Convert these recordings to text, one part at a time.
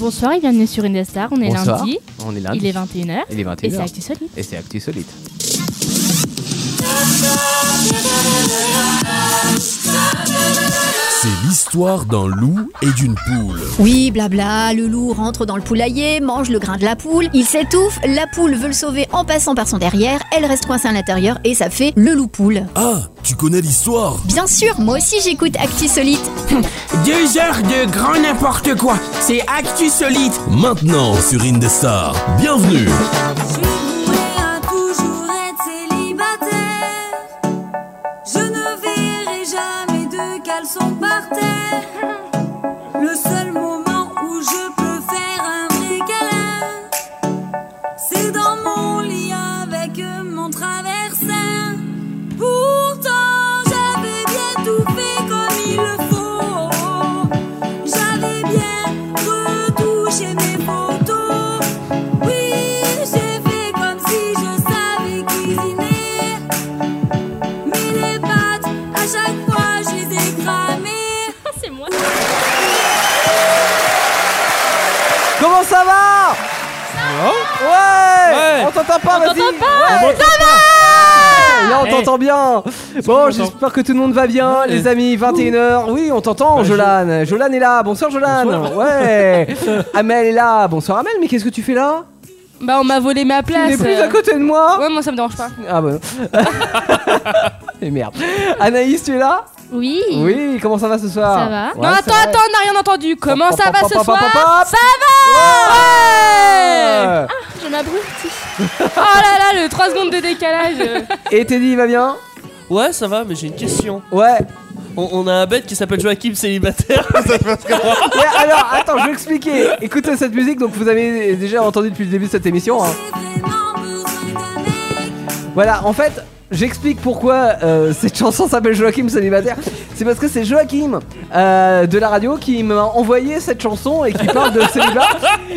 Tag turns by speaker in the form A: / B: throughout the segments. A: Bonsoir et bienvenue sur Indestar. On est
B: Bonsoir.
A: lundi,
B: On est lundi.
A: il est 21h
B: Il est
A: et c'est
B: 21h.
A: Actu Solide.
B: Et c'est Actu Solide.
C: C'est l'histoire d'un loup et d'une poule.
D: Oui, blabla, le loup rentre dans le poulailler, mange le grain de la poule, il s'étouffe, la poule veut le sauver en passant par son derrière, elle reste coincée à l'intérieur et ça fait le loup-poule.
C: Ah, tu connais l'histoire
D: Bien sûr, moi aussi j'écoute Actu Solite.
E: Deux heures de grand n'importe quoi. C'est Actu Solide.
C: Maintenant sur Indestar. Bienvenue
F: J'ai voué à toujours être célibataire. Je ne verrai jamais de caleçon par terre. Le seul moment où je peux faire un vrai câlin, c'est dans mon lit avec mon traversin. Pourtant, j'avais bien tout fait comme il le faut. J'avais bien retouché mes photos. Oui, j'ai fait comme si je savais cuisiner. Mais les pâtes, à chaque fois, je les ai cramées.
A: C'est moi.
G: Comment ça va ouais, On t'entend pas, vas-y
A: t'entend
G: On m'entend pas. Là, on t'entend bien Bon, j'espère que tout le monde va bien, les amis, 21h. Oui, on t'entend, Jolan. Jolan est là, Bah, bonsoir Jolan Ouais Amel est là, bonsoir Amel, mais qu'est-ce que tu fais là
A: Bah on m'a volé ma
G: Tu
A: place.
G: n'es plus
A: euh.
G: à côté de moi
A: Ouais moi ça me dérange pas.
G: Ah bah non. Et merde Anaïs, tu es là
A: Oui.
G: Oui, comment ça va ce soir
A: Ça va.
G: Ouais,
A: non attends
G: va.
A: attends on n'a rien entendu. Comment
G: Pop,
A: ça
G: pop,
A: va
G: pop,
A: ce
G: pop, pop,
A: soir
G: pop.
A: Ça va.
G: Ouais.
A: Je m'abrutis. Oh là là le 3 secondes de décalage. euh.
G: Et Teddy, il va bien
H: Ouais, ça va, mais j'ai une question.
G: Ouais
H: On, on a un bête qui s'appelle Joachim célibataire.
G: Ouais, alors, attends, je vais expliquer. Écoutez cette musique, donc vous avez déjà entendu depuis le début de cette émission. hein.
F: J'ai vraiment besoin d'un mec.
G: Voilà, en fait, j'explique pourquoi euh, cette chanson s'appelle Joachim Célibataire. C'est parce que c'est Joachim euh, de la radio qui m'a envoyé cette chanson et qui parle de célibat.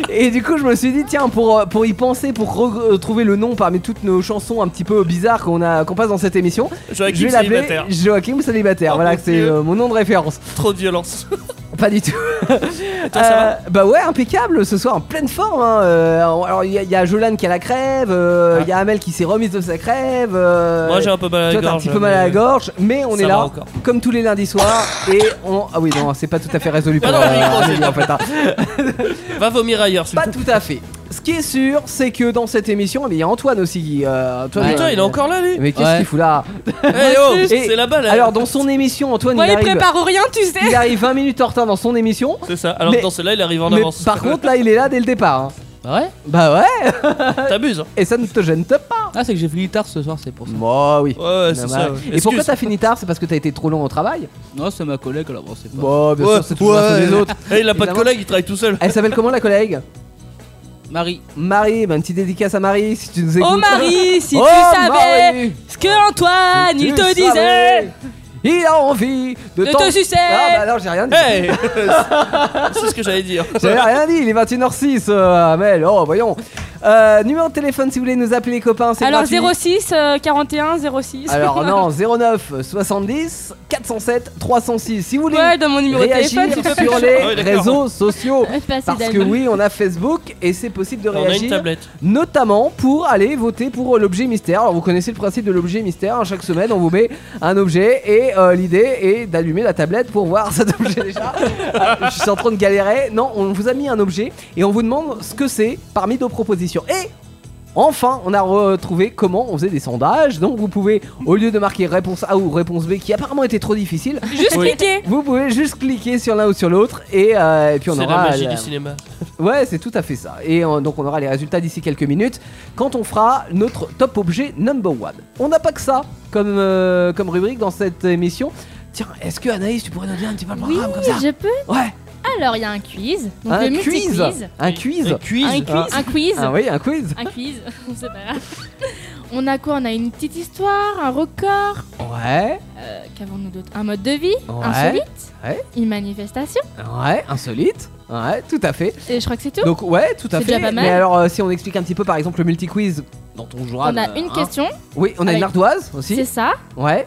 G: Et du coup, je me suis dit, tiens, pour, euh, pour y penser, pour re- retrouver le nom parmi toutes nos chansons un petit peu bizarres qu'on a qu'on passe dans cette émission, je
H: Joachim
G: vais l'appeler
H: célibataire.
G: Joachim Célibataire.
H: Oh,
G: voilà,
H: mon
G: c'est
H: Dieu.
G: euh, mon nom de référence.
H: Trop de violence.
G: Pas du tout.
H: ça
G: Euh, bah ouais, impeccable ce soir, en pleine forme. hein, euh, alors il y, a- il y a Jolane qui a la crève, euh, il y a Amel qui s'est remise de sa crève. euh,
H: Ah. Moi j'ai un peu mal à
G: toi, t'as
H: la
G: un
H: gorge. euh,
G: petit peu mal à la
H: mais-
G: gorge, mais on
H: Ça
G: est
H: va
G: là
H: encore.
G: comme tous les lundis soirs et on ah oui non c'est pas tout à fait résolu pour
H: Ah non,
G: euh,
H: mais il pense-
G: Amélie, en fait, hein.
H: Va vomir ailleurs, s'il
G: pas
H: te plaît.
G: tout à fait. Ce qui est sûr c'est que dans cette émission eh bien, il y a Antoine aussi. qui, euh, Antoine,
H: Putain,
G: euh,
H: il est encore là lui.
G: Mais qu'est-ce qu'il fout là
H: Eh oh,
G: Et-
H: c'est la balle.
G: Alors dans son émission Antoine
A: Moi
G: il
A: il
G: arrive.
A: prépare rien tu
G: Il
A: sais.
G: arrive 20 minutes en retard dans son émission.
H: C'est ça. Alors
G: Mais-
H: dans celle-là, il arrive en
G: Mais
H: avance.
G: par contre là il est là dès le départ. hein.
H: Ah
I: Ouais
G: Bah ouais
H: t'abuses. hein.
G: Et ça ne te gêne pas
I: Ah, c'est que j'ai fini tard ce soir, c'est pour ça.
G: Bah oui.
H: Ouais, ouais, c'est ça. ouais.
G: Et pourquoi
H: Excuse.
G: t'as fini tard C'est parce que t'as été trop long au travail
I: Non, c'est ma collègue, alors bon, c'est pas.
G: Bah bien
H: Ouais,
G: sûr, c'est toujours la faute
H: ouais.
G: des autres.
H: Eh, il a pas de
G: Évidemment.
H: collègue, il travaille tout seul.
G: Elle s'appelle comment la collègue
I: Marie,
G: Marie, bah, une petite dédicace à Marie si tu nous écoutes.
A: Oh Marie si
G: Oh,
A: tu savais
G: Marie,
A: ce que Antoine
G: tu
A: il te
G: savais.
A: disait
G: Il a envie de,
A: de
G: t'en-
A: te sucer.
G: Ah bah alors j'ai rien dit.
H: Eh C'est ce que j'allais dire.
G: J'avais rien dit, il est 21h06, euh, Amel, oh voyons. Euh, numéro de téléphone si vous voulez nous appeler les copains, c'est
A: Alors
G: gratuit.
A: 06 euh, 41 06.
G: Alors non, 09 70 407 306. Si vous voulez
A: Ouais, dans mon numéro de
G: réagir
A: téléphone, tu peux
G: sur
A: pas
G: les
H: Ouais, d'accord.
G: réseaux sociaux.
A: Passer
G: Parce
A: d'amis.
G: que oui, on a Facebook et c'est possible de
H: On a une
G: réagir,
H: tablette.
G: notamment pour aller voter pour euh, l'objet mystère. Alors vous connaissez le principe de l'objet mystère, hein, chaque semaine on vous met un objet et euh, l'idée est d'allumer la tablette pour voir cet objet déjà. Ah, Je suis en train de galérer. Non, on vous a mis un objet et on vous demande ce que c'est parmi nos propositions. Et Enfin, on a retrouvé comment on faisait des sondages. Donc, vous pouvez, au lieu de marquer réponse A ou réponse B, qui apparemment était trop difficile,
A: Juste
H: Oui.
A: cliquer.
G: vous pouvez juste cliquer sur l'un ou sur l'autre. Et, euh, et puis, on
H: C'est la
G: aura
H: magie
G: la-
H: du cinéma.
G: Ouais, c'est tout à fait ça. Et euh, donc on aura les résultats d'ici quelques minutes quand on fera notre top objet number one. On n'a pas que ça comme, euh, comme rubrique dans cette émission. Tiens, est-ce que Anaïs, tu pourrais nous dire un petit peu le
A: Oui,
G: programme comme ça
A: je peux.
G: Ouais,
A: Alors, il y a un quiz. Donc
G: un
A: le
G: quiz.
A: multi-quiz.
G: Un quiz
H: Un quiz.
A: Un quiz. Un quiz.
G: Ah oui, un quiz
A: Un quiz. C'est pas grave. On a quoi On a une petite histoire, un record.
G: Ouais,
A: Euh, Qu'avons-nous d'autre Un mode de vie.
G: Ouais.
A: Insolite.
G: Ouais.
A: Une manifestation.
G: ouais, insolite. Ouais, tout à fait.
A: Et je crois que c'est tout.
G: Donc ouais, tout à
A: C'est
G: fait.
A: déjà pas mal.
G: Mais alors euh, si on explique un petit peu par exemple le multi-quiz dont on jouera...
A: on a
G: euh,
A: une
G: hein.
A: question.
G: Oui, on a
A: Avec-
G: une ardoise aussi.
A: C'est ça.
G: Ouais,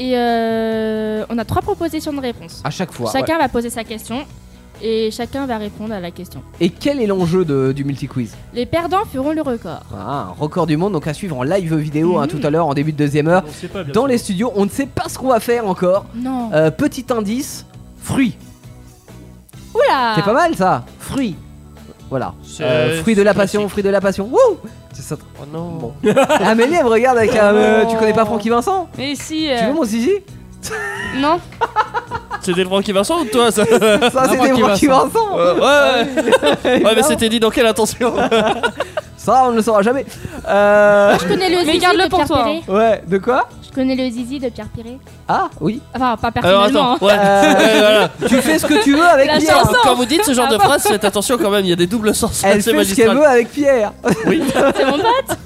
A: Et euh, on a trois propositions de réponse.
G: à chaque fois.
A: Chacun va poser sa question. et chacun va répondre à la question.
G: Et quel est l'enjeu de- du multi-quiz
A: Les perdants feront le record.
G: Ah, un record du monde, donc à suivre en live vidéo hein,
A: Mhm.
G: tout à l'heure en début de deuxième heure.
B: On sait pas, bien
G: Dans
B: sûr.
G: les studios, on ne sait pas ce qu'on va faire encore.
A: Non.
G: Euh, petit indice, fruits.
A: Oula
G: Euh,
A: Ah.
G: C'est pas mal ça Fruits. Voilà.
H: C'est-
G: Euh, fruits de la passion, fruits de la passion. Wouh C'est ça.
H: Oh non.
G: Bon. Amélie, elle me regarde avec un. euh, tu connais pas Francky Vincent
A: Mais si. euh,
G: Tu veux mon zizi
A: Non.
H: C'était Francky Vincent ou toi ça
G: Ça, c'était
I: Francky
G: Francky Vincent.
H: Ouais, ouais, ouais. Ouais, mais c'était dit dans quelle intention
G: Ça, on ne le saura jamais. Euh,
A: Je connais le zizi
J: garde-le
A: de
J: pour
A: Pierre
J: toi,
A: Perret.
G: ouais, de quoi
A: Je connais le zizi de Pierre Perret.
G: Ah, oui.
A: Enfin, pas
H: Alors
A: personnellement.
H: attends, ouais.
G: Euh,
H: Ouais, voilà.
G: Tu fais ce que tu veux avec
A: La
G: Pierre.
A: chanson.
H: Quand vous dites ce genre de phrase, faites attention quand même, il y a des doubles sens.
G: Elle
H: C'est
G: fait ce qu'elle
H: magistral.
G: veut avec Pierre.
A: hein. C'est mon pote.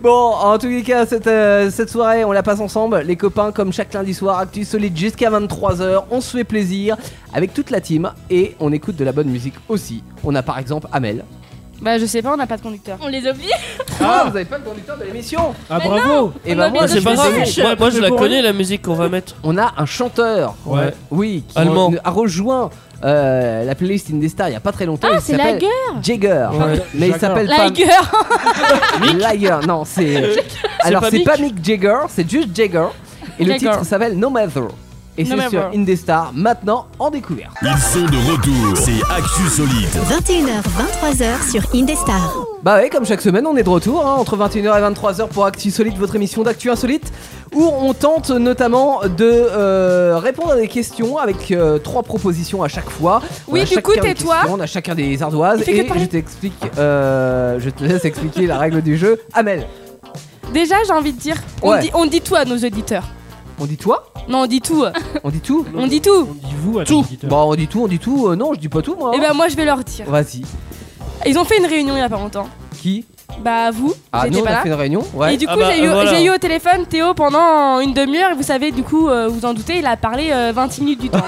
G: Bon, en tous les cas, cette, euh, cette soirée, on la passe ensemble. Les copains, comme chaque lundi soir, Actu Solide jusqu'à 23h. On se fait plaisir avec toute la team et on écoute de la bonne musique aussi. On a par exemple Amel.
J: Bah, je sais pas, on n'a pas de conducteur.
A: On les oublie.
G: Ah, vous avez pas le conducteur de l'émission
B: Ah, bravo
G: Et
A: On
G: ben
A: a bien
G: moi,
H: C'est
B: Je
H: pas
B: les
H: grave.
B: affiche,
H: Moi, moi, je
B: c'est
H: la
B: pour
H: connais la musique qu'on va mettre.
G: on a un chanteur.
B: Ouais.
G: Oui, qui
H: Allemand.
G: a rejoint euh, la playlist Indestar il y a pas très longtemps.
A: Ah,
G: Il
A: c'est la
G: s'appelle
A: gueule.
G: Jagger.
B: Ouais.
G: Mais il
B: Jagger.
G: s'appelle pas
A: La gueule.
G: Liar, non, c'est. euh, Alors,
H: pas
G: c'est
H: Mick
G: pas Mick Jagger, c'est juste Jagger. Et le
J: Jagger.
G: titre s'appelle No Matter. Et
J: No
G: c'est sur
J: Matter.
G: Indestar, maintenant en découverte.
C: Ils sont de retour. C'est Actu Solide.
D: 21h, 23h sur Indestar.
G: Bah ouais, comme chaque semaine, on est de retour hein, entre 21h et 23h pour Actu Solide, votre émission d'Actu Insolite, où on tente notamment de euh, répondre à des questions avec euh, trois propositions à chaque fois.
J: Oui,
G: On a
J: du
G: chacun
J: coup,
G: une
J: tais-toi.
G: question, On a chacun des ardoises
J: Il fait que
G: et
J: de parler.
G: je t'explique, euh, je te laisse expliquer la règle du jeu. Amel,
J: Déjà, j'ai envie de dire,
G: Ouais.
J: on, dit, on dit tout à nos auditeurs.
G: on dit toi
J: Non, on dit tout.
G: On dit tout
J: on dit tout.
B: On dit vous à
G: Tout.
B: nos auditeurs.
G: Bon, on dit tout, on dit tout. euh, non, je dis pas tout moi.
J: Et ben, moi, je vais leur dire.
G: Vas-y.
J: Ils ont fait une réunion il y a pas longtemps.
G: Qui
J: Bah, vous,
G: Ah
J: j'étais
G: nous on
J: pas
G: a
J: là.
G: fait une réunion Ouais.
J: Et du
H: Ah
J: coup,
H: bah,
J: j'ai eu,
H: euh, voilà.
J: j'ai eu au téléphone Théo pendant une demi-heure. Et vous savez, du coup, euh, vous en doutez, il a parlé euh, 26 minutes du temps.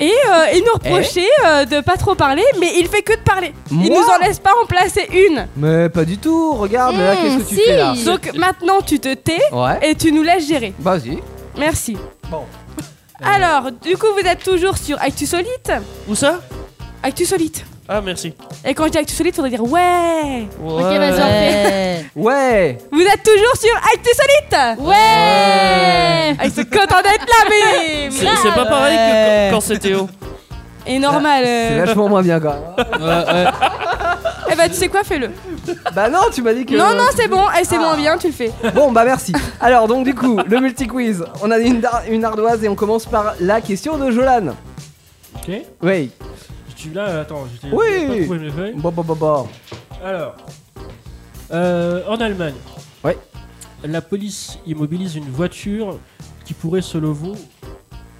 J: et euh, il nous reprochait euh, de pas trop parler, mais il fait que de parler. il
G: Eh Moi
J: nous en laisse pas en placer une.
G: Mais pas du tout, regarde là,
A: Hmm,
G: Ah, qu'est-ce que tu
A: si.
G: fais là
J: Donc maintenant, tu te tais
G: Ouais.
J: et tu nous laisses gérer.
G: Vas-y.
J: Merci.
G: Bon.
J: Alors, du coup, vous êtes toujours sur Actu Solite.
H: Où ça
J: Actu Solite.
H: Ah, merci.
J: Et quand je dis Actu Solite, faudrait dire ouais.
A: Ok, vas-y, on fait.
G: Ouais.
J: Vous êtes toujours sur Actu Solite.
A: Ouais.
J: Ah, Ils sont contents d'être là, mais.
H: C'est c'est pas pareil que quand- quand c'est Théo.
J: Et normal.
G: C'est
J: euh.
G: vachement moins bien quand même.
J: Eh bah, tu sais quoi, fais-le.
G: bah non, tu m'as dit que.
J: Non, non, c'est bon, eh, c'est
G: Ah.
J: bon, bien, tu le fais.
G: Bon bah merci. Alors donc du coup, le multi-quiz. On a une, dar- une ardoise et on commence par la question de Jolan.
B: Ok.
G: Oui.
B: Je suis là, euh, attends, j'étais
G: Oui.
B: j'ai pas trouvé mes feuilles.
G: Bon, bon, bon, bon.
B: Alors, euh, en Allemagne,
G: Ouais.
B: la police immobilise une voiture qui pourrait, selon vous,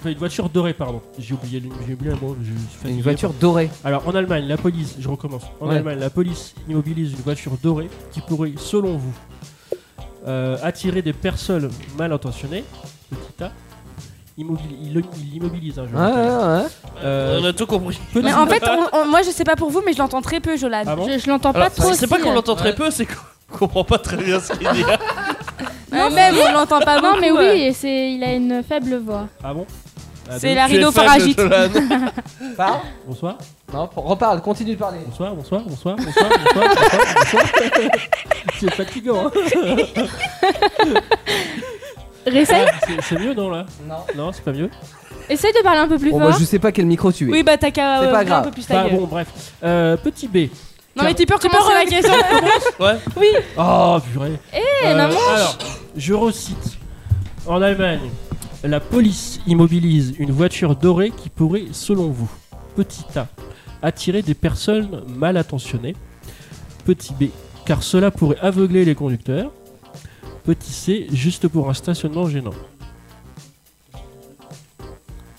B: enfin, une voiture dorée, pardon. J'ai oublié, le- j'ai oublié un mot. je suis
G: Une
B: fatigué.
G: voiture dorée.
B: Alors, en Allemagne, la police, je recommence. En
G: Ouais.
B: Allemagne, la police immobilise une voiture dorée qui pourrait, selon vous, euh, attirer des personnes mal intentionnées. Petit A. Immobili- il, il immobilise, hein, je
G: Ouais, ouais,
B: rappelle.
G: ouais.
B: Euh,
H: On a tout compris.
B: petit
J: Mais en fait, on- on- moi, je sais pas pour vous, mais je l'entends très peu, Jolan.
B: Ah bon
A: Je, je l'entends pas
H: Alors,
A: trop.
H: c'est pas
A: si,
H: qu'on
A: euh.
H: l'entend très peu, c'est qu'on comprend pas très bien ce qu'il dit.
J: Non, même, on l'entend pas
A: Non,
J: beaucoup,
A: mais
J: euh.
A: oui, et c'est, il a une faible voix.
B: Ah bon Ah,
J: C'est
H: Tu es
B: donc,
J: la
H: fan de
J: rhinophoragite.
H: Jolan.
G: Pardon
B: Bonsoir,
G: Non, reparle, continue de parler.
B: bonsoir, bonsoir, bonsoir, bonsoir, bonsoir, bonsoir, bonsoir. C'est fatigant, hein
A: Réessaye.
B: C'est- C'est mieux, non, là
G: Non.
B: Non, c'est pas mieux
A: Essaye de parler un peu plus
G: Bon
A: fort.
G: bah je sais pas quel micro tu es.
J: Oui, bah, t'as qu'à
G: C'est pas
J: euh, ouvrir un
G: grave.
J: peu plus ta
B: Enfin,
J: gueule.
B: bon, bref. Euh, petit B.
J: Non, mais tu peux
A: Tu peux
J: recommencer la
A: relancer.
J: question.
H: Ouais.
B: Oh, purée
G: Euh,
A: Eh, maman
B: Alors, je recite. En Allemagne, la police immobilise une voiture dorée qui pourrait, selon vous, petit A, attirer des personnes mal attentionnées. Petit B, car cela pourrait aveugler les conducteurs. Petit C, juste pour un stationnement gênant.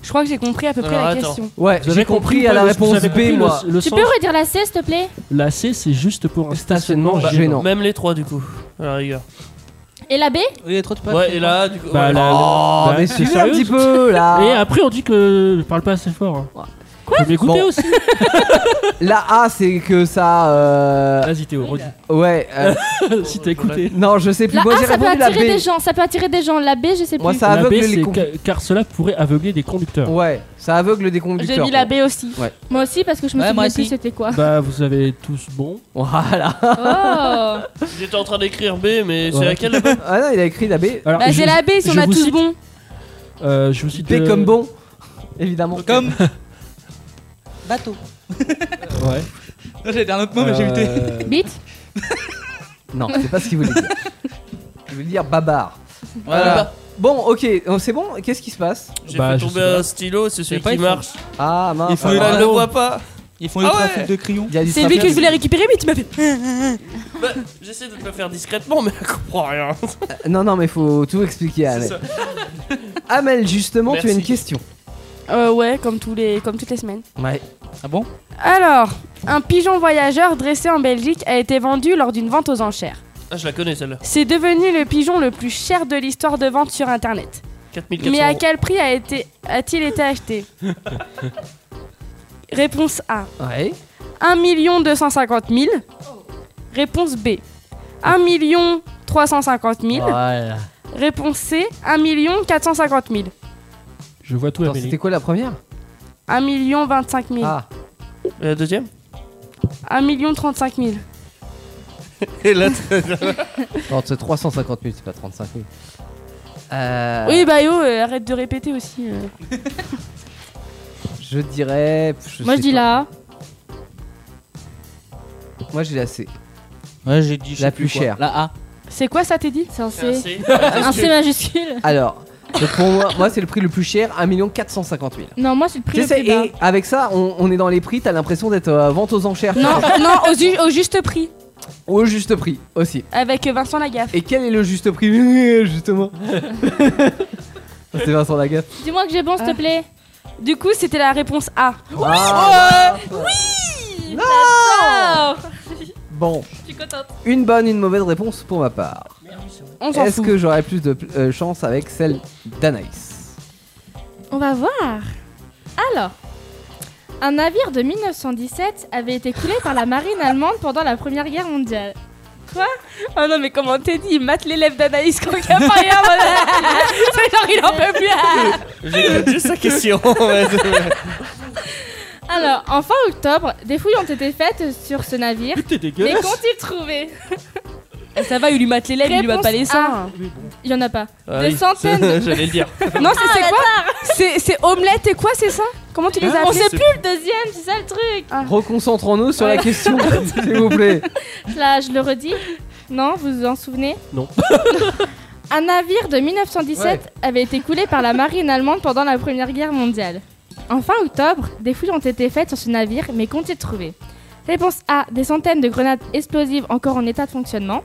J: Je crois que j'ai compris à peu près
H: Alors,
J: la
H: attends.
J: question.
G: Ouais,
B: Vous
G: j'ai
B: avez
G: compris
B: ou
G: à
B: pas
G: la
B: le- vous
G: réponse
B: avez compris
G: B
B: le-
G: moi.
B: le
A: Tu
B: sens
A: peux redire la C, s'il te plaît
B: La C, c'est juste pour un stationnement
G: Stationnement
B: gênant.
H: Même les trois, du coup, à la rigueur.
A: Et la B
I: Il y a trop de papiers.
H: Ouais, et là, du coup.
B: Bah,
H: ouais.
B: la-
G: Oh,
B: bah,
G: mais
B: c'est
G: suivez un
B: sérieux,
G: petit peu
B: Et euh,
G: là.
B: après, on dit que je parle pas assez fort. hein.
G: Quoi
B: m'écouter
G: aussi La A, c'est que ça. Euh...
B: Vas-y, Théo, redis.
G: Ouais. euh,
B: si t'as écouté.
G: Non, je sais plus.
A: La
G: Moi,
A: A,
G: j'ai
A: ça peut
G: répondu la B.
A: attirer des gens, ça peut attirer des gens. La B, je sais
G: Moi,
A: plus.
G: ça
B: La B,
G: aveugle les
B: c'est
G: con-
B: ca- car cela pourrait aveugler des conducteurs.
G: Ouais, ça aveugle des conducteurs.
A: J'ai mis la B aussi.
G: Ouais.
A: Moi aussi, parce que je me
I: Ouais, moi
A: souviens plus
I: aussi.
A: c'était quoi.
B: Bah, vous avez tous bon.
G: Voilà.
A: Oh
H: J'étais en train d'écrire B, mais c'est
B: Ouais.
H: laquelle la bonne
G: Ah non, il a écrit la B.
B: Alors,
J: Bah,
B: je-
J: j'ai la B si on
B: je
J: a
B: vous
J: tous
B: cite-
J: bon.
B: euh, je vous cite.
G: B
B: euh,
G: comme bon. Évidemment.
I: Comme. Bateau.
B: Ouais.
I: J'avais un autre mot, mais j'ai évité.
G: Euh,
A: Bite
G: Non, c'est pas ce qu'il voulait dire. Il voulait dire babar.
I: Voilà.
G: Euh, Bon, ok, euh, c'est bon. Qu'est-ce qui se passe
H: J'ai
B: Bah,
H: fait
B: je
H: tomber
B: sais pas.
H: un stylo, c'est celui
I: pas,
H: qui
I: il faut-
H: marche. Bah,
G: Ah mince.
I: Il faut
G: ah,
I: une
H: Elle
G: mince.
H: ne le voit pas.
I: Ils font une
H: Ah ouais
I: trafic de crayons.
G: Il y a du
J: C'est lui
G: trafic.
J: que je voulais récupérer, mais tu m'as fait.
H: Bah, J'essaie de te le faire discrètement, mais elle comprend rien.
G: Non, non, mais faut tout expliquer à
H: C'est
G: Amel.
H: ça.
G: Amel, justement, tu as une
H: Merci.
G: question.
J: Euh, ouais, comme, tous les... comme toutes les semaines.
G: Ouais.
I: Ah bon
J: Alors, un pigeon voyageur dressé en Belgique a été vendu lors d'une vente aux enchères.
H: Ah, je la connais celle-là.
J: C'est devenu le pigeon le plus cher de l'histoire de vente sur internet.
H: 4400
J: Mais à
H: euros.
J: quel prix a été- a-t-il été acheté Réponse A
G: Ouais.
J: 1 250 000. Réponse B 1 350 000.
G: Voilà.
J: Réponse C 1 450 000.
B: Je vois tout,
G: Attends,
B: Amélie.
G: c'était quoi la première
J: 1 million 25 000.
G: Ah,
H: Et la deuxième
J: 1 million 35 000.
H: Et la
G: non, c'est 350 000, c'est pas 35 000. Euh,
J: Oui, bah yo, euh, arrête de répéter aussi. euh.
G: Je dirais. je
A: Moi,
G: sais
A: je dis
G: pas.
A: la A.
G: Moi, j'ai la C.
I: Ouais, j'ai dit. je sais
G: La
I: plus
G: plus
I: quoi.
G: chère.
I: La A.
J: C'est quoi ça, t'es dit
A: C'est un C.
H: C.
A: Un C majuscule.
G: Alors, donc pour moi, moi, c'est le prix le plus cher 1 450 000.
A: Non, moi, c'est le prix
G: Tu
A: le
G: sais,
A: plus bas.
G: et avec ça, on, on est dans les prix, t'as l'impression d'être euh, vente aux enchères.
J: Non, non, au, ju- au juste prix.
G: Au juste prix aussi.
A: Ah.
J: Avec Vincent Lagaffe.
G: Et quel est le juste prix Justement. C'est Vincent Lagaffe.
A: Dis-moi que j'ai bon, s'il te plaît.
J: Du coup, c'était la réponse Ah. A.
G: Ah,
A: Non
G: Bon,
A: Je suis contente.
G: une bonne, une mauvaise réponse pour ma part.
J: On s'en
G: Est-ce
J: fout.
G: que j'aurais plus de euh, chance avec celle d'Anaïs
A: On va voir. Alors, un navire de 1917 avait été coulé par la marine allemande pendant la Première Guerre mondiale.
J: Oh non, mais comment t'es dit Il mate l'élève d'Anaïs quand il a parlé à mon- C'est genre, il en peut plus. Ah
H: J'ai dit sa question. ouais, c'est vrai.
A: Alors, en fin octobre, des fouilles ont été faites sur ce navire.
B: T'es
A: Mais
B: dégueulasse.
A: qu'ont-ils trouvé
J: Ça va, il lui mate l'élève, il lui mate pas les
A: Réponse
J: seins.
A: Il y en a pas.
H: Ah
A: Des
H: oui.
A: centaines de-
H: J'allais le dire.
J: Non, c'est c'est quoi C'est c'est omelette et quoi, c'est ça Comment tu les Ah. as
A: On
J: appelés
A: sait plus le deuxième, c'est ça le truc.
G: Reconcentrons-nous sur la question, s'il vous plaît.
A: Là, je le redis. Non, vous vous en souvenez
B: Non.
A: Un navire de 1917 avait été coulé par la marine allemande pendant la Première Guerre mondiale. En fin octobre, des fouilles ont été faites sur ce navire, mais qu'ont-ils trouvé Réponse A, des centaines de grenades explosives encore en état de fonctionnement.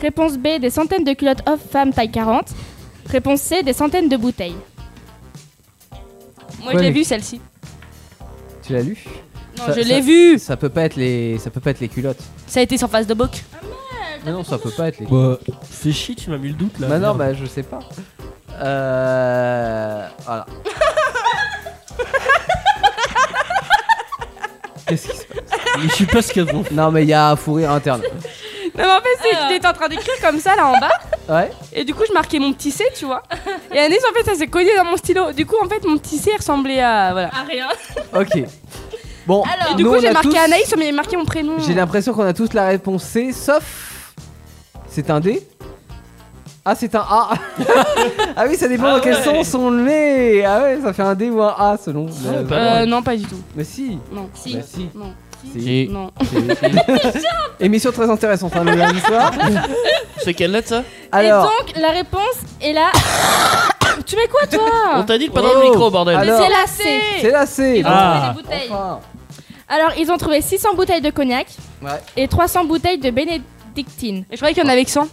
A: Réponse B, des centaines de culottes off femmes taille 40. Réponse C, des centaines de bouteilles.
J: Moi,
G: Ouais,
J: je l'ai
G: mais-
J: vue celle-ci.
G: Tu l'as lu
J: Non,
G: Ça-
J: je
G: ça-
J: l'ai vue.
G: Ça peut pas être les, ça peut pas être les culottes.
J: Ça a été sur face de boc.
G: Mais non, ça peut pas être les.
B: Bah, fais chier, tu m'as mis le doute là.
G: Bah non,
B: Merde.
G: bah je sais pas. Euh. Voilà. Qu'est-ce qui se passe
B: Mais je sais pas ce qu'elles ont.
G: Non, mais il y a un fou rire interne.
J: Non, mais en fait, c'est que j'étais en train d'écrire comme ça là en bas.
G: Ouais
J: Et du coup, je marquais mon petit C, tu vois. Et Anis, en fait, ça s'est cogné dans mon stylo. Du coup, en fait, mon petit C ressemblait à. Voilà.
A: Ah, rien.
G: Ok. Bon,
J: Et du
G: nous,
J: coup,
G: on
J: j'ai
G: a
J: marqué
G: tous-
J: Anaïs, mais j'ai marqué mon prénom.
G: J'ai l'impression qu'on a tous la réponse C, sauf. C'est un D Ah, c'est un A Ah oui, ça dépend
H: Ah
G: dans quel
H: ouais.
G: sens on le met Ah ouais, ça fait un D ou un A selon. Mais,
J: Euh, non, pas du tout.
G: mais si
J: Non.
A: Si.
G: Bah si
J: Non.
G: Si.
J: Non.
G: Émission très intéressante, hein, le lundi soir.
H: C'est quelle lettre ça
G: Alors.
A: Et donc, la réponse est là.
J: tu mets quoi, toi
H: On t'a dit de pas dans le
G: Oh.
H: micro, bordel.
G: Alors-
A: C'est la C.
G: C'est la C.
A: Ils ont
B: Ah.
A: trouvé des bouteilles.
G: Enfin.
A: Alors, ils ont trouvé 600 bouteilles de cognac
G: Ouais.
A: et 300 bouteilles de bénédictine.
G: Ah.
J: Et je croyais qu'il y en avait que 100.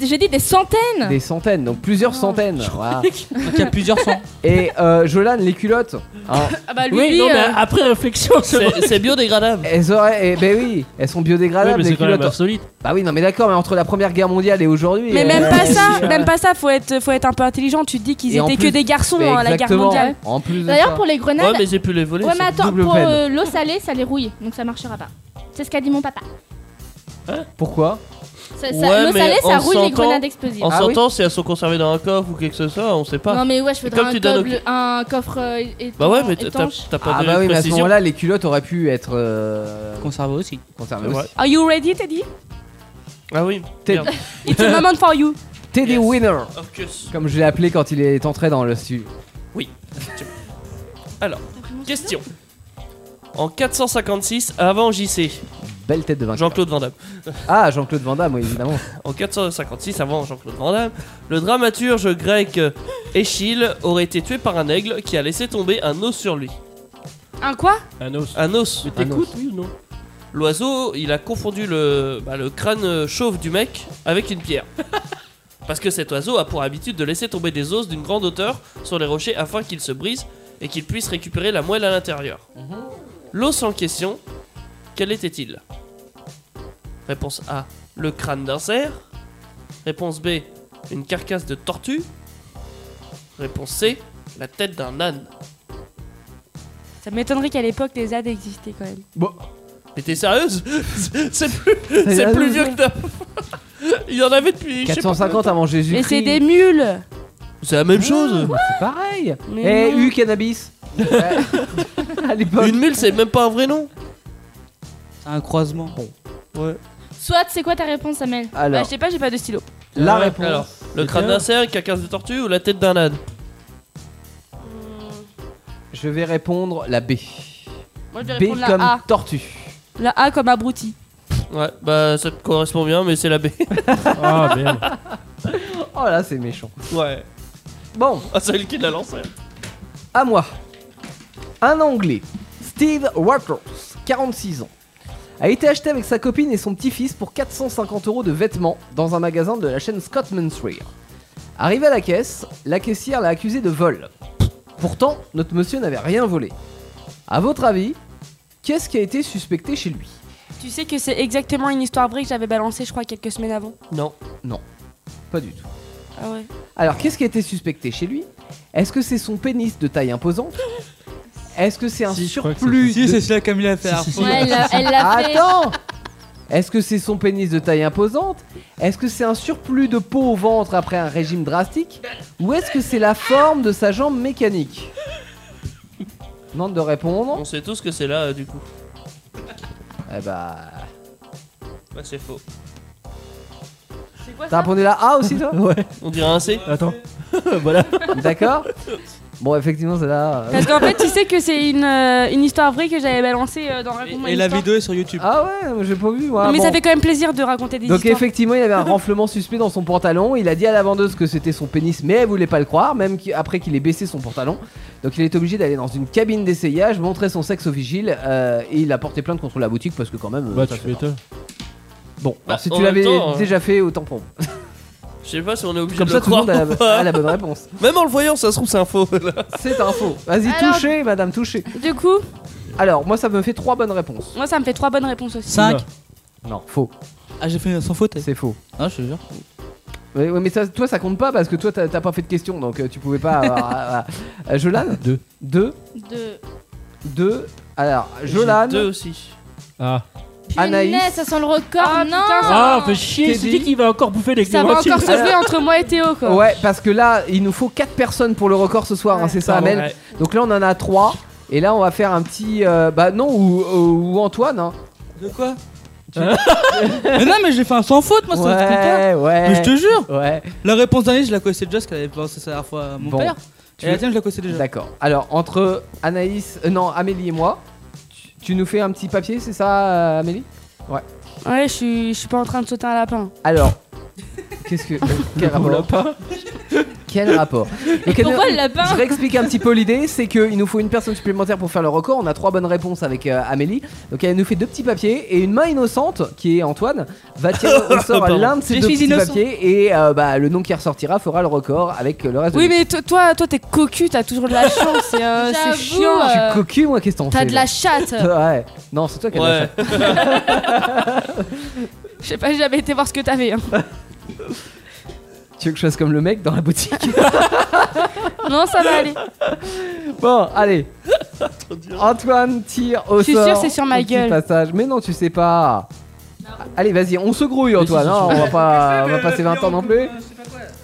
A: J'ai dit des centaines
G: Des centaines, donc plusieurs centaines. Voilà.
I: il y a plusieurs cents.
G: Et euh, Jolan, les culottes. hein.
A: Ah bah lui,
B: Oui,
A: lui,
B: non, mais
A: euh,
B: après réflexion, c'est
H: C'est c'est biodégradable.
G: Elles auraient, eh ben oui, elles sont biodégradables
B: Oui, mais
G: les
B: c'est quand même
G: culottes.
B: insolite.
G: Bah oui, non mais d'accord, mais entre la Première Guerre mondiale et aujourd'hui.
J: Mais
G: euh,
J: même pas ça,
B: c'est-
J: même pas ça, faut être, faut être un peu intelligent. Tu te dis qu'ils
G: Et en
J: étaient
G: plus-
J: que des garçons
G: mais
J: hein, à la guerre
G: exactement.
J: mondiale.
G: En plus de
A: D'ailleurs,
G: ça.
A: pour les
H: Ouais,
A: grenades.
H: mais j'ai pu les voler.
A: Ouais,
H: ça.
A: mais attends,
G: double
A: pour
G: peine.
A: euh, l'eau salée, ça les rouille, donc ça marchera pas. C'est ce qu'a dit mon papa.
G: pourquoi
A: Ça- ça-
H: Ouais,
A: l'eau
H: mais
A: salée, ça
H: on
A: rouille les
H: s'entend-
A: grenades explosives.
H: En
G: Ah oui.
H: sortant, si elles sont conservées dans un coffre ou quelque chose, ça, on sait pas.
A: Non, mais ouais, je
H: Et
A: voudrais
H: comme
A: un,
H: tu donnes au-
A: coffre- un coffre euh, étan-
H: Bah ouais, mais t'as t'as-
A: étanche.
H: t'as pas
G: Ah
H: donné
G: bah
H: de
G: oui, mais à ce
H: précision.
G: moment-là, les culottes auraient pu être euh,
I: Conservé aussi.
G: conservées
H: Ouais.
G: aussi.
J: Are you ready, Teddy
H: Ah oui.
G: T'es-
H: Merde.
J: It's a moment for you.
G: Teddy
H: Yes.
G: Winner,
H: Of course.
G: comme je l'ai appelé quand il est entré dans le studio.
H: Alors, question. En 456 avant JC,
G: Belle tête de vainqueur.
H: Jean-Claude Van Damme.
G: Ah, Jean-Claude Van Damme, oui, évidemment.
H: En 456 avant Jean-Claude Van Damme, le dramaturge grec euh, Échille aurait été tué par un aigle qui a laissé tomber un os sur lui.
J: Un quoi
B: Un os.
H: Un os.
G: Un os.
B: T'écoutes, oui ou non
H: L'oiseau, il a confondu le, bah, le crâne euh, chauve du mec avec une pierre. Parce que cet oiseau a pour habitude de laisser tomber des os d'une grande hauteur sur les rochers afin qu'ils se brisent et qu'ils puissent récupérer la moelle à l'intérieur. L'os en question, quel était-il Réponse A, le crâne d'un cerf. Réponse B, une carcasse de tortue. Réponse C, la tête d'un âne.
J: Ça m'étonnerait qu'à l'époque les ZAD existaient quand même.
H: Mais t'es sérieuse C'est plus, c'est plus vieux que d'avant. Il y en avait depuis. je sais pas.
G: 450 avant Jésus-Christ. Bah,
J: Mais c'est des mules
H: C'est la même chose.
G: C'est pareil.
J: Mais
G: Eh,
J: non.
G: U cannabis. Ouais. à l'époque.
H: Une mule, c'est même pas un vrai nom.
I: C'est un croisement. Bon.
H: Ouais.
A: Soit, c'est quoi ta réponse, Amel
J: Bah,
G: Alors,
J: je sais pas, j'ai pas de stylo.
G: la
H: Ouais,
G: réponse.
H: Euh, alors, Le crâne d'un cerf, carcasse de tortue ou la tête d'un âne
G: Je vais répondre la B.
J: Moi je
G: B comme tortue.
J: La A comme abruti.
H: Ouais, bah ça te correspond bien, mais c'est la B.
B: Ah merde.
G: Oh là, c'est méchant.
H: Ouais.
G: Bon,
H: Ah, c'est lui qui l'a lancé.
G: à moi. Un Anglais, Steve Waters, 46 ans, a été acheté avec sa copine et son petit-fils pour 450 euros de vêtements dans un magasin de la chaîne Scottman's Rear. Arrivé à la caisse, la caissière l'a accusé de vol. Pourtant, notre monsieur n'avait rien volé. À votre avis, qu'est-ce qui a été suspecté chez lui
J: Tu sais que c'est exactement une histoire vraie que j'avais balancée, je crois, quelques semaines avant.
H: Non.
G: Pas du tout.
J: Ah ouais.
G: Alors, qu'est-ce qui a été suspecté chez lui Est-ce que c'est son pénis de taille imposante Est-ce que c'est un
B: Si, je crois que c'est
G: surplus
I: Si, c'est celui-là comme il a fait.
B: Si, si, si.
A: Ouais, elle l'a- elle l'a fait.
G: Attends Est-ce que c'est son pénis de taille imposante Est-ce que c'est un surplus de peau au ventre après un régime drastique Ou est-ce que c'est la forme de sa jambe mécanique Demande de répondre.
H: On sait tous que c'est là, euh, du coup.
G: Eh bah.
H: Bah, c'est faux.
J: C'est quoi
G: T'as
J: ça
G: répondu la A aussi toi
B: Ouais,
H: On dirait un C.
B: attends. voilà.
G: D'accord Bon, effectivement, c'est là.
J: Parce qu'en fait, tu sais que c'est une, euh, une histoire vraie que j'avais balancée euh, dans Raconte-moi
I: Et, et
J: une
I: la
J: histoire.
I: vidéo est sur YouTube.
G: Ah ouais, j'ai pas vu. moi. Ah
J: Non, mais
G: Bon.
J: ça fait quand même plaisir de raconter des
G: Donc
J: histoires.
G: effectivement, il avait un renflement suspect dans son pantalon. Il a dit à la vendeuse que c'était son pénis, mais elle voulait pas le croire, même qu'il- après qu'il ait baissé son pantalon. Donc il est obligé d'aller dans une cabine d'essayage, montrer son sexe au vigile, euh, et il a porté plainte contre la boutique parce que quand même. euh,
B: Bah,
G: ça fait
B: tu m'étonnes.
G: pas. Bon,
H: Bah,
G: alors, si
H: en
G: tu
H: même
G: l'avais
H: temps, euh,
G: déjà fait, autant pour moi.
H: Je sais pas si on est obligé
G: Comme
H: de
G: ça,
H: le
G: tout le
H: croire.
G: monde a
H: ou
G: la,
H: pas.
G: a la bonne réponse.
H: Même en le voyant, ça se trouve, c'est un faux. là.
G: C'est un faux. Vas-y,
A: Alors-
G: touchez, madame, touchez.
J: Du coup,
G: Alors, moi, ça me fait trois bonnes réponses.
J: moi ça me fait trois bonnes réponses aussi.
I: 5.
G: Non, faux.
I: Ah, j'ai fait sans faute.
G: C'est faux.
I: Ah, je te jure.
G: Ouais, ouais, mais ça, toi, ça compte pas parce que toi, t'as t'as pas fait de question, donc euh, tu pouvais pas. avoir- Euh, Jolan
B: Deux.
G: Deux.
A: De.
G: Deux. Alors,
H: J'ai
G: Jolan.
H: Deux aussi.
B: Ah.
G: Anaïs.
A: Punaise, ça sent le record,
J: Ah,
A: non
J: putain,
B: Ah, fait chier,
G: Teddy.
B: c'est qui qui va encore bouffer les
J: Ça va
B: clémentines
J: encore se jouer entre moi et Théo quoi.
G: Ouais, parce que là, il nous faut 4 personnes pour le record ce soir, hein, c'est
I: Ah
G: ça,
B: Pardon.
G: Amel
H: Ouais.
G: Donc là, on en a 3. Et là, on va faire un petit. euh, bah non, ou, ou- ou Antoine. Hein.
I: De quoi Mais non, mais j'ai fait Oh, un sans faute, moi, ça me compte pas.
G: ouais,
I: Mais je
G: ouais.
I: te jure,
G: Ouais.
I: la réponse d'année, je la connaissais déjà parce qu'elle avait pensé ça la dernière fois à mon
G: Bon.
I: père.
G: Tu
I: et la
G: veux-
I: tienne, je la connaissais déjà.
G: D'accord. Alors, entre Anaïs. euh, non, Amélie et moi, tu, tu nous fais un petit papier, c'est ça, euh, Amélie
J: Ouais, je suis, je suis pas en train de sauter un lapin.
G: Alors. Qu'est-ce que. Quel rapport euh, Quel rapport Donc,
J: pourquoi
G: euh,
J: le lapin
G: Je réexplique un petit peu l'idée, c'est qu'il nous faut une personne supplémentaire pour faire le record. On a trois bonnes réponses avec euh, Amélie. Donc elle nous fait deux petits papiers et une main innocente, qui est Antoine, va tirer au sort
H: Pardon.
G: l'un de ces
J: Je
G: deux
J: suis
G: petits
J: innocent.
G: papiers et euh, bah, le nom qui ressortira fera le record avec euh, le reste
J: Oui,
G: de
J: mais to- toi, toi, t'es cocu, t'as toujours de la chance. C'est euh, c'est
A: J'avoue,
J: chiant.
A: euh,
G: Je suis cocu, moi, qu'est-ce que t'en
J: T'as
G: sais,
J: de
G: là
J: la chatte.
G: Ouais. Non, c'est toi qui as de la
H: Ouais.
G: chatte.
J: Je sais pas, j'ai jamais été voir ce que t'avais. hein.
G: Tu veux que je fasse comme le mec dans la boutique
J: Non, ça va aller.
G: Bon, allez. Antoine tire au
J: Je suis
G: sort.
J: sûre que c'est sur ma
G: ton petit
J: gueule.
G: Passage. Mais non, tu sais pas. Allez, vas-y, on se grouille, Antoine.
B: si,
G: hein, on va pas, on va passer 20 ans non plus.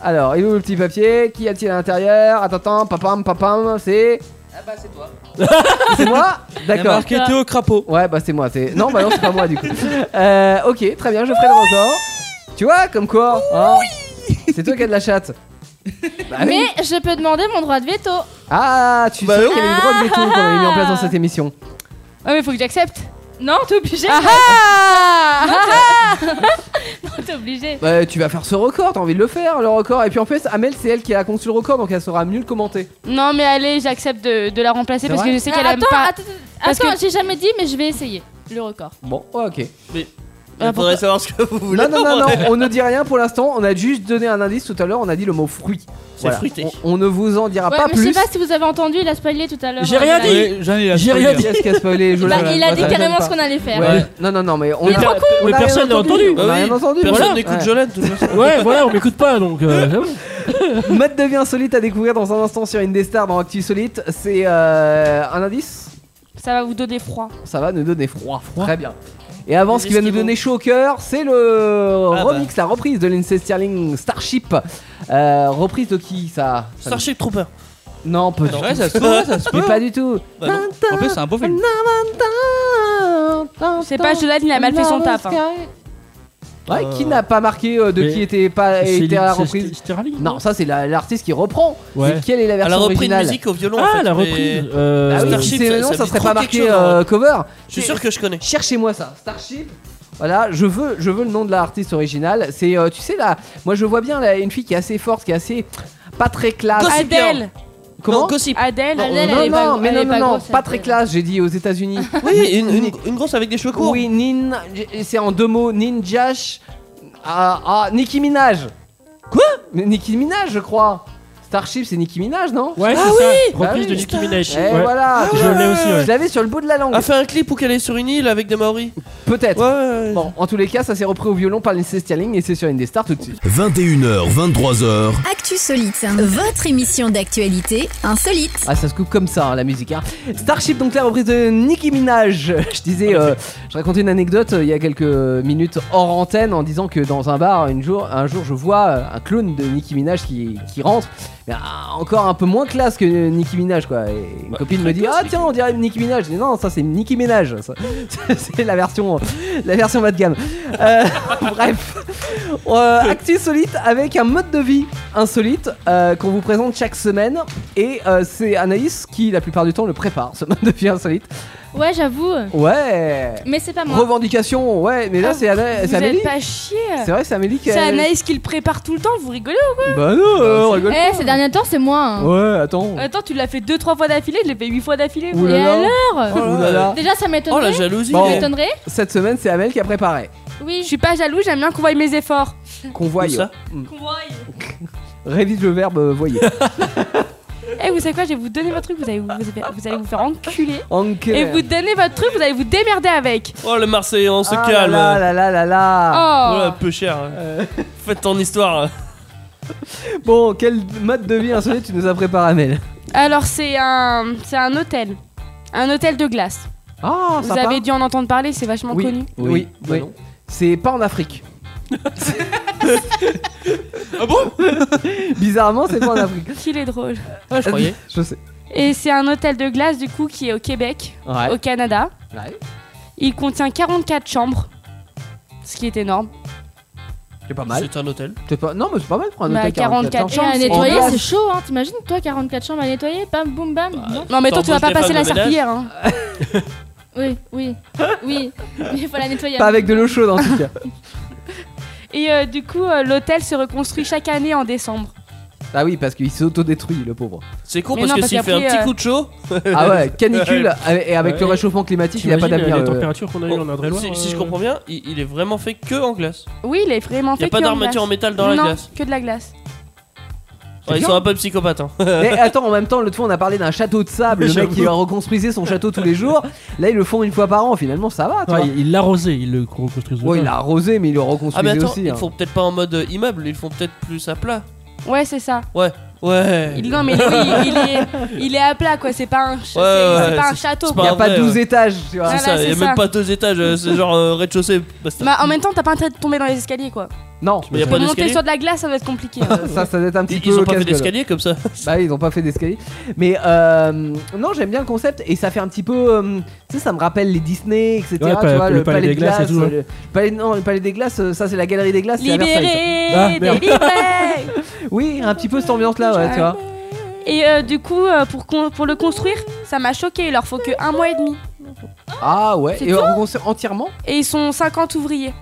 G: Alors, il est où le petit papier Qui a-t-il à l'intérieur Attends, attends, papam, papam, c'est. Ah bah c'est toi. c'est moi
I: Il y a
G: D'accord.
I: marqué Théo Crapaud.
G: Ouais, bah c'est moi. C'est... Non, bah non, c'est pas moi du coup. Euh, ok, très bien, je ferai le record. Tu vois, comme quoi hein, C'est toi qui as de la chatte. Bah oui.
A: Mais je peux demander mon droit de veto.
G: Ah, tu
B: Bah
G: sais qu'il y avait une droit de veto qu'on avait mis en place dans cette émission.
J: Ouais, mais Ah faut que j'accepte. Ah
A: Non, t'es obligé. Non, t'es obligé.
G: Bah, tu vas faire ce record, t'as envie de le faire, le record. Et puis en fait, Amel, c'est elle qui a conçu le record, donc elle saura mieux le commenter.
J: Non, mais allez, j'accepte de, de la remplacer
G: C'est
J: parce
G: vrai
J: que je sais
A: Ah,
J: qu'elle aime
A: attends,
J: pas.
A: attends,
J: Parce
A: attends,
J: que-
A: j'ai jamais dit, mais je vais essayer le record.
G: Bon, ouais, ok.
H: Il
J: Ah,
H: faudrait savoir ce que vous voulez.
G: Non, non, non, non,
H: Ouais.
G: on ne dit rien pour l'instant. On a juste donné un indice tout à l'heure, on a dit le mot fruit.
H: C'est fruité.
G: On, on ne vous en dira
A: ouais,
G: Ah, pas
A: mais je sais
G: plus.
A: pas si vous avez entendu, il a spoilé tout à l'heure.
B: J'ai
A: euh,
B: rien
A: la-
B: dit.
I: Ouais, j'en ai la
B: J'ai rien
I: spoiler.
G: Qu'est-ce
B: dit.
G: qu'a spoilé
A: Bah, il a dit carrément ce qu'on allait faire.
G: Ouais. Non, non, non, mais on
B: Mais
G: a-
B: per-
G: on
B: mais
G: a rien
B: personne n'a entendu.
G: On a
H: Bah oui,
G: rien entendu.
H: Personne
G: voilà.
H: n'écoute
G: Ouais.
H: Jolene, de toute façon.
B: Ouais, voilà, on m'écoute pas donc. euh, c'est bon.
G: Mode de vie insolite à découvrir dans un instant sur Indestar dans Actu Solite. C'est euh, un indice
J: Ça va vous donner froid.
G: Ça va nous donner froid. Très bien. Et avant,
H: Les
G: ce qui va nous
H: esquimaux.
G: donner chaud au cœur, c'est le
H: Ah
G: remix, la reprise de Lindsay Stirling Starship. Euh, reprise de qui ça, ça-
H: Starship Ah Trooper.
G: Non, pas du
I: Ouais,
G: tout.
I: ça se peut, ça se
G: Mais
I: peut.
G: pas du tout.
H: Bah non.
I: En plus, c'est un beau film.
J: Je sais pas, Jolene, il a mal fait son taf. hein.
G: Ouais, qui n'a pas marqué euh, de
B: Mais
G: qui était pas
B: C'est
G: était à la
B: Lynn- c'est
G: reprise
B: Sterling,
G: Non, ça c'est la- l'artiste qui reprend.
B: Ouais.
G: Mais quelle est la
H: Elle
G: version
H: a repris une
G: originale
H: musique au violon. en
B: Ah,
H: fait,
B: la
H: mais
B: reprise. euh,
G: Ah oui,
H: Starship,
G: si c'est-
H: ça-
G: non,
H: ça
G: ça
H: me
G: serait
H: dit
G: pas
H: trop
G: marqué
H: quelque chose, hein.
G: euh, cover.
H: Je suis sûr que je connais.
G: Cherchez-moi ça, Starship. Voilà, je veux, je veux le nom de l'artiste originale. C'est, euh, tu sais là, moi je vois bien là, une fille qui est assez forte, qui est assez pas très classe.
H: Gossip Girl.
J: Adèle
G: Comment
H: non, Gossip.
J: Adèle
A: Non,
J: Adèle,
A: elle
G: non,
A: est
J: elle
A: pas-
G: non, mais
A: elle
G: non,
A: est
G: non,
A: pas
G: non,
A: grosse,
G: pas
A: elle
G: très
A: est-
G: classe. J'ai dit aux États-Unis.
H: Oui, une, une, une grosse avec des cheveux courts.
G: oui, nin, c'est en deux mots, ninjash. Ah, ah, Nicki Minaj. Quoi Mais Nicki Minaj, je crois. Starship, c'est Nicki Minaj, non
B: Ouais,
H: Ah
B: c'est ça.
G: Bah
B: Reprise
G: oui.
B: de Nicki Minaj.
G: Eh
B: Ouais.
A: Ah,
G: voilà,
B: Je l'ai aussi, ouais.
G: je l'avais sur le bout de la langue.
H: A fait un clip où qu'elle est sur une île avec des Maoris.
G: Peut-être.
H: Ouais, ouais.
G: Bon, en tous les cas, ça s'est repris au violon par Lindsay Stirling et c'est sur Indestar tout de suite.
C: 21h, 23h,
D: Actu Solite, votre émission d'actualité insolite.
G: Ah, ça se coupe comme ça, hein, la musique. Hein. Starship, donc la reprise de Nicki Minaj. Je disais, euh, je racontais une anecdote euh, il y a quelques minutes hors antenne en disant que dans un bar, une jour, un jour, je vois euh, un clone de Nicki Minaj qui, qui rentre, mais ah, encore un peu moins classe que Nicki Minaj, quoi. Et une
H: Bah,
G: copine me dit,
H: classe,
G: ah tiens, on dirait Nicki Minaj. Je dis, non, ça c'est Nicki Minaj. Ça, C'est la version, la version bas de gamme. Euh, bref. Euh, Actu solide avec un mode de vie insolite euh, qu'on vous présente chaque semaine. Et euh, c'est Anaïs qui, la plupart du temps, le prépare, ce mode de vie insolite.
A: Ouais, j'avoue.
G: Ouais
A: Mais c'est pas moi.
G: Revendication, ouais, mais là,
J: Ah,
G: c'est Ana-
J: Vous
G: c'est Amélie.
J: êtes pas chier.
G: C'est vrai, c'est Amélie qui
J: C'est
G: a-
J: Anaïs qui le prépare tout le temps, vous rigolez ou
G: Bah non, euh, on rigole.
A: Eh, ces derniers temps, c'est moi. hein.
G: Ouais, attends.
J: quoi Attends, tu l'as fait 2-3 fois d'affilée, je l'ai fait 8 fois d'affilée.
G: Ouh
A: Et
G: là là.
A: alors
G: Ouh là là.
J: Euh,
A: Déjà, ça
H: Oh la
A: m'étonnerait.
H: jalousie.
G: Bon.
A: Ça m'étonnerait
G: Cette semaine, c'est Amel qui a préparé.
J: Je
A: Oui.
J: suis pas jaloux, j'aime bien qu'on voie mes efforts.
G: Convoi.
H: Où ça
G: Révise le verbe euh, voyer.
J: Eh, vous savez quoi, je vais vous donner votre truc, vous allez vous, vous- vous allez vous faire enculer.
G: Anke.
J: Et vous donnez votre truc, vous allez vous démerder avec.
H: Oh le Marseillais, on se
G: Ah
H: calme.
G: Là là là là là.
J: Oh
H: Voilà, peu cher. hein. Faites ton histoire.
J: Oh.
G: Bon, quel mode de vie insolite tu nous as préparé, Amel
J: Alors, c'est un, c'est un hôtel. Un hôtel de glace.
G: Ah,
J: Vous
G: sympa.
J: avez dû en entendre parler, c'est vachement
G: oui,
J: connu.
G: Oui, oui.
H: Bah non.
G: C'est pas en Afrique. ah bon Bizarrement, c'est pas en Afrique.
J: Qu'il est drôle.
I: Ah, je croyais.
G: Je sais.
J: Et c'est un hôtel de glace, du coup, qui est au Québec,
G: Ouais.
J: au Canada.
G: Ouais.
J: Il contient 44 chambres, ce qui est énorme.
G: C'est pas mal.
H: C'est un hôtel.
G: C'est pas... Non, mais c'est pas mal pour un
J: Bah,
G: hôtel 44
J: 44
A: Et à
J: c'est-
A: nettoyer,
G: en
A: c'est
G: glace.
A: chaud, hein. T'imagines, toi, 44 chambres à nettoyer, bam, boum, bam. non
J: Non, mais toi, tu vas pas
H: T'embauches
J: passer
H: des
J: la
H: femmes de ménage
J: serpillière. Hein.
A: Oui, oui, oui. Mais il faut la nettoyer.
G: Pas avec de l'eau chaude en tout cas.
J: Et euh, du coup, euh, l'hôtel se reconstruit chaque année en décembre.
G: Ah oui, parce qu'il s'autodétruit, le pauvre.
H: C'est con parce que s'il fait un petit coup de chaud.
G: Ah ouais, canicule, avec- et avec le
B: Ouais.
G: réchauffement climatique, il a pas
B: T'imagines,
G: d'avenir. euh.
B: Les
G: le-
B: températures qu'on a eues en Indre-et-Loire.
H: si, si je
B: euh,
H: comprends bien, il, il est vraiment fait que en glace.
J: Oui, il est vraiment fait
H: Y a pas
J: que en
H: d'armature
J: glace.
H: en métal dans la
J: Non,
H: glace.
J: que de la glace.
H: Ouais, ils
G: bien.
H: sont un peu psychopathes. Hein.
G: Mais Eh, attends, en même temps, l'autre fois on a parlé d'un château de sable, le mec
B: J'avoue.
G: qui reconstruisait son château tous les jours. Là, ils le font une fois par an, finalement, ça va, tu
B: ouais,
G: vois.
B: il il l'a arrosé, il le reconstruisent.
G: Ouais, il a arrosé, mais il le
H: ah, mais
G: reconstruisait
H: attends,
G: aussi.
H: ils
G: hein.
H: font peut-être pas en mode euh, immeuble, ils font peut-être plus à plat.
J: Ouais, c'est ça.
H: Ouais, ouais.
J: Il, non, mais lui, il, il est, il est à plat, quoi. C'est pas un, ch-
H: Ouais,
J: c'est- c'est
H: ouais,
J: pas un
H: c'est-
J: château.
H: c'est
G: Il
H: pas
G: n'y
J: quoi.
G: a
H: Ah,
G: pas
H: ouais,
G: 12
H: ouais. Ah.
G: étages, tu vois.
J: Ouais.
H: C'est
J: Voilà,
H: ça, il y a
J: c'est
H: même
J: ça.
H: pas deux étages, euh, c'est genre euh, rez-de-chaussée. basta.
J: Bah, en même temps, t'as pas intérêt de tomber dans les escaliers, quoi.
G: Non,
H: Mais y a pas
J: Monter
H: d'escalier
J: sur de la glace, ça va être compliqué. hein.
G: ça, ça doit être un petit
H: Ils,
G: peu
H: ils ont pas fait
G: casse-gueule.
H: d'escalier comme ça.
G: Bah ils ont pas fait d'escalier. Mais euh, non, j'aime bien le concept et ça fait un petit peu. euh, tu sais, ça me rappelle les Disney, etc.
B: Ouais,
G: tu
B: le
G: vois,
B: Palais des Glaces et tout,
G: euh,
B: ouais.
G: le palais, non, le palais des glaces, euh, ça c'est la galerie des glaces. c'est à Versailles,
J: Libéré,
B: Ah, merde.
J: délivré.
G: ça. Oui, un petit peu cette ambiance là, ouais, tu vois.
J: Et euh, du coup, euh, pour, con- pour le construire, ça m'a choqué. Il leur faut que un mois et demi.
G: Ah ouais,
J: C'est
G: et
J: tout
G: on conserve entièrement
J: Et ils sont 50 ouvriers.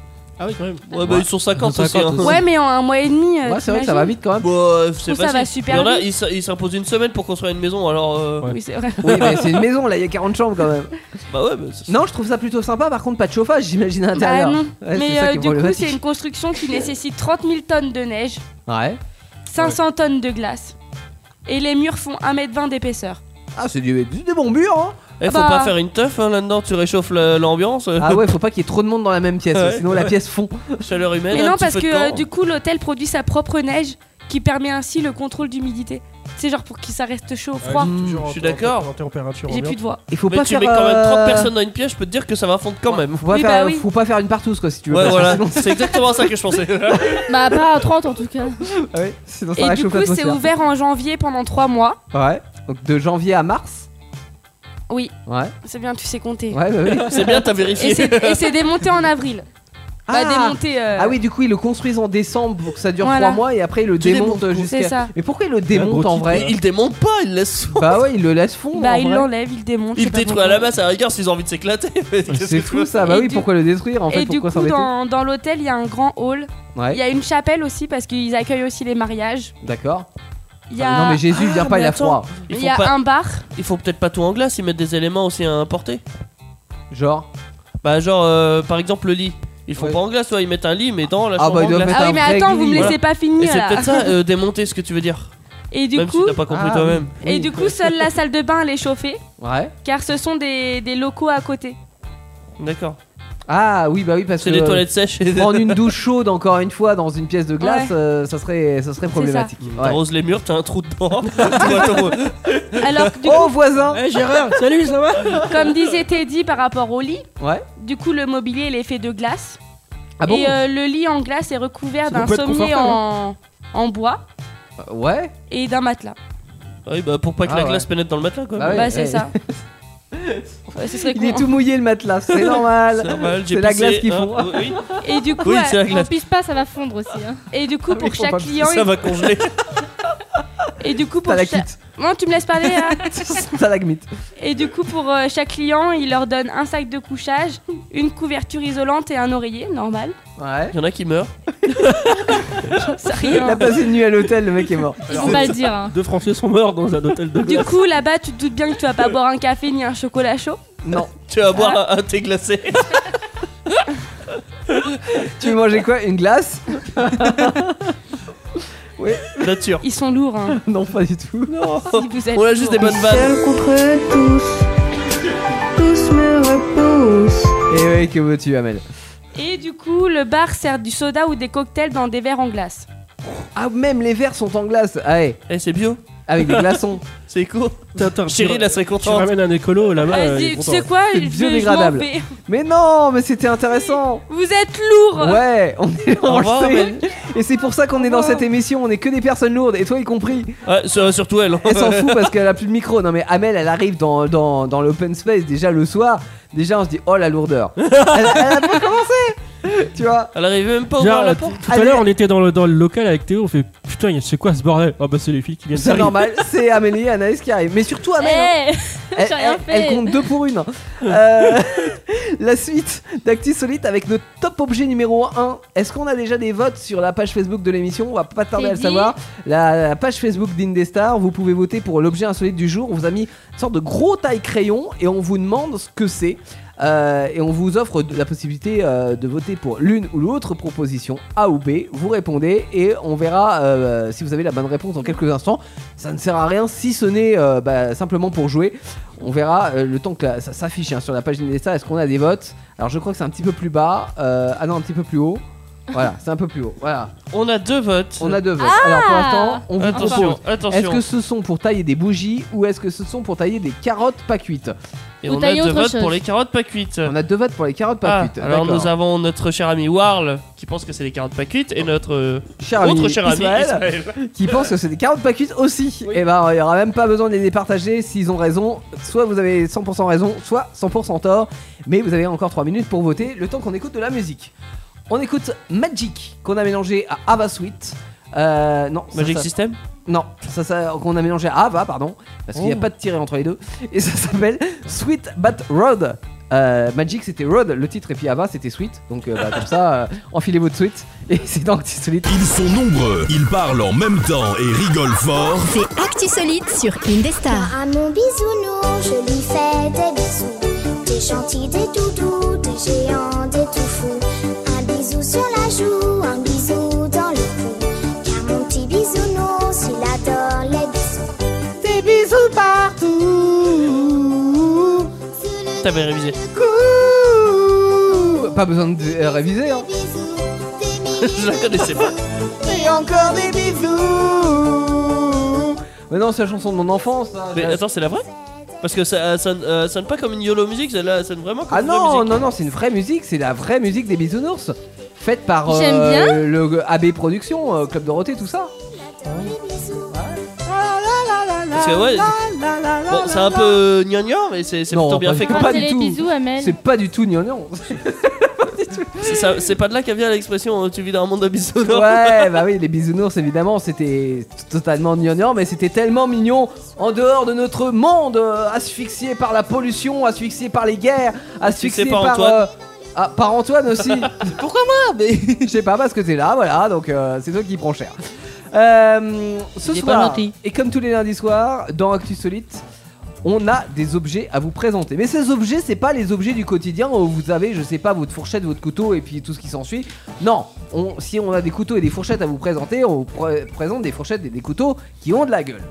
B: Ah oui, quand même.
H: Ouais, bah ils sont 50
B: Ils sont
H: aussi. hein.
B: 50 aussi.
J: Ouais, mais en un mois et demi. euh,
G: Ouais, c'est vrai que ça
J: t'imagines
G: va vite quand même.
H: Bon, euh, c'est
J: trouve ça
H: facile.
J: va super
H: Il y en a,
J: vite.
H: ils s- ils s'imposent une semaine pour construire une maison, alors. euh,
B: Ouais.
J: Oui, c'est vrai.
G: Oui, mais c'est une maison là, il y a 40 chambres quand même.
H: Bah ouais, bah, c'est-
G: Non, je trouve ça plutôt sympa, par contre, pas de chauffage, j'imagine à
J: Bah
G: l'intérieur.
J: non.
G: Ouais, c'est
J: mais
G: ça
J: euh,
G: qui est
J: du coup,
G: problématique.
J: c'est une construction qui nécessite 30 000 tonnes de neige,
G: Ouais.
J: 500 tonnes de glace. Et les murs font 1m20 d'épaisseur.
G: Ah, c'est du- des bons murs, hein.
H: Eh, faut
J: bah.
H: pas faire une teuf hein, là-dedans, tu réchauffes la- l'ambiance, euh,
G: Ah ouais, faut pas qu'il y ait trop de monde dans la même pièce,
H: Ouais.
G: sinon la pièce fond.
H: chaleur humaine.
J: Mais
H: un
J: non,
H: petit
J: parce
H: peu
J: que
H: de
J: euh,
H: temps.
J: du coup, l'hôtel produit sa propre neige qui permet ainsi le contrôle d'humidité. C'est genre pour que ça reste chaud ou froid.
B: Toujours
H: Je suis
B: en-
H: d'accord.
B: en température
J: J'ai plus
B: ambiante.
J: de voix.
G: Il Mmh. faut
H: Mais
G: pas
H: tu
G: faire.
H: mets quand même 30
G: euh,
H: personnes dans une pièce, je peux te dire que ça va fondre quand même.
G: Faut pas,
J: Oui,
G: faire,
J: bah oui.
G: faut pas faire une partouze quoi si tu veux.
H: Ouais,
G: pas
H: voilà,
G: faire- sinon-
H: c'est exactement ça que je pensais.
A: Bah, pas à 30 en tout cas.
G: Ah oui, sinon ça
J: Et du
G: réchauffe
J: coup, c'est
G: l'atmosphère.
J: ouvert en janvier pendant 3 mois.
G: Ouais. Donc de janvier à mars.
J: Oui,
G: Ouais.
J: c'est bien, tu sais compter.
G: Ouais, bah oui.
H: c'est bien, t'as
J: Et
H: vérifié.
J: c'est et c'est démonté en avril.
G: Ah,
J: Bah, démonté. euh,
G: Ah oui, du coup ils le construisent en décembre pour que ça dure
J: Voilà.
G: 3 mois et après ils le
H: Tu
G: démontent
H: démontes,
G: euh, jusqu'à.
J: c'est ça.
G: Mais pourquoi ils le
B: gros
G: démontent en
B: titre,
G: vrai
H: Il démonte pas, il laisse son-
G: Bah ouais, ils le laissent fondre. en
J: Bah, il
G: vrai.
J: l'enlève, il démonte. je
H: Il
J: sais pas
H: détruit à la
J: pourquoi.
H: masse à la rigueur s'ils ont envie de s'éclater. mais qu'est-ce
G: C'est
H: que tu
G: fou
H: veux
G: ça, bah
J: Et
G: oui,
J: du-
G: pourquoi le détruire en fait
J: Et du
G: Pourquoi
J: coup,
G: s'embêter
J: dans, dans l'hôtel, il y a un grand hall. Il y
G: Ouais,
J: a une chapelle aussi parce qu'ils accueillent aussi les mariages.
G: d'accord.
J: Il y a,
G: Non, mais Jésus
H: Ah,
G: vient pas,
H: mais
G: il a
H: attends.
G: froid.
H: Ils
J: il
H: font
J: y a
H: pas-
J: un bar.
H: Ils font peut-être pas tout en glace, ils mettent des éléments aussi à importer.
G: Genre.
H: Bah, genre, euh, par exemple, le lit. Ils font
G: Ouais.
H: pas en glace, ouais, ils mettent un lit, mais dans la
G: Ah,
H: chambre
G: bah, ils
H: en
G: doivent Ah,
H: glace.
G: mettre
J: Ah
G: un
J: oui, mais
G: vrai
J: attends, vous me
G: gris,
J: laissez
H: voilà.
J: pas
H: Et
J: finir
H: c'est
J: là.
H: peut-être ça, euh, démonter ce que tu veux dire.
J: Et du
H: Même si
J: coup,
H: t'as pas compris
G: Ah,
H: toi-même.
J: et du coup, seule la salle de bain elle est chauffée
G: Ouais.
J: car ce sont des, des locaux à côté.
H: D'accord.
G: Ah oui, bah oui, parce que.
H: C'est des toilettes sèches et
G: Prendre une douche chaude encore une fois dans une pièce de glace, euh, ça serait, ça serait problématique. Ouais.
H: T'arroses les murs, t'as un trou dedans. Tu vois, t'en-
J: Alors que du
G: Oh voisin
B: Eh, Gérard, salut, ça va
J: coup, comme disait Teddy par rapport au lit,
G: Ouais.
J: du coup le mobilier il est fait de glace
G: Ah bon
J: et euh, le lit en glace est recouvert
B: Ça
J: d'un
B: peut être
J: sommier
B: confortable,
J: en, en bois
G: Euh, Ouais.
J: et d'un matelas.
H: Ah oui, bah pour pas que
G: Ah
H: la
G: ouais.
H: glace pénètre dans le matelas quoi.
G: Bah Ouais,
J: bah c'est
G: ouais.
J: ça. Ouais, ce serait
G: Il est
J: con.
G: tout mouillé le matelas, c'est
H: C'est
G: normal.
H: normal, j'ai
G: C'est la
H: pissé,
G: glace qu'ils
H: hein.
G: font.
H: Oui, oui,
J: Et du coup,
H: Oui,
J: à-
H: c'est la
A: On
H: glace.
A: pisse pas, ça va fondre aussi. Hein.
J: Et du coup,
G: oui,
J: pour
G: faut
J: chaque
G: pas-
J: client,
H: Ça va congeler.
J: et du coup pour
G: T'as la
J: chaque-
G: quitte.
J: non, tu me laisses parler. hein.
G: T'as la gmite.
J: Et du coup, pour euh, chaque client, il leur donne un sac de couchage, une couverture isolante et un oreiller, normal.
G: Ouais.
H: Il y en a qui meurent.
J: Ah.
G: Il a passé une nuit à l'hôtel, le mec est mort.
A: Ils vont pas le dire. Hein.
B: Deux Français sont morts dans un hôtel de
J: Du
B: glace.
J: coup, là-bas, tu te doutes bien que tu vas pas boire un café ni un chocolat chaud.
G: Non.
H: Tu vas
G: Ah.
H: boire un, un thé glacé.
G: Tu veux manger quoi Une glace
H: Nature.
J: Ils sont lourds, hein.
G: Non, pas du tout. Non.
J: Si vous êtes
H: On a juste des
J: lourds.
H: bonnes vannes.
G: Et Eh ouais, que veux-tu, Amel
J: Et du coup, le bar sert du soda ou des cocktails dans des verres en glace.
G: Ah, même les verres sont en glace. Ah ouais,
H: Eh, c'est bio.
G: avec des glaçons.
H: C'est cool.
B: Tintin,
H: Chérie,
B: tu-
H: là, serait
B: Tu
H: contente.
B: ramènes un écolo là-bas. euh, il est
J: Vas-y, tu
B: content.
J: sais quoi
G: C'est
J: je- je- je m'en
G: biodégradable.
J: vais.
G: Mais non, mais c'était intéressant.
J: Vous êtes lourds
G: Ouais, on est
H: Au
G: on le
H: revoir,
G: sait.
H: Amel.
G: Et c'est pour ça qu'on est dans cette émission, on est que des personnes lourdes, et toi y compris.
H: Ouais, sur- surtout elle. hein.
G: Elle s'en fout parce qu'elle a plus de micro. Non mais Amel, elle arrive dans, dans, dans l'open space déjà le soir. Déjà on se dit oh la lourdeur. elle, elle a pas commencé. tu vois.
H: Elle arrive même pas à
B: Genre,
H: ouvrir la
B: tout
H: porte.
B: tout à l'heure, on était dans le, dans le local avec Théo, on fait putain, y a- c'est quoi ce bordel Oh bah c'est les filles qui viennent
G: C'est
B: d'arriver.
G: normal, c'est Amélie et Anaïs qui arrivent. Mais surtout Amélie. hein.
A: Eh,
G: Elle,
A: J'ai rien
G: elle-
A: fait.
G: elle compte deux pour une. Euh, la suite d'Actu Solite avec notre top objet numéro 1. Est-ce qu'on a déjà des votes sur la page Facebook de l'émission On va pas tarder à le
A: dit.
G: savoir. La, la page Facebook d'Indestar, vous pouvez voter pour l'objet insolite du jour. On vous a mis une sorte de gros taille crayon et on vous demande ce que c'est. Euh, et on vous offre de- la possibilité euh, de voter pour l'une ou l'autre proposition A ou B. Vous répondez et on verra euh, si vous avez la bonne réponse dans quelques instants. Ça ne sert à rien si ce n'est euh, bah, simplement pour jouer. On verra euh, le temps que la- ça s'affiche hein, sur la page d'Indestar. Est-ce qu'on a des votes Alors je crois que c'est un petit peu plus bas. Euh, ah non, un petit peu plus haut. Voilà, c'est un peu plus haut. Voilà,
H: On a deux votes.
G: on a deux votes. Alors pour l'instant, on vous propose.
H: Ah Attention,
G: Est-ce
H: attention.
G: que ce sont pour tailler des bougies ou est-ce que ce sont pour tailler des carottes pas cuites
H: Et
A: Ou
H: on a
A: taillez
H: deux
A: autre
H: votes
A: chose.
H: pour les carottes pas cuites.
G: On a deux votes pour les carottes pas
H: Ah,
G: cuites.
H: alors
G: D'accord.
H: nous avons notre cher ami Warl qui pense que c'est les carottes pas cuites et notre euh,
G: Cher ami
H: autre cher ami
G: Israël,
H: Israël.
G: qui pense que c'est des carottes pas cuites aussi. Et bah, il y aura même pas besoin de les départager s'ils ont raison. Soit vous avez 100% raison, soit 100% tort. Mais vous avez encore 3 minutes pour voter le temps qu'on écoute de la musique. On écoute Magic qu'on a mélangé à Ava Sweet. Euh, non, ça,
H: Magic
G: ça-
H: System
G: non, ça, ça qu'on a mélangé à Ava, pardon, parce qu'il n'y a
H: Oh.
G: pas de tiré entre les deux. Et ça s'appelle Sweet Bat Road. Euh, Magic c'était Road le titre et puis Ava c'était Sweet donc euh, bah, comme ça euh, enfilez votre Sweet et c'est dans Antisolite
C: Ils sont nombreux, ils parlent en même temps et rigolent fort.
D: C'est Actu Solide sur Indestar.
F: À mon bisounours, je lui fais des bisous. Des gentils, des doudous, des géants, des tout fous. Un bisou sur la joue, un bisou dans le cou. Car mon petit bisounours, il adore les bisous.
G: Des bisous partout
F: Sous le
H: T'avais révisé.
G: Coucou Pas besoin de euh, réviser hein
F: bisou, des
H: Je la connaissais pas.
G: Et encore des bisous Mais non c'est la chanson de mon enfance hein.
H: Mais
G: J'ai-
H: attends, c'est la vraie Parce que ça ça sonne, euh, sonne pas comme une YOLO musique, celle-là sonne vraiment comme
G: Ah
H: une vraie
G: non
H: musique.
G: non non c'est une vraie musique, c'est la vraie musique des bisounours Faite par euh,
A: J'aime bien.
G: le AB Productions, euh, Club Dorothée, tout ça
H: Parce que ouais, bon, c'est un peu gnangnan, mais c'est c'est
G: Non,
H: plutôt bien
G: pas
H: fait
G: du
H: quand
G: tout.
H: même.
G: pas
A: les
G: tout.
A: bisous, Amel.
G: C'est pas du tout gnangnan
H: C'est ça- C'est pas de là qu'elle vient l'expression euh, tu vis dans un monde de bisous. non
G: Ouais, bah oui, les bisounours, évidemment, c'était totalement gnangnan, mais c'était tellement mignon en dehors de notre monde, euh, asphyxié par la pollution, asphyxié par les guerres, asphyxié
H: Asphyxié
G: par.
H: par Antoine.
G: euh, ah, par Antoine aussi. Pourquoi moi Ah, Mais je sais pas parce que t'es là, voilà. Donc euh, c'est toi qui prends cher. Euh, ce
I: Il est pas
G: soir,
I: gentil.
G: et comme tous les lundis soirs, dans Actu Solite, on a des objets à vous présenter. Mais ces objets, c'est pas les objets du quotidien où vous avez, je sais pas, votre fourchette, votre couteau et puis tout ce qui s'ensuit. Non, on, si on a des couteaux et des fourchettes à vous présenter, on vous pr- présente des fourchettes et des couteaux qui ont de la gueule.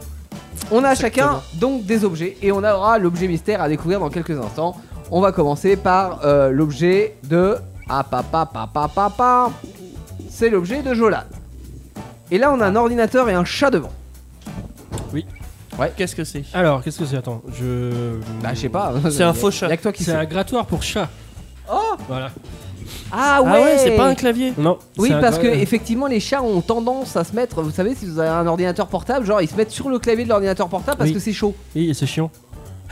G: On a chacun donc des objets et on aura l'objet mystère à découvrir dans quelques instants. On va commencer par euh, l'objet de. Ah, papa, papa, papa. C'est l'objet de Jolan. Et là, on a un ordinateur et un chat devant.
H: Qu'est-ce que c'est
B: Alors, qu'est-ce que c'est Attends, je.
G: Bah, je sais pas.
H: C'est un faux
G: Y'a
H: chat.
G: que toi qui
B: C'est
G: sais.
B: un grattoir pour chat.
G: Oh
B: Voilà.
G: Ah ouais,
H: Ah ouais, c'est pas un clavier.
B: Non.
G: Oui,
B: c'est un
G: parce que
B: gra- euh,
G: effectivement, les chats ont tendance à se mettre. Vous savez, si vous avez un ordinateur portable, genre ils se mettent sur le clavier de l'ordinateur portable parce
B: Oui.
G: que c'est chaud.
B: Oui, et c'est chiant.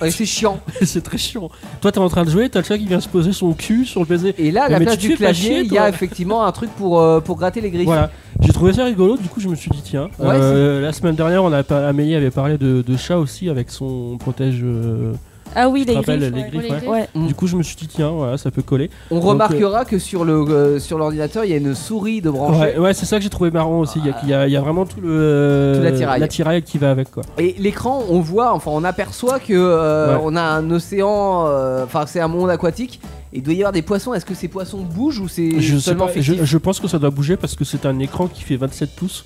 G: Ouais, c'est chiant.
B: c'est très chiant. Toi, t'es en train de jouer, t'as le chat qui vient se poser son cul sur le baiser.
G: Et là, à la
B: Mais
G: place
B: tu
G: du
B: te fais pas
G: clavier,
B: chier,
G: il y a
B: toi.
G: effectivement un truc pour, euh, pour gratter les griffes.
B: Voilà. J'ai trouvé ça rigolo, du coup, je me suis dit, tiens.
G: Ouais,
B: euh, la semaine dernière, on a, par- Amélie avait parlé de, de chat aussi avec son protège. euh,
J: Ah oui, les
B: tu te rappelles,
J: griffes.
B: les
A: ouais.
B: griffes,
A: Pour les
B: ouais.
A: griffes.
J: Ouais.
G: Mm.
B: Du coup, je me suis dit, tiens, voilà, ça peut coller.
G: On remarquera que sur le euh, sur l'ordinateur, il y a une souris de brancher.
B: Ouais, ouais, c'est ça que j'ai trouvé marrant aussi. Il y a- il y, a- il y a vraiment tout le.
G: Ah. Tout l'attirail.
B: l'attirail qui va avec, quoi.
G: Et l'écran, on voit, enfin, on aperçoit que euh,
B: Ouais.
G: on a un océan, euh, enfin, c'est un monde aquatique. Et il doit y avoir des poissons. Est-ce que ces poissons bougent ou c'est
B: Je, sais
G: seulement
B: pas,
G: fictif
B: je, je pense que ça doit bouger parce que c'est un écran qui fait 27 pouces.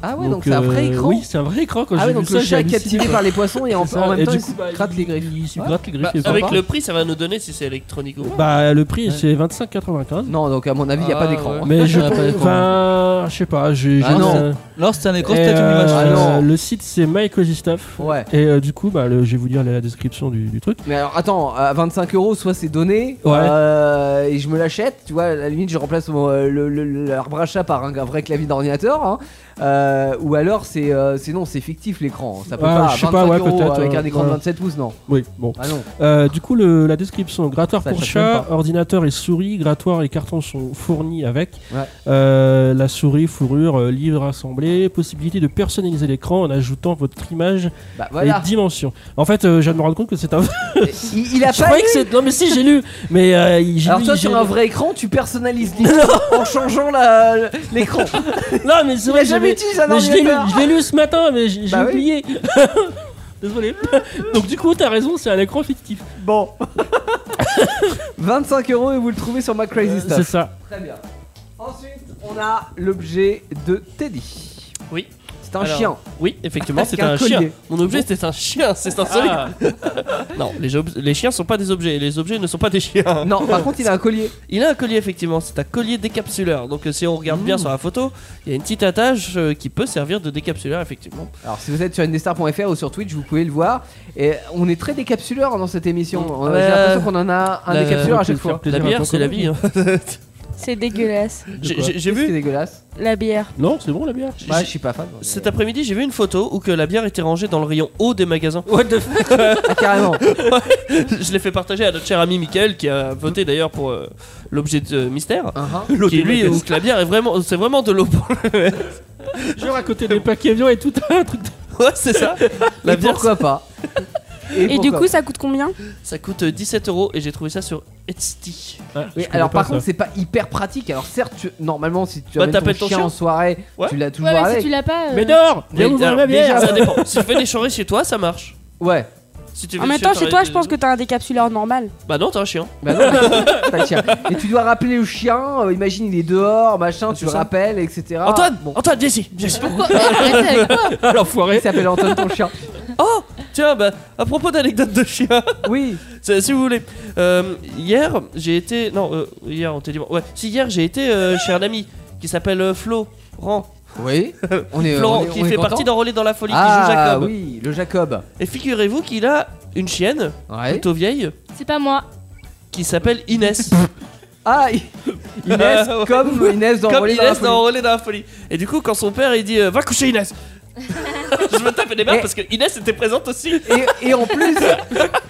G: Ah ouais, donc, c'est un vrai
B: euh,
G: écran.
B: Oui, c'est un vrai écran quand
G: ah
B: j'ai
G: ouais,
B: vu
G: donc
B: ça,
G: le
B: j'ai
G: chat est
B: halluciné,
G: captivé
B: quoi.
G: par les poissons et en,
B: C'est
G: en
B: ça,
G: même
B: et
G: temps
B: du
G: il
B: coup,
G: se
B: bah,
G: gratte
B: il-
G: les griffes.
B: il se
G: Ouais.
B: gratte les griffes,
G: Bah,
B: et
H: Avec
B: voilà.
H: le prix, ça va nous donner si c'est électronique ou pas.
B: Bah, le prix,
G: Ouais.
B: c'est 25,95.
G: Non, donc à mon avis, il n'y a pas
H: Ah,
G: d'écran. hein.
H: ouais.
B: Mais je.
I: Ah, pas d'accord.
B: Enfin, je sais pas, j'ai.
G: Ah
B: j'ai-
G: non.
B: euh,
I: Lors, c'est un écran,
B: et,
I: c'est peut-être une
B: euh,
I: image.
G: Ah non.
B: Le site, c'est MyEcosyStuff.
G: Ouais.
B: Et euh, du coup, bah, le- je vais vous dire la description du, du truc.
G: Mais alors attends, à 25 euros, soit c'est donné
B: Ouais.
G: euh, et je me l'achète, tu vois, à la limite je remplace mon, euh, le, le- le- l'arbre à chat par un, un vrai clavier d'ordinateur. hein. Euh, euh, ou alors c'est euh, c'est- non, c'est fictif l'écran. Ça peut
B: Ah,
G: pas.
B: je sais pas,
G: 25
B: ouais,
G: euros
B: peut-être,
G: Avec
B: euh,
G: un écran de
B: voilà.
G: 27 pouces, non.
B: Oui, bon.
G: Ah non.
B: Euh, du coup, le- la description grattoir
G: Ça
B: pour
G: cherche même
B: chat,
G: pas.
B: ordinateur et souris, grattoir et carton sont fournis avec.
G: Ouais.
B: Euh, la souris, fourrure, euh, livre assemblé, possibilité de personnaliser l'écran en ajoutant votre image
G: Bah voilà.
B: et dimension. En fait, euh, je viens de me rendre compte que c'est un.
G: Il, il a
B: je
G: pas.
B: croyais
G: lu.
B: que c'est. Non, mais si, j'ai lu. Mais euh, j'ai
G: Ah, Alors
B: lu,
G: toi,
B: j'ai
G: sur
B: lu.
G: un vrai écran, tu personnalises l'image en changeant la- l'écran.
B: Non, mais c'est
G: Il
B: vrai
G: a jamais
B: que j'avais-
G: utilisé un
B: mais je l'ai lu,
G: ordinateur.
B: je l'ai lu ce matin, mais j'ai j'ai
G: Bah oui.
B: oublié. Désolé. Donc, du coup, t'as raison, c'est un écran fictif.
G: Bon. 25 euros et vous le trouvez sur Mac Crazy Stuff.
B: Euh, C'est ça.
G: Très bien. Ensuite, on a l'objet de Teddy.
H: Oui.
G: C'est un
H: Alors,
G: chien.
H: Oui, effectivement,
G: Avec
H: c'était
G: un
H: un, Ah.
G: collier.
H: chien. Mon objet, c'était un chien, c'est insolite. non, les, ob- les chiens sont pas des objets, et les objets ne sont pas des chiens.
G: Non, par contre, il a un collier.
H: Il a un collier, effectivement, c'est un collier décapsuleur. Donc, euh, si on regarde bien sur la photo, il y a une petite attache euh, qui peut servir de décapsuleur, effectivement.
G: Alors, si vous êtes sur indestar.fr ou sur Twitch, vous pouvez le voir. Et on est très décapsuleur dans cette émission. On a- J'ai
H: Ouais. Bah,
G: l'impression qu'on en a un
H: La-
G: décapsuleur à chaque
B: faut faire
G: fois.
B: plaisir
H: la
B: à ton
H: bière, c'est la
B: collègue.
H: vie. hein.
J: C'est dégueulasse.
H: J'ai- j'ai- J'ai
G: Qu'est-ce qui est
H: vu,
G: dégueulasse.
J: La bière.
B: Non, c'est bon la bière.
G: Ouais, je suis pas fan. moi, mais-
H: cet après-midi, j'ai vu une photo où que la bière était rangée dans le rayon haut des magasins. What the
G: Ah, carrément.
H: Je l'ai fait partager à notre cher ami Michael qui a voté d'ailleurs pour euh, l'objet de euh, mystère.
G: Uh-huh.
H: Qui lui, où que la bière est vraiment, c'est vraiment de l'eau pour le-
B: Genre à côté des paquets viands et tout un truc.
H: Ouais, c'est ça. La
G: Et
H: bière,
G: pourquoi pas
J: Et du
G: pourquoi
J: coup, ça coûte combien
H: ça coûte euh, 17 euros et j'ai trouvé ça sur Etsy.
G: Oui, alors par contre, c'est pas hyper pratique. Alors certes, tu- normalement, si tu
H: Bah,
G: amènes ton
H: t'appelles
G: chien,
H: ton
G: en
H: chien.
G: soirée,
H: Ouais.
G: tu l'as toujours
A: Ouais, mais si
G: avec.
A: tu l'as pas. euh,
B: Mais dors Viens
H: Mais
B: ouvrir
H: alors,
B: ma bière
H: Ça dépend. si tu fais des chorées chez toi, ça marche.
G: Ouais,
H: Si tu
J: En
H: veux
J: même
H: te
J: temps,
H: faire
J: Ah, chez toi,
H: des-
J: je pense que t'as un décapsuleur normal.
H: Bah non, t'es un chien.
G: bah non, t'as le chien. Et tu dois rappeler le chien, euh, imagine il est dehors, machin, tu le
H: Ah, ça.
G: rappelles, etc.
B: Ah.
H: Antoine,
G: Bon.
H: Antoine, viens ici, viens ici.
A: arrêtez avec quoi
G: Il
B: L'enfoiré
G: s'appelle Antoine ton chien.
H: Oh, tiens, bah à propos d'anecdotes de chien.
G: Oui,
H: Ça, si vous voulez. Euh, hier, j'ai été. Non, euh, hier, on t'a dit. Ouais, si hier, j'ai été euh, chez un ami qui s'appelle euh, Flo Ran.
G: oui. On est
H: Florent,
G: on est- on
H: qui
G: est
H: fait
G: content
H: partie d'Enrôler dans la folie, qui joue
G: Ah
H: Jacob.
G: oui, le Jacob.
H: Et figurez-vous qu'il a une chienne,
G: Ouais.
H: plutôt vieille,
A: C'est pas moi.
H: qui s'appelle Inès.
G: Ah, I- Inès,
H: Euh, ouais.
G: comme Inès dans
H: comme
G: Relais dans la
H: Inès
G: folie.
H: dans Enrôler dans la folie. Et du coup, quand son père, il dit euh, Va coucher Inès Je me tape des barres
G: Et-
H: parce que Inès était présente aussi.
G: Et, et en plus,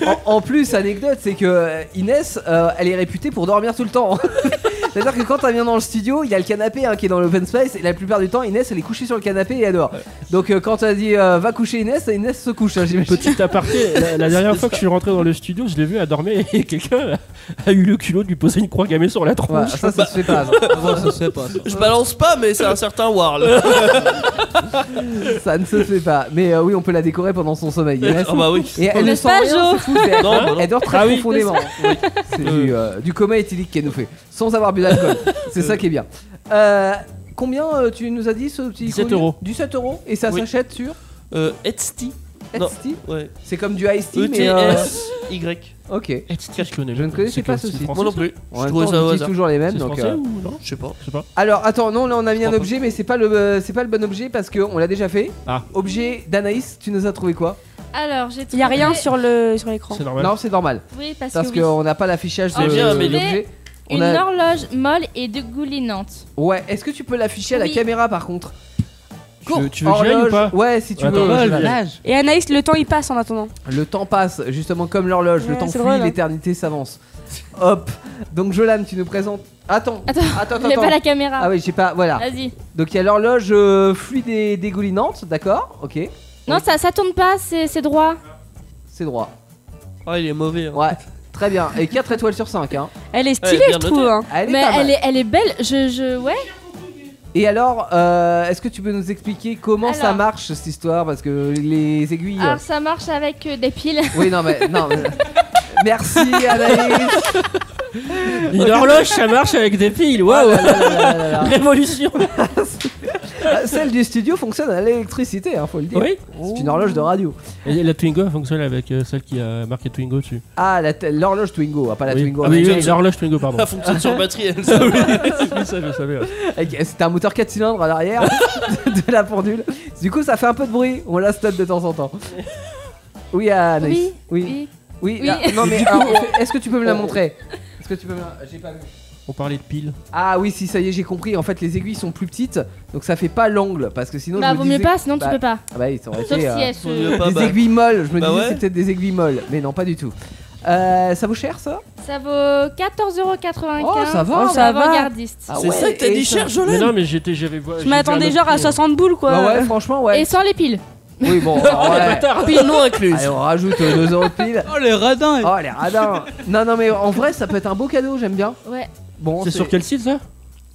G: en, en plus, anecdote, c'est que euh, Inès, euh, elle est réputée pour dormir tout le temps. C'est-à-dire que quand elle vient dans le studio, il y a le canapé hein, qui est dans l'open space et la plupart du temps, Inès, elle est couchée sur le canapé et elle dort. Donc euh, quand elle dit euh, va coucher Inès, Inès se couche, hein, j'imagine.
B: Petit aparté, la, la dernière fois que je suis rentré dans le studio, je l'ai vu à dormir et quelqu'un a eu le culot de lui poser une croix gammée sur la
G: Ouais,
B: tronche.
G: ça, ça se fait pas. ça.
I: ça se fait pas ça.
H: Je balance pas, mais c'est un certain Warl.
G: Ça ne se fait pas. Mais euh, oui, on peut la décorer pendant son sommeil, Inès.
H: oh bah oui.
G: Et elle ne
A: N'est-ce
G: sent
A: pas,
G: rien,
A: Jo
G: c'est fou, c'est- elle,
H: Non, bah non.
G: elle dort très
B: Ah oui.
G: profondément. C'est du, euh, du coma éthylique qu'elle nous fait, sans avoir bu d'alcool. C'est ça qui est bien. Euh, combien euh, tu nous as dit ce petit
B: 17
G: colis
B: euros.
G: 17 euros et ça
H: Oui.
G: s'achète sur
H: Euh, Etsy. Non. E
G: Etsy
H: Ouais.
G: C'est comme du Ice Tea, mais. euh,
H: E-T-S-Y.
G: Ok.
B: Je connais
G: Je ne connaissais
B: C'est
G: pas
B: que- c'est
G: ceci.
B: français,
H: Moi non plus.
G: En
H: Je
G: même
H: trouvais
G: temps,
H: ça
G: on
H: au
G: utilise
H: hasard.
G: toujours les
B: C'est
G: mêmes. Donc,
B: français
G: euh,
B: ou non
H: Je sais pas.
B: Je sais pas.
G: Alors attends, non, là on a amené un
H: Je crois
G: objet, mais c'est pas le euh, c'est pas le bon objet parce que on l'a déjà fait.
B: Ah.
G: Objet d'Anaïs, tu nous as trouvé quoi
A: Alors, j'ai trouvé.
J: Y a rien sur le sur l'écran.
B: C'est normal.
G: Non, c'est normal
A: Oui, parce,
G: parce
A: que. oui.
G: qu'on n'a pas l'affichage de
A: Ah,
H: bien,
G: de
H: mais-
G: l'objet. on
A: Une
G: a-
A: horloge molle et dégoulinante.
G: Ouais, est-ce que tu peux l'afficher à la
A: Oui.
G: caméra par contre
B: Tu veux- tu veux que j'y aille ou
G: Horloge.
B: pas
G: Ouais, si tu
B: Attends,
G: veux.
B: bah,
G: j'y vais.
B: je vais.
J: Et Anaïs, le temps il passe en attendant.
G: Le temps passe, justement comme l'horloge, le
J: Ouais,
G: temps
J: c'est
G: fuit,
J: drôle, hein.
G: l'éternité s'avance. Hop. Donc Jolan, tu nous présentes. Attends.
A: Attends,
G: attends,
A: Il y a pas la caméra.
G: Ah oui, j'ai pas. Voilà.
A: Vas-y.
G: Donc il y a l'horloge euh, fluide et dégoulinante, d'accord Ok,
A: Non, ça, ça tourne pas, c'est c'est droit.
G: c'est droit.
H: Ah, il est mauvais. hein.
G: Ouais, très bien. Et 4 étoiles sur 5, hein.
J: Elle est
H: Ouais,
J: stylée,
H: bien
J: je trouve.
H: noté.
J: hein.
G: Elle est
A: Mais
G: pas mal.
A: elle est, elle est belle. Je, je, ouais.
G: Et alors, euh, est-ce que tu peux nous expliquer comment ça
A: Alors.
G: marche cette histoire Parce que les aiguilles.
A: Alors Ah, ça marche avec euh, des piles.
G: Oui, non, mais. Non, mais- Merci Anaïs
B: Une horloge, ça marche avec des piles. Waouh
G: Ah là là là là là.
B: Révolution
G: Ah, Celle du studio fonctionne à l'électricité, hein, faut le dire.
B: Oui
G: C'est une horloge de radio.
B: Et la Twingo fonctionne avec euh, celle qui a marqué Twingo dessus.
G: Ah, la te- l'horloge Twingo, ah, pas la
B: Oui.
G: Twingo.
B: Ah oui,
G: américaine.
B: oui, l'horloge Twingo, pardon.
H: Ça fonctionne sur batterie, elle.
G: Ah
H: ça.
B: Oui, ça, je savais. ouais.
G: Avec- C'était un moteur 4 cylindres à l'arrière de la pendule. Du coup, ça fait un peu de bruit. On la stoppe de temps en temps. Oui, ah, Anaïs.
A: Oui. Oh.
G: Oui. là- non, mais alors, est-ce que tu peux me la montrer Est-ce que tu peux me la. J'ai pas vu.
B: On parlait de piles.
G: Ah oui, si ça y est, j'ai compris. En fait, les aiguilles sont plus petites, donc ça fait pas l'angle, parce que sinon.
A: Bah,
G: je me
A: vaut mieux
G: disais-
A: pas, sinon tu
G: Bah,
A: peux pas.
G: Ah bah, ils sont
A: Sauf si elles se- Vaut mieux
H: pas,
G: des
H: bah.
G: aiguilles molles. Je me
H: Bah
G: disais,
H: ouais.
G: c'est peut-être des aiguilles molles, mais non, pas du tout. Euh, ça vaut cher, ça
A: Ça vaut 14,95€.
G: Oh, ça va.
A: pour
G: Oh, ça
J: va.
A: l'avant-gardiste.
G: Ah
H: C'est
G: ouais,
H: ça que t'as
G: et
H: dit
G: ça-
H: cher, Jolene
B: Mais non, mais j'étais, j'avais.
J: Je m'attendais genre à 60 boules quoi.
G: Bah ouais, franchement,
H: Ah,
G: ouais.
A: Et sans les piles.
G: Oui, bon, alors, ouais.
H: Tarpille non incluse.
G: Allez, on rajoute 2 euros de pile.
I: Oh les radins
G: Oh, les radins Non, non, mais en vrai, ça peut être un beau cadeau, j'aime bien.
A: Ouais.
G: Bon,
B: C'est sur quel site ça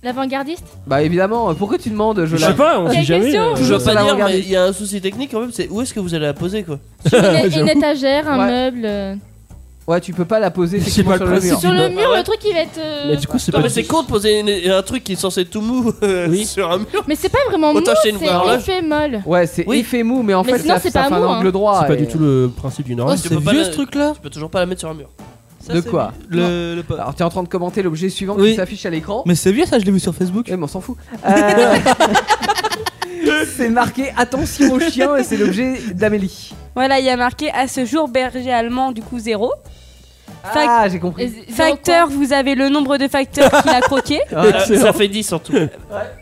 A: L'avant-gardiste
G: Bah, évidemment, pourquoi tu demandes,
B: Je
G: Jolene
B: sais pas, on
A: Quelle
B: sait jamais.
A: question
B: euh,
H: Je veux
G: Ça va
H: pas dire,
G: regarder.
H: mais il y a un souci technique quand même, c'est où est-ce que vous allez la poser quoi
A: Sur une, une étagère, un
G: Ouais.
A: meuble. euh.
G: Ouais, tu peux pas la poser
B: C'est
G: effectivement
B: pas
G: sur
B: le
G: le
B: principe.
G: mur.
A: Sur le
H: bah,
A: mur,
H: ouais.
A: le truc qui va être. euh,
B: Mais du coup, c'est
H: Non
B: pas.
H: mais c'est con de poser une- un truc qui est censé être tout mou euh,
B: Oui.
H: sur un mur.
A: Mais c'est pas vraiment mou,
H: Autant
A: c'est
H: chez une vraie horloge.
A: effet molle.
G: Ouais, c'est
H: Oui.
G: effet mou, mais en
A: Mais
G: fait,
A: sinon,
G: ça,
A: c'est
G: ça
A: pas
G: fait un
A: mou, hein.
G: angle droit.
B: C'est pas
G: et-
B: du tout le principe d'une
I: Oh
B: oreille.
H: tu
I: c'est
H: peux pas
I: vieux
H: la-
I: ce truc là
H: Tu peux toujours pas la mettre sur un mur.
G: De quoi
I: le, le...
G: Alors, t'es en train de commenter l'objet suivant
I: Oui.
G: qui s'affiche à l'écran.
I: Mais c'est vieux ça, je l'ai vu sur Facebook.
G: Ouais, mais on s'en fout. Euh, c'est marqué attention au chien et c'est l'objet d'Amélie.
J: Voilà, il y a marqué à ce jour berger allemand du coup zéro. Fac-
G: Ah, j'ai
A: Et
G: compris.
A: z- zéro
J: Facteur, vous avez le nombre de facteurs qu'il a croqué.
G: Ouais.
H: Ça- Ça fait 10 en tout.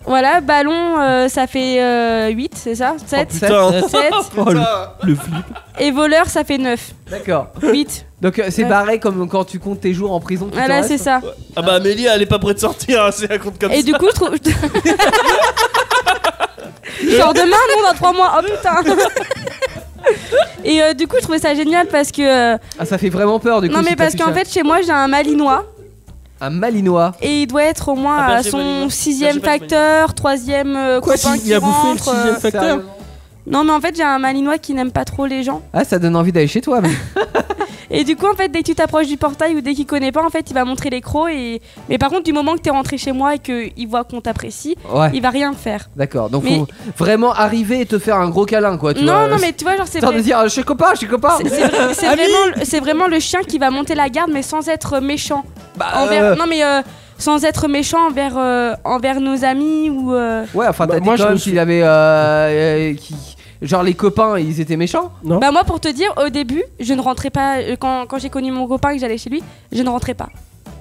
J: Voilà, ballon, euh, ça fait 8, c'est ça
A: Oh,
J: 7
H: Putain.
J: 7
B: Oh, le, le flip.
J: et voleur, ça fait 9.
G: D'accord.
J: 8.
G: Donc, euh, c'est
J: Ouais.
G: barré comme quand tu comptes tes jours en prison. tout le
J: Voilà,
G: reste.
J: c'est ça.
H: Ah bah Amélie elle est pas prête de sortir, hein, c'est un compte comme
J: Et
H: ça.
J: du coup, je trouve. Genre demain, non, dans 3 mois. Oh putain Et euh, du coup, je trouvais ça génial parce que. euh,
G: Ah, ça fait vraiment peur du coup.
J: non,
G: si
J: mais parce
G: t'affiches
J: qu'en
G: un-
J: fait, chez moi, j'ai un malinois.
G: Un malinois.
J: Et il doit être au moins
H: Ah, bah,
J: à
H: j'ai
J: son
H: Malinois. Ah,
J: sixième
H: j'ai pas de
J: facteur, troisième euh,
B: Quoi,
J: copain
B: s'il
J: qui
B: a bouffé le
J: rentre. euh.
B: sixième facteur
G: Sérieusement
J: Non, mais en fait, j'ai un malinois qui n'aime pas trop les gens.
G: Ah, ça donne envie d'aller chez toi. mais-
J: Et du coup, en fait, dès que tu t'approches du portail ou dès qu'il connaît pas, en fait, il va montrer les crocs. Et... Mais par contre, du moment que t'es rentré chez moi et qu'il voit qu'on t'apprécie,
G: Ouais,
J: il va rien faire.
G: d'accord. Donc,
J: Mais-
G: faut vraiment arriver et te faire un gros câlin
B: Ah,
G: quoi. Tu
J: non,
B: euh,
G: vois,
J: non, mais tu vois, genre, c'est
G: Histoire
J: vrai-
G: de dire, je suis copain, je suis copain.
J: c'est- c'est vrai-
G: Ah
J: c'est vraiment, le- c'est vraiment le chien qui va monter la garde, mais sans être méchant.
G: Bah,
J: Envers-
G: euh,
J: Non, mais euh, sans être méchant envers, euh, envers nos amis ou. euh,
G: Ouais, enfin, t'as
B: Bah,
G: dit
B: moi,
G: quand
B: je
G: même
B: me suis-
G: qu'il avait. euh, euh, qui- Genre, les copains, ils étaient méchants.
J: Bah moi pour te dire, au début, je ne rentrais pas, euh, quand, quand j'ai connu mon copain et que j'allais chez lui, je ne rentrais pas.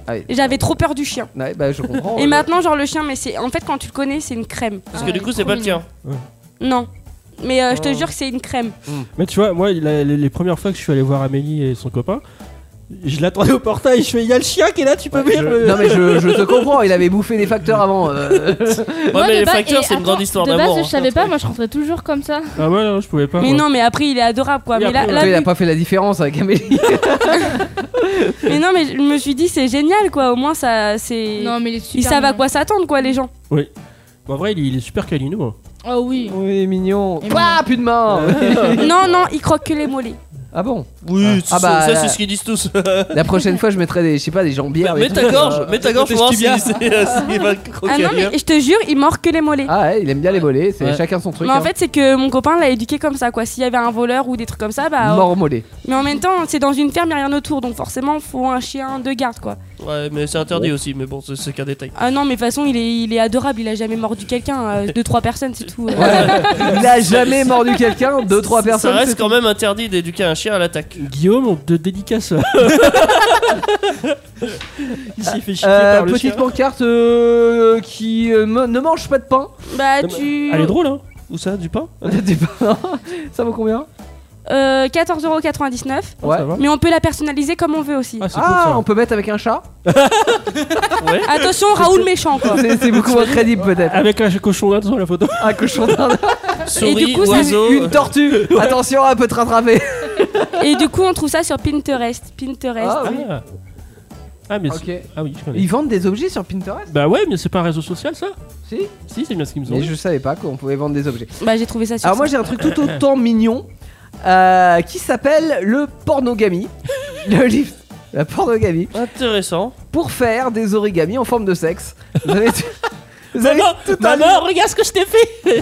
G: Ah oui.
J: J'avais trop peur du chien.
G: Ouais, bah, je comprends.
J: Et
G: Euh,
J: maintenant genre le chien, mais c'est en fait quand tu le connais, c'est une crème.
H: Parce que
A: Ah,
H: du coup
A: il est
H: c'est pas
A: trop
H: le tien.
J: Non. Mais euh, je te
G: Oh.
J: jure que c'est une crème.
B: Mais tu vois, moi, la- les, les premières fois que je suis allé voir Amélie et son copain, je l'attendais au portail. Je fais, il y a le chien qui est là, tu peux venir. le-
G: Non, mais je, je te comprends, il avait bouffé des facteurs avant. euh.
H: Ouais
A: Moi, de
H: mais les
A: base-
H: facteurs
A: et
H: c'est une
A: attends,
H: grande histoire
A: De
H: d'amour.
A: base, je
H: hein.
A: savais pas, moi je rentrais toujours comme ça.
B: Ah ouais, non, je pouvais pas.
J: Mais
B: moi.
J: non, mais après il est adorable quoi.
B: Et
J: Mais, là,
B: après,
J: là,
G: Toi, Oh. il a
J: vu-
G: pas fait la différence avec Amélie.
J: mais non, mais je me suis dit c'est génial quoi. Au moins ça, c'est.
A: Non, mais il est super.
J: Ils savent à
A: mignon.
J: quoi s'attendre quoi les gens.
B: Bon, en vrai, il, il est super câlino. hein.
A: Oh oui.
G: Oui, mignon.
A: Et
G: Ouah, plus de main.
J: non, non, ils croquent que les mollets.
G: Ah bon
H: Oui,
G: Ah
H: ça
G: bah,
H: ça,
G: là-
H: c'est ce qu'ils disent tous.
G: La prochaine fois, je mettrai des, je sais pas, des jambières. des
H: Mets ta
G: trucs,
H: gorge,
G: euh.
H: mets ta gorge pour voir si s'il va
J: Ah
H: croquer
J: non, mais je te jure, ils mordent que les mollets.
G: Ah ouais, il aime bien les volets, c'est
I: Ouais.
G: chacun son truc.
J: mais en
G: hein.
J: fait, c'est que mon copain l'a éduqué comme ça quoi. S'il y avait un voleur ou des trucs comme ça, bah.
G: Mort mollet.
J: Mais en même temps, c'est dans une ferme, y a rien autour, donc forcément, faut un chien de garde, quoi.
H: Ouais, mais c'est interdit aussi, mais bon, c'est- c'est qu'un détail.
J: Ah non, mais de toute façon, il est, il est adorable, il a jamais mordu quelqu'un, euh, deux, trois personnes, c'est tout. euh.
G: Il a jamais mordu quelqu'un, deux, trois personnes.
H: Ça
G: c'est
H: reste quand même interdit d'éduquer un chien à l'attaque.
B: Guillaume, on te dédicace. euh, il s'est fait chier
G: Euh,
B: par le
G: petite
B: chien.
G: pancarte euh, qui euh, me- ne mange pas de pain.
J: Bah,
B: Non,
J: tu.
B: Elle est drôle, hein Où ça Du pain
G: Des pains. ça vaut combien
J: Euh, 14,99€,
B: Ah, ça va.
J: mais on peut la personnaliser comme on veut aussi.
B: Ah, c'est cool,
G: Ah,
B: ça.
G: on peut mettre avec un chat
J: Attention, Raoul méchant, quoi.
G: C'est c'est beaucoup moins crédible peut-être.
B: Avec un cochon là sur la photo.
G: Un cochon d'Inde.
H: Souris,
J: du coup, ça-
H: oiseau. euh,
G: Une tortue. Attention, elle peut te rattraper.
J: Et du coup, on trouve ça sur Pinterest. Pinterest.
G: Ah, oui.
B: Ah, Ah, mais
G: Ok.
B: c'est- ah oui, je connais.
G: Ils vendent des objets sur Pinterest
B: Bah ouais, mais c'est pas un réseau social ça
G: Si.
B: Si, c'est bien ce qu'ils nous ont
G: Mais
B: dit.
G: je savais pas qu'on pouvait vendre des objets.
J: Bah, j'ai trouvé ça sur.
G: Alors moi j'ai un truc tout autant mignon euh, qui s'appelle le pornogami. le livre. La pornogamie.
H: Intéressant.
G: Pour faire des origamis en forme de sexe. Vous avez tout, vous
B: Ah
G: avez tout un livre.
B: regarde ce que je t'ai fait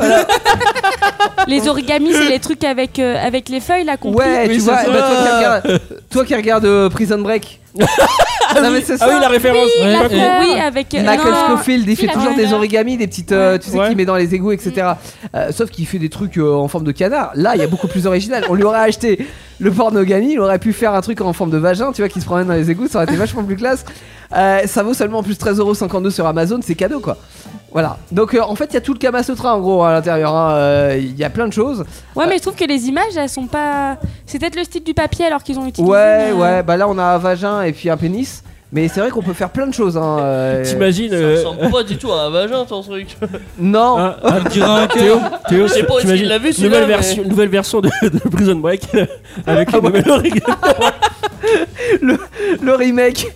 J: Les origamis, c'est les trucs avec, euh, avec les feuilles, là, qu'on plie.
G: Ouais,
B: Oui,
G: tu
B: c'est
G: vois, eh ben,
B: ça.
G: bah, toi, qui regardes, toi qui regardes, euh, Prison Break, Non, mais c'est
B: Ah oui, la référence.
J: Oui,
B: Ouais,
J: la
B: pas con.
J: fleur. Euh, Oui, avec. euh,
G: Michael
J: non.
G: Scofield, il
J: Si,
G: fait
J: la
G: toujours
J: fleur.
G: des origamis, des petites, euh, tu sais,
B: Ouais.
G: qu'il met dans les égouts, etc.
J: Mm.
G: Euh, sauf qu'il fait des trucs euh, en forme de canard. Là, il y a beaucoup plus original. On lui aurait acheté le pornogami, il aurait pu faire un truc en forme de vagin, tu vois, qui se promène dans les égouts, ça aurait été vachement plus classe. Euh, ça vaut seulement plus 13,52€ sur Amazon, c'est cadeau quoi. Voilà. Donc euh, en fait, il y a tout le Kamasutra en gros à l'intérieur. hein. Euh, Il y a plein de choses.
J: Ouais, mais je trouve que les images, elles sont pas. C'est peut-être le style du papier alors qu'ils ont utilisé.
G: Ouais,
J: mais, euh,
G: ouais, bah là on a un vagin et puis un pénis. Mais c'est vrai qu'on peut faire plein de choses. Hein. euh.
B: T'imagines.
H: Ça
B: euh,
H: ressemble pas du tout à un vagin ton truc.
G: Non,
B: un- un- Théo, Théo,
H: Je sais pas où est-ce
B: t'imagines
H: qu'il l'a vu, celui-là,
B: nouvelle,
H: mais-
B: version, nouvelle version de, de Prison Break avec le nouvel origami.
G: le remake.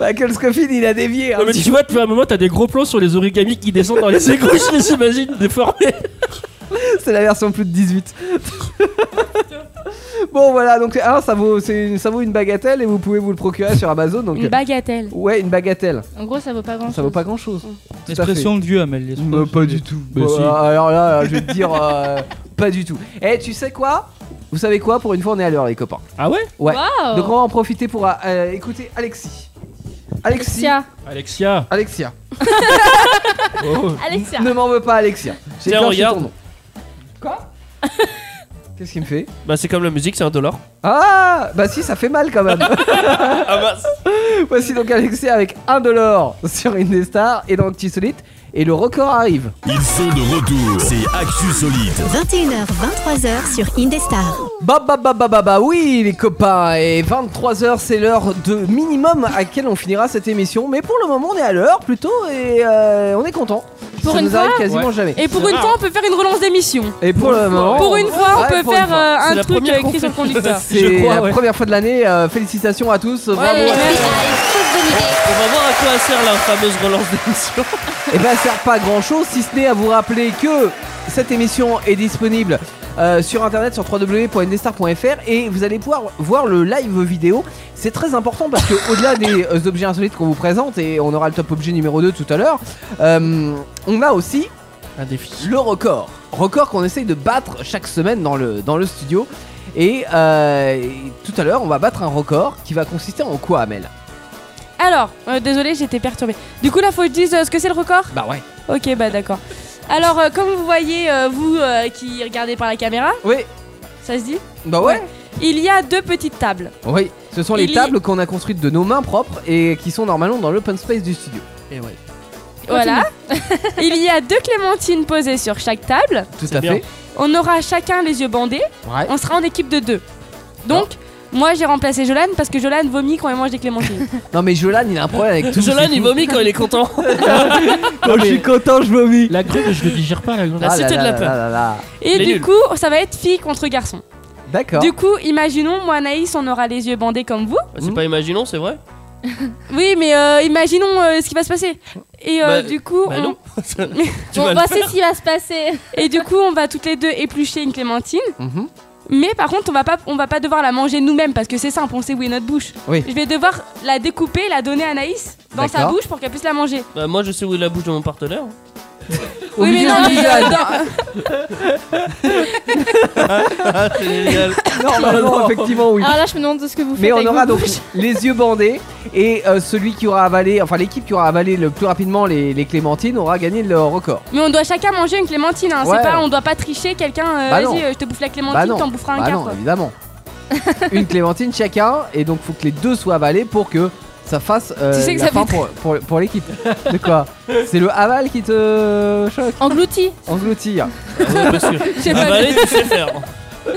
G: Michael Scofield, il a dévié. hein. un
J: Ah,
B: Non, mais
G: petit
B: tu vois, depuis un moment, t'as des gros plans sur les origamis qui descendent dans les égouts, je les imagine déformés.
G: C'est la version plus de 18. bon voilà, donc ah, ça, vaut, c'est une, ça vaut une bagatelle et vous pouvez vous le procurer sur Amazon. Donc, euh,
J: Une bagatelle.
G: ouais, une bagatelle.
A: En gros, ça vaut pas grand chose.
G: Ça vaut pas grand chose.
I: L'expression de vieux, Amel.
B: Euh,
I: l'expression de vieux.
G: tout.
I: Bah, si.
G: Alors là, je vais te dire, euh, pas du tout. Et tu sais quoi Vous savez quoi Pour une fois, on est à l'heure, les copains.
B: Ah ouais
G: Ouais.
A: Waouh.
G: Donc on va en profiter pour euh, écouter Alexis. Alexis.
A: Alexia.
B: Alexia
G: Alexia.
A: Alexia.
G: Ne m'en veux pas, Alexia. J'ai
H: Tiens,
G: bien
H: regarde.
G: ton nom. Quoi Qu'est-ce qu'il me fait
H: Bah c'est comme la musique, c'est un dollar.
G: Ah Bah si, ça fait mal quand même.
H: Ah bah
G: Voici donc Alexis avec 1 dollar sur une des stars et dans Actu Solite. Et le record arrive.
C: Ils sont de retour. C'est Actu Solide.
D: 21h, 23h sur Indestar.
G: Bah bah bah bah bah bah oui les copains et 23h c'est l'heure de minimum à laquelle on finira cette émission mais pour le moment on est à l'heure plutôt et euh, on est content.
J: Pour
G: Ça
J: une
G: nous
J: fois,
G: arrive quasiment jamais.
J: Et pour une fois, on peut faire une relance d'émission.
G: Et pour le moment
J: Pour une fois,
G: Oh. Ouais,
J: on peut
G: pour une
J: faire
G: fois.
J: euh,
H: C'est
J: un
H: la
J: truc
H: première
J: euh, écrit sur le conducteur.
G: c'est
B: crois,
G: la
B: ouais.
G: première fois de l'année, euh, félicitations à tous, bravo.
J: Ouais, merci.
H: on va voir à quoi sert la fameuse relance d'émission.
G: Et ben, ça sert pas à grand chose si ce n'est à vous rappeler que cette émission est disponible euh, sur internet sur www.ndstar.fr et vous allez pouvoir voir le live vidéo. C'est très important parce que au-delà des euh, objets insolites qu'on vous présente et on aura le top objet numéro 2 tout à l'heure, euh, on a aussi
B: Un défi.
G: le record. Record qu'on essaye de battre chaque semaine dans le, dans le studio. Et, euh, et tout à l'heure, on va battre un record qui va consister en quoi, Amel
J: Alors, euh, désolé, j'étais perturbée. Du coup, là, faut que je dise euh, ce que c'est le record
G: Bah ouais.
J: Ok, bah d'accord. Alors, euh, comme vous voyez, euh, vous euh, qui regardez par la caméra,
G: Oui.
J: ça se dit
G: Bah ouais.
J: Il y a deux petites tables.
G: Oui, ce sont les
J: Il y-
G: tables qu'on a construites de nos mains propres et qui sont normalement dans l'open space du studio.
B: Et ouais.
J: Voilà. Il y a deux clémentines posées sur chaque table.
G: Tout à
B: bien.
G: fait.
J: On aura chacun les yeux bandés.
G: Ouais.
J: On sera en équipe de deux. Donc,
H: Ah.
J: moi, j'ai remplacé Jolane parce que Jolane vomit quand elle mange des clémentines.
G: Non mais Jolan, il a un problème avec tout.
H: Jolan il vomit quand il est content.
G: Quand je suis content, je vomis. Ah
B: La grue, je le digère pas, la grue.
H: La cité de la peur.
J: Et
H: Les
J: du
H: nuls.
J: coup, ça va être fille contre garçon.
G: D'accord.
J: Du coup, imaginons, moi, Anaïs, on aura les yeux bandés comme vous.
H: Bah, c'est pas imaginons, c'est vrai.
J: Oui, mais euh, imaginons euh, ce qui va se passer. Et euh,
H: Bah,
J: du coup,
H: Bah
J: on-
H: non. tu vas
A: Bon,
H: le
A: voici
H: faire.
A: ce qui va se passer.
J: et du coup, on va toutes les deux éplucher une clémentine.
G: Mhm.
J: Mais par contre, on va pas, on va pas devoir la manger nous-mêmes parce que c'est simple, on sait où est notre bouche.
G: Oui.
J: Je vais devoir la découper, la donner à Anaïs dans sa
G: D'accord.
J: bouche pour qu'elle puisse la manger.
H: Bah moi je sais où est la bouche de mon partenaire.
G: Au
J: oui, mais
G: milieu
J: non,
G: de
J: mais, euh,
G: Jolan.
J: dans-
H: Ah, c'est génial.
G: Normalement, effectivement,
J: Ah,
G: oui.
A: Alors là, je me demande de ce que vous faites.
G: Mais on
A: avec
G: aura
A: vos
G: donc
A: bouches.
G: les yeux bandés et euh, celui qui aura avalé, enfin l'équipe qui aura avalé le plus rapidement les, les clémentines aura gagné le record.
J: mais on doit chacun manger une clémentine. Hein.
G: Ouais.
J: C'est pas, on doit pas tricher quelqu'un. euh,
G: Bah non.
J: Vas-y, euh, je te bouffe la
G: bah
J: clémentine,
G: non,
J: t'en boufferas un
G: bah
J: quart.
G: non,
J: quoi.
G: évidemment. Une clémentine chacun et donc faut que les deux soient avalés pour que ça fasse euh,
J: Tu sais que
G: la
J: ça
G: fin
J: fait
G: pour, pour, pour l'équipe. De quoi C'est le aval qui te choque
A: Englouti.
G: Engloutir.
H: Ouais, bien sûr.
J: Je sais
H: Ah,
J: pas,
H: bah, allez, tu sais faire.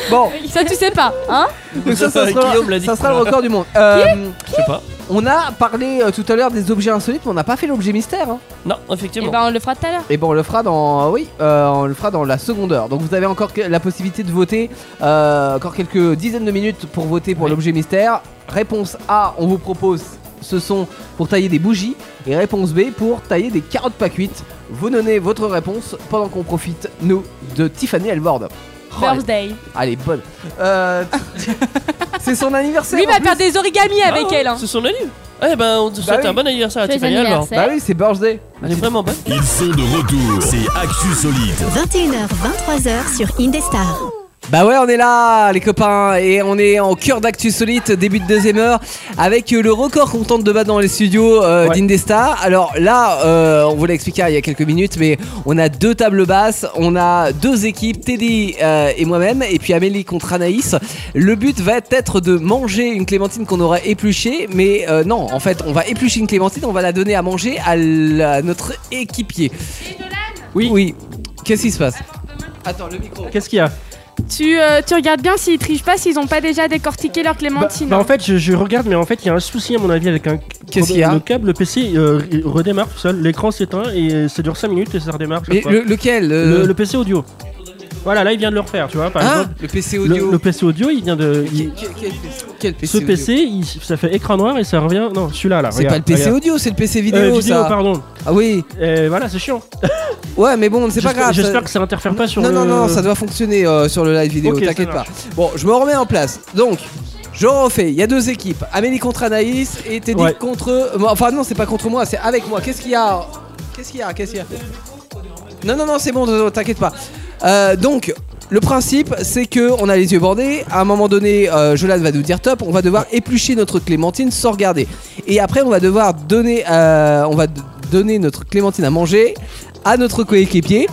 G: Bon,
J: ça tu sais pas, hein
G: donc ça, ça sera,
H: Guillaume l'a dit.
G: ça sera le record du monde. Euh,
H: Je sais pas.
G: on a parlé euh, tout à l'heure des objets insolites, mais on n'a pas fait l'objet mystère. hein.
H: Non,
J: Et
H: effectivement.
J: ben on le fera tout à l'heure.
G: Et bon, on le fera dans, oui, euh, on le fera dans la seconde heure. Donc vous avez encore que- la possibilité de voter, euh, encore quelques dizaines de minutes pour voter pour l'objet mystère. Réponse A, on vous propose ce son pour tailler des bougies et réponse B pour tailler des carottes pas cuites. Vous donnez votre réponse pendant qu'on profite nous de Tiffany Elward. Oh, elle,
J: Birthday.
G: elle est bonne. Euh, c'est son anniversaire.
J: Lui
G: en
J: va
G: plus. Bah
J: faire des origamis
H: Ah,
J: avec
H: ouais,
J: elle. Hein.
H: C'est son anniversaire. Eh ben
B: Bah
H: on te souhaite
G: oui.
H: un bon anniversaire à
A: Joyeux
H: Tiffany alors.
G: Bah
A: anniversaire.
G: oui, c'est birthday.
H: Elle est vraiment bonne.
C: Ils sont de retour. C'est Actu Solide.
D: 21h, 23h sur Indestar.
G: Bah ouais, on est là, les copains, et on est en cœur d'actu solide, début de deuxième heure, avec euh, le record qu'on tente de battre dans les studios euh, d'Indesta. Alors là, euh, on vous l'a expliqué il y a quelques minutes, mais on a deux tables basses, on a deux équipes, Teddy euh, et moi-même, et puis Amélie contre Anaïs. Le but va être de manger une clémentine qu'on aura épluchée, mais euh, non, en fait, on va éplucher une clémentine, on va la donner à manger à, la- à notre équipier. Oui. Oui. Qu'est-ce qui se passe Attends, le micro.
B: Qu'est-ce qu'il y a
J: Tu, euh, tu regardes bien s'ils trichent pas, s'ils ont pas déjà décortiqué leur
B: Bah,
J: clémentine. hein.
B: bah, en fait, je, je regarde, mais en fait, il y a un souci à mon avis avec un.
G: Qu'est-ce qu'il y a
B: Le câble, le PC euh, il redémarre tout seul, l'écran s'éteint et euh, ça dure 5 minutes et ça redémarre. chaque
G: Mais
B: fois.
G: le- lequel euh,
B: le, le PC audio. Voilà, là, il vient de le refaire, tu vois. Par
G: Hein
B: exemple,
G: Le PC
B: le,
G: audio.
B: le PC audio, il vient de. il-
G: Quel- quel- quel PC
B: ce
G: audio
B: PC, il- ça fait écran noir et ça revient. Non, celui-là, là.
G: C'est pas le PC audio, c'est le PC vidéo, ça.
B: Euh, pardon.
G: Ah oui.
B: voilà, c'est chiant.
G: Ouais, mais bon, c'est pas
B: J'espère-
G: grave. ça-
B: J'espère que ça interfère pas sur.
G: Non,
B: le-
G: non, non, ça doit fonctionner euh, sur le live vidéo,
B: Ok, ça
G: t'inquiète pas.
B: marche.
G: Bon, je me remets en place. Donc, je refais. Il y a deux équipes. Amélie contre Anaïs et Teddy
B: Ouais.
G: contre. moi. Enfin, non, c'est pas contre moi, c'est avec moi. Qu'est-ce qu'il y a Qu'est-ce qu'il y a Qu'est-ce qu'il y a Non, non, non, c'est bon, non, non, t'inquiète pas. Euh, donc. Le principe, c'est que on a les yeux bandés. À un moment donné, euh, Jolan va nous dire top. On va devoir éplucher notre clémentine sans regarder. Et après, on va devoir donner, euh, on va d- donner notre clémentine à manger à notre coéquipier.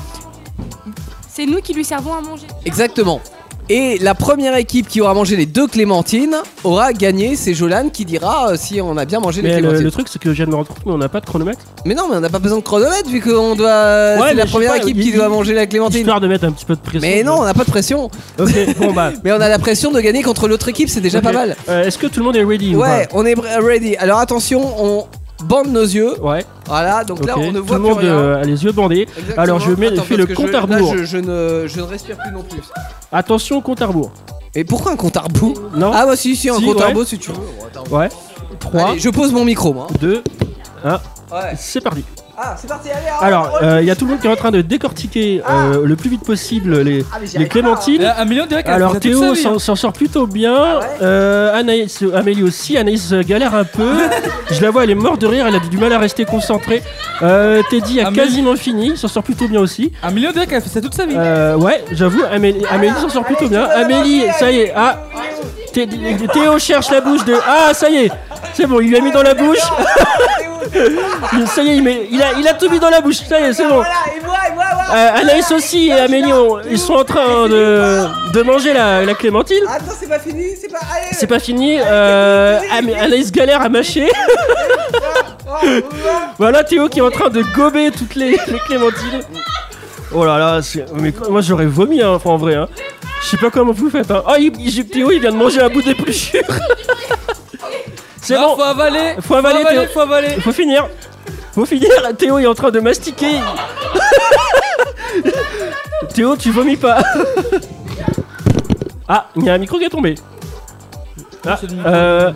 J: C'est nous qui lui servons à manger.
G: Exactement. Et la première équipe qui aura mangé les deux clémentines aura gagné. C'est Jolan qui dira euh, si on a bien mangé les
B: Mais le,
G: clémentines.
B: le truc, c'est que je viens de me rendre compte, mais on n'a pas de chronomètre.
G: Mais non, mais on n'a pas besoin de chronomètre vu qu'on doit. euh, c'est
B: mais
G: la
B: je sais
G: première
B: pas,
G: équipe
B: il-
G: qui
B: il-
G: doit manger la clémentine.
B: Histoire de mettre un petit peu de pression.
G: Mais non, on n'a pas de pression.
B: Ok, bon bah.
G: Mais on a la pression de gagner contre l'autre équipe, c'est déjà
B: ok.
G: pas mal.
B: Euh, Est-ce que tout le monde est ready ou
G: Ouais,
B: pas
G: on est br- ready. Alors attention, on bande nos yeux.
B: Ouais.
G: Voilà, donc là
B: ok.
G: on ne
B: tout
G: voit
B: le
G: plus
B: monde
G: rien.
B: euh, a les yeux bandés.
G: Exactement.
B: Alors je mets,
G: Attends,
B: fais
G: parce
B: le
G: que
B: compte
G: je-
B: à rebours.
G: Là, je, je ne, je ne respire plus non plus.
B: Attention compte à rebours.
G: Et pourquoi un compte à rebours
B: Non
G: Ah, bah si, si, un
B: Si,
G: compte à
B: ouais. Oh,
G: rebours si tu veux.
B: Ouais. 3,
G: Allez, je pose mon micro, moi.
B: 2, 1.
G: Ouais.
B: C'est parti.
G: Ah, c'est parti, allez, Ah.
B: Alors, il y a tout le monde qui est en train de décortiquer euh, le plus vite possible les,
G: mais j'y
B: les
G: arrive pas.
B: clémentines.
I: Là, Amélie, on dirait qu'elle a
B: Alors
I: fait ça toute sa
B: Théo
I: vie,
B: s'en
I: hein.
B: s'en sort plutôt bien,
G: Ah
B: Euh, Anaïs, euh, Amélie aussi, Anaïs euh, galère un peu, je la vois elle est morte de rire, elle a du mal à rester concentrée, euh, Teddy a
I: Amélie-
B: quasiment fini, s'en sort plutôt bien aussi,
I: Amélie, on dirait qu'elle a fait ça toute sa vie.
B: Euh, ouais j'avoue Amélie, Amélie s'en sort plutôt bien, Amélie ça y est, ah, Teddy- Théo cherche la bouche de, ah ça y est, c'est bon il lui a mis dans la bouche, ça y est il, met- il, a, il a tout mis dans la bouche, ça y est c'est bon. Euh, Anaïs aussi et Amélie, on- ils sont en train de, de manger la, la clémentine.
G: Attends, c'est pas fini, c'est pas. Allez,
B: C'est pas fini, euh, Am- Anaïs galère à mâcher. voilà Théo qui est en train de gober toutes les, les clémentines. Oh là là, c'est- mais quoi, moi j'aurais vomi hein, enfin, en vrai. Hein. Je sais pas comment vous faites. Hein. Ah, il- il- Théo il vient de manger un bout d'épluchure. C'est
I: Non,
B: bon,
I: faut avaler.
B: Faut avaler,
I: faut avaler.
B: Théo.
I: faut avaler.
B: faut finir. Faut finir, Théo est en train de mastiquer. Théo, tu vomis pas. ah, il y a un micro qui est tombé. Ah,
I: c'est le micro.
B: euh,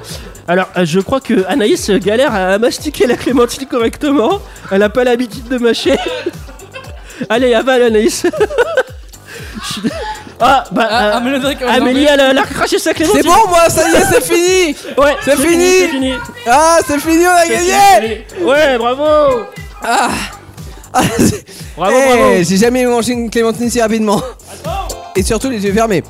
B: alors, euh, je crois que Anaïs galère à mastiquer la clémentine correctement. Elle a pas l'habitude de mâcher. Allez, avale Anaïs. Je suis- ah, bah,
I: Ah,
B: euh,
I: Amélie, on dirait qu'elle a
B: Amélie, elle a, elle a craché sa clémentine.
G: C'est bon, moi, ça y est, c'est fini.
B: Ouais,
G: c'est fini.
B: C'est fini.
G: Ah, c'est fini, on a gagné.
B: C'est fini. Ouais, bravo.
G: Ah, c'est-
B: Bravo,
G: Eh,
B: bravo. Euh,
G: J'ai jamais mangé une clémentine si rapidement. Et surtout les yeux fermés.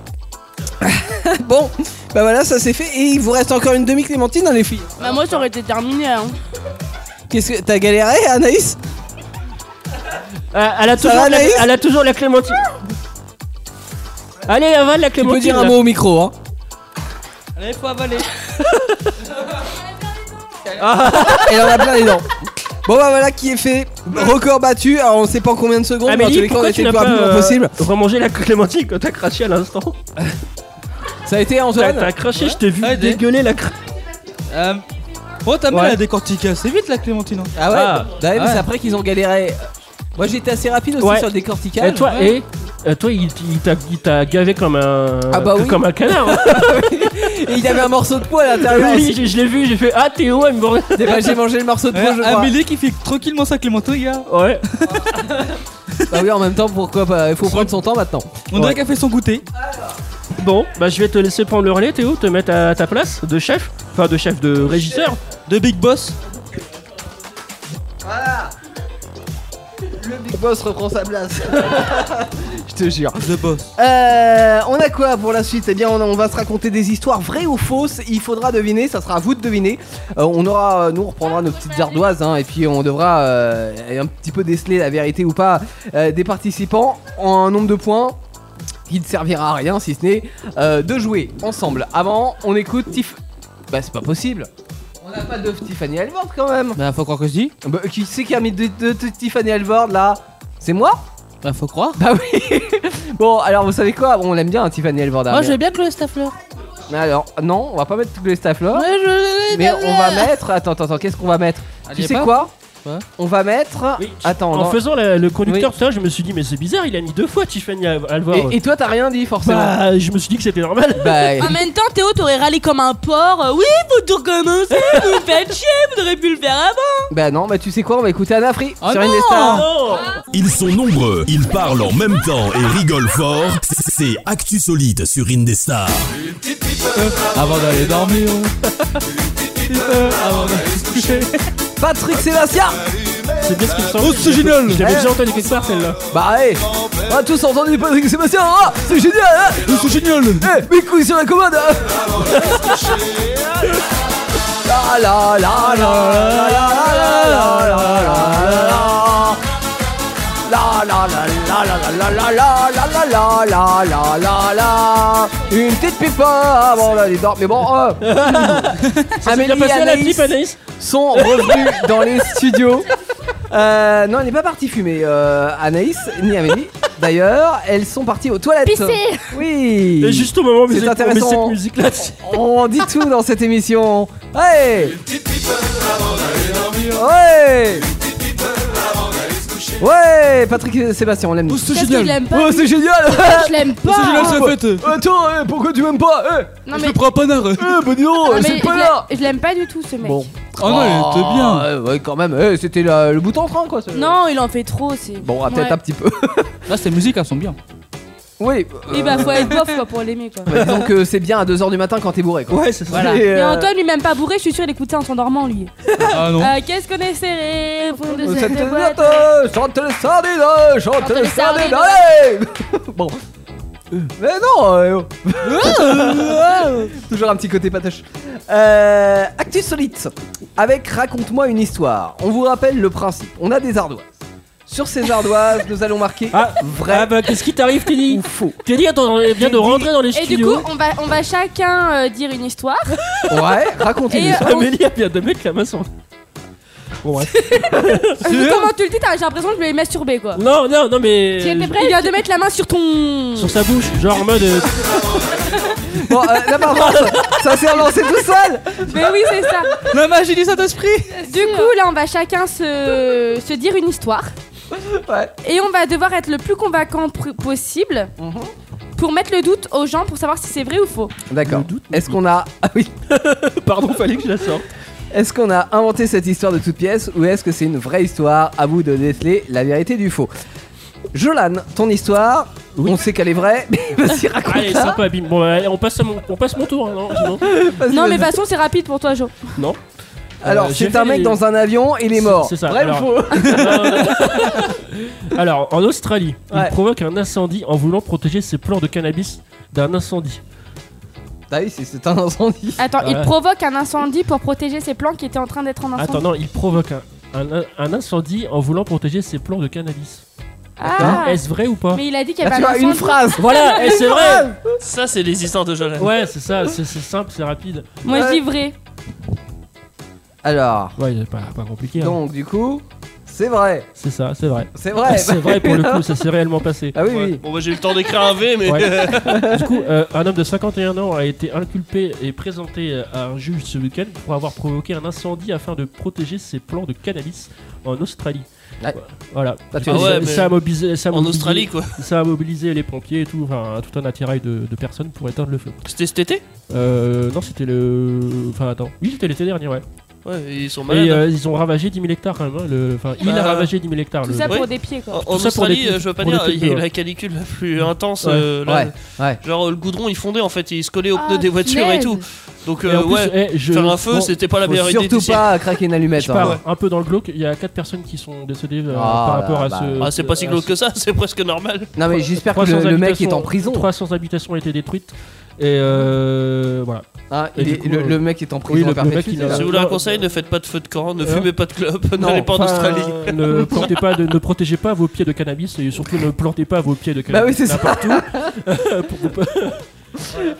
G: bon, bah voilà, ça c'est fait. Et il vous reste encore une demi-clémentine, hein, les filles.
J: Bah moi j'aurais été terminé. hein.
G: Qu'est-ce que t'as galéré, Anaïs
B: Euh, elle, a toujours
G: va,
B: la,
G: Anaïs
B: elle a toujours la clémentine. Allez, avale la
G: Tu
B: clémentine.
G: peux dire un
B: là.
G: mot au micro, hein.
I: Allez, faut avaler.
G: Elle en a plein les dents. Bon bah voilà qui est fait. Record battu. Alors on sait pas en combien de secondes. mais en tous
B: Amélie,
G: les cas, on
B: Ah, pourquoi
G: était
B: tu
G: le
B: n'as
G: plus
B: pas
G: rapidement
B: euh,
G: possible.
B: remangé la clémentine quand t'as craché à l'instant
G: Ça a été
B: T'as
G: Antoine.
B: t'as craché, je t'ai vu
I: Ouais, des-
B: dégueuler la cra...
I: Euh, Oh, ta mère
B: Ouais.
I: elle a décortiqué assez vite la Clémentine. hein.
G: Ah ouais.
B: Ah.
G: Bah ouais, mais
I: Ouais.
G: c'est après qu'ils ont galéré. Moi j'étais assez rapide aussi
B: Ouais.
G: sur le décortiquage.
B: Et Eh, toi,
I: ouais.
B: et euh, toi, il t- il t'a- il t'a gavé comme un
G: Ah bah oui.
B: comme un canard. hein.
G: Et il y avait un morceau de poids à l'intérieur.
B: oui, je, je l'ai vu, j'ai fait ah Théo, elle me mord-
G: Et bah, j'ai mangé le morceau de poids, je
I: Ouais,
G: crois.
I: Amélie qui fait tranquillement sa Clémentine, gars.
B: Ouais.
G: Bah oui, en même temps, pourquoi pas Il faut prendre son temps maintenant.
I: On dirait qu'elle fait son goûter.
B: Bon, bah je vais te laisser prendre le relais, Théo, te mettre à ta place de chef, enfin de chef de régisseur.
I: De Big Boss.
G: Voilà. Le Big Boss reprend sa place. Je te jure.
I: The boss.
G: Euh, on a quoi pour la suite Eh bien, on, a- on va se raconter des histoires vraies ou fausses. Il faudra deviner, ça sera à vous de deviner. Euh, on aura, euh, nous, on reprendra nos petites ardoises hein, et puis on devra euh, un petit peu déceler la vérité ou pas euh, des participants en un nombre de points qui ne servira à rien si ce n'est euh, de jouer ensemble. Avant, on écoute Tiff. Bah, c'est pas possible. On n'a pas de Tiffany Elvord quand même.
I: Bah, faut croire que je dis.
G: Bah, qui c'est qui a mis de, de- de Tiffany Elvord là C'est moi
I: Bah, faut croire.
G: Bah oui Bon, alors vous savez quoi Bon, On l'aime bien hein, Tiffany Elvord.
I: Moi, je vais bien Chloé Staffler.
G: Mais alors, non, on va pas mettre tous les staffs là.
I: Moi, je
G: mais on va mettre. Attends, attends, attends, qu'est-ce qu'on va mettre
I: Ah,
G: Tu
I: y a
G: sais
I: pas
G: quoi
I: Quoi
G: On va mettre.
B: Oui, tu-
G: Attends,
B: En
G: non.
B: faisant la- le conducteur tout à l'heure, je me suis dit, mais c'est bizarre, il a mis deux fois Tiffany Alvar.
G: Et, et toi, t'as rien dit forcément
B: Bah, je me suis dit que c'était normal.
G: Bah,
J: En même temps, Théo, t'aurais râlé comme un porc. euh, oui, vous tout recommencez, vous me faites chier, vous auriez pu le faire avant.
G: bah non, bah tu sais quoi On va écouter Anna Free
I: Oh
G: sur
I: non
G: Indestar.
B: Oh
C: Ils sont nombreux, ils parlent en même temps et rigolent fort. C'est Actu Solide sur Indestar.
I: Avant d'aller dormir. Avant d'aller se coucher.
G: Patrick Sébastien
B: C'est bien ce qu'il me semble.
I: Oh, c'est génial
B: Je l'avais
G: Eh.
B: déjà entendu quelque part celle-là.
G: Bah, ouais On a tous entendu Patrick Sébastien ah, C'est génial hein
I: C'est génial
G: Eh, mes couilles sur la commode hein. La la la la la la la la la la la. La la la la la la la la la la la la la la la. Une petite pipa Bon là les dents mais bon euh,
B: Il a
G: Amélie
B: passé à la
G: Anaïs
B: pipe, Anaïs
G: sont revenus dans les studios Euh, non, elle n'est pas partie fumer, euh, Anaïs ni Amélie. D'ailleurs, elles sont parties aux toilettes.
A: Pisser.
G: Oui.
B: Et juste au moment où
G: C'est
B: vous êtes- on met
G: intéressant.
B: cette musique-là, c'est-
G: On dit tout dans cette émission. Ouais. Ouais. Ouais, Patrick et Sébastien, on l'aime.
I: Oh, c'est
J: Qu'est-ce qu'il
I: génial
J: aime pas
G: Oh, c'est génial.
A: Je l'aime
I: Oh, C'est
A: pas.
I: génial, c'est la fête
G: Attends, eh, pourquoi tu m'aimes pas Eh,
A: Non
I: Je
A: mais,
I: le prends pas nard
G: eh, bah dis donc,
A: non, mais
G: c'est
A: je
G: pas
A: l'ai-
G: là.
A: je l'aime pas du tout ce mec.
G: Bon.
I: Oh non, il était bien
G: Ah, ouais, quand même. Eh, c'était la- le bout en train, quoi. ce-
J: Non, il en fait trop, c'est.
G: Bon, ah, peut-être
A: Ouais.
G: un petit peu.
I: Là, ces musiques, elles sont bien.
G: oui.
J: Oui, bah, faut être bof quoi, pour l'aimer quoi.
G: Bah, disons que c'est bien à 2h du matin quand t'es bourré, quoi.
I: Ouais, c'est ça.
G: Et,
J: Et
G: euh,
J: Antoine, lui, même pas bourré, je suis sûr, il écoutait en s'endormant, lui.
I: Ah non.
J: Euh, Qu'est-ce qu'on est serré au fond de
G: Cette
J: cette
G: note,
J: boîte
G: euh, chante le sardine, euh, chante le
A: le
G: sardine,
A: sardine,
G: allez Bon. Mais non euh, Toujours un petit côté patoche. Euh, Actu solide. Avec Raconte-moi une histoire. On vous rappelle le principe. On a des ardoises. Sur ces ardoises, nous allons marquer
B: Ah,
G: vrai
B: ah bah qu'est-ce qui t'arrive, Teddy
G: ou faux.
B: Teddy attends, elle vient de rentrer dans les
J: Et du
B: studios.
J: coup, on va, on va chacun euh, dire une histoire.
G: Ouais, racontez une
J: Et, euh,
G: histoire.
J: on-
B: Amélie elle vient de mettre la main sur. Bon, bref.
J: Comment tu le dis, t'as- j'ai l'impression que je vais masturber quoi.
B: Non, non, non, mais.
J: Tu étais prêt Il vient de mettre la main sur ton.
B: Sur sa bouche, genre en mode. euh,
G: Bon, euh, là, par contre, ça- ça s'est relancé tout seul
J: Mais oui, c'est ça.
I: La magie du Saint-Esprit
J: Du
A: hein.
J: coup, là, on va chacun se, se dire une histoire.
G: Ouais.
J: Et on va devoir être le plus convaincant pr- possible
G: Mhm.
J: pour mettre le doute aux gens pour savoir si c'est vrai ou faux.
G: D'accord.
B: Le doute,
G: Est-ce qu'on a. Ah oui.
B: Pardon, fallait que je la sorte.
G: Est-ce qu'on a inventé cette histoire de toute pièce ou est-ce que c'est une vraie histoire À vous de déceler la vérité du faux. Jolan, ton histoire,
B: Oui.
G: on sait qu'elle est vraie, mais vas-y, raconte
B: Allez, sympa, bim. Bon, allez, on passe, à mon, on passe mon tour, hein, non, sinon.
J: Non, mais de toute façon, c'est rapide pour toi, Jo.
B: Non.
G: Alors,
B: Euh, j'ai
G: c'est un
B: fait
G: mec
B: les-
G: dans un avion, il est
B: C'est-
G: mort.
B: c'est ça,
G: Vrai ou
B: alors.
G: faux
B: Euh, Alors, en Australie,
G: Ouais.
B: il provoque un incendie en voulant protéger ses plants de cannabis d'un incendie.
G: Ah oui, c'est- c'est un incendie.
J: Attends, il
B: Ouais.
J: provoque un incendie pour protéger ses plants qui étaient en train d'être en incendie.
B: Attends, non, il provoque un, un, un incendie en voulant protéger ses plants de cannabis.
J: ah,
B: Est-ce vrai ou pas
J: mais il a dit qu'il y
G: Ah, tu
J: avait un
G: vois,
J: incendie.
G: une phrase
B: Voilà, et c'est vrai
H: Eh, Ça, c'est les histoires de Jolan.
B: Ouais, c'est ça, c'est c'est simple, c'est rapide.
J: Moi, je dis vrai.
B: Oh,
G: Alors,
B: Ouais, pas, pas compliqué. hein.
G: donc du coup, c'est vrai.
B: C'est ça, c'est vrai.
G: C'est vrai.
B: Ah, C'est vrai pour le coup, ça s'est réellement passé.
G: Ah oui,
H: Ouais.
G: oui.
H: Bon, bah, j'ai eu le temps d'écrire un V, mais.
B: Ouais. Du coup, euh, un homme de 51 ans a été inculpé et présenté euh, à un juge ce week-end pour avoir provoqué un incendie afin de protéger ses plants de cannabis en Australie.
G: Ouais.
B: Voilà.
G: Ah, tu
B: Et
H: vois,
B: ça,
H: ouais,
B: ça a
H: mais
B: mobilisé, ça a
H: En
B: mobilisé-
H: Australie, quoi.
B: ça a mobilisé les pompiers et tout, enfin tout un attirail de, de personnes pour éteindre le feu.
H: C'était cet été
B: Euh, non, c'était le. Enfin, attends. Oui, c'était l'été dernier, ouais.
H: Ouais, ils sont malades. hein.
B: Et euh, ils ont ravagé 10 000 hectares quand même. hein, le- Enfin, il
H: Bah,
B: a ravagé 10 000 hectares.
J: Tout
B: le-
J: ça
H: Ouais.
J: pour des pieds,
H: En,
J: quoi.
A: Oh,
H: en
B: Tout ça pour
H: Australie,
B: des-
H: euh, je veux pas
B: pour
H: dire, il
B: des
H: y a eu
B: cultures.
H: la canicule la plus intense.
B: Ouais.
H: euh, là.
G: Ouais, ouais.
H: Genre euh, le goudron, il fondait en fait, il se collait au
A: Ah,
H: pneu des voitures et
A: punaise.
H: tout. Donc
B: Et
H: euh,
B: en plus,
H: ouais,
B: eh, je-
H: faire un feu,
B: bon,
H: c'était pas la
G: Faut
H: meilleure idée
G: surtout
H: du siècle.
G: pas craquer une allumette.
B: Je
G: hein.
B: pars un peu dans le glauque. Il y a 4 personnes qui sont décédées euh,
G: Ah,
B: par
G: là,
B: rapport à
G: bah.
B: ce.
H: Ah, c'est pas si
B: à
H: glauque
B: ce-
H: que ça, c'est presque normal.
B: Euh,
G: Non mais j'espère que
B: 300
G: le, le mec est
B: habitations-
G: en prison.
B: 300 habitations ont été détruites. Et euh, voilà.
G: Hein,
B: Et
G: il
B: du
G: est-
B: coup,
G: le,
B: euh,
G: le mec est en prison
B: le-
G: à
B: le
G: perpétuité,
B: mec, il a-
G: là.
H: Si
B: Euh,
H: vous voulez un
B: non.
H: conseil, ne faites pas de feu de camp, ne
B: Non.
H: fumez pas de clope,
G: Non,
H: n'allez pas en
G: pas-
H: Australie.
B: Euh, ne plantez pas de, ne protégez pas vos pieds de cannabis et surtout ne plantez pas vos pieds de
G: Bah oui
B: cannabis.
G: c'est ça.
B: Pour- pour-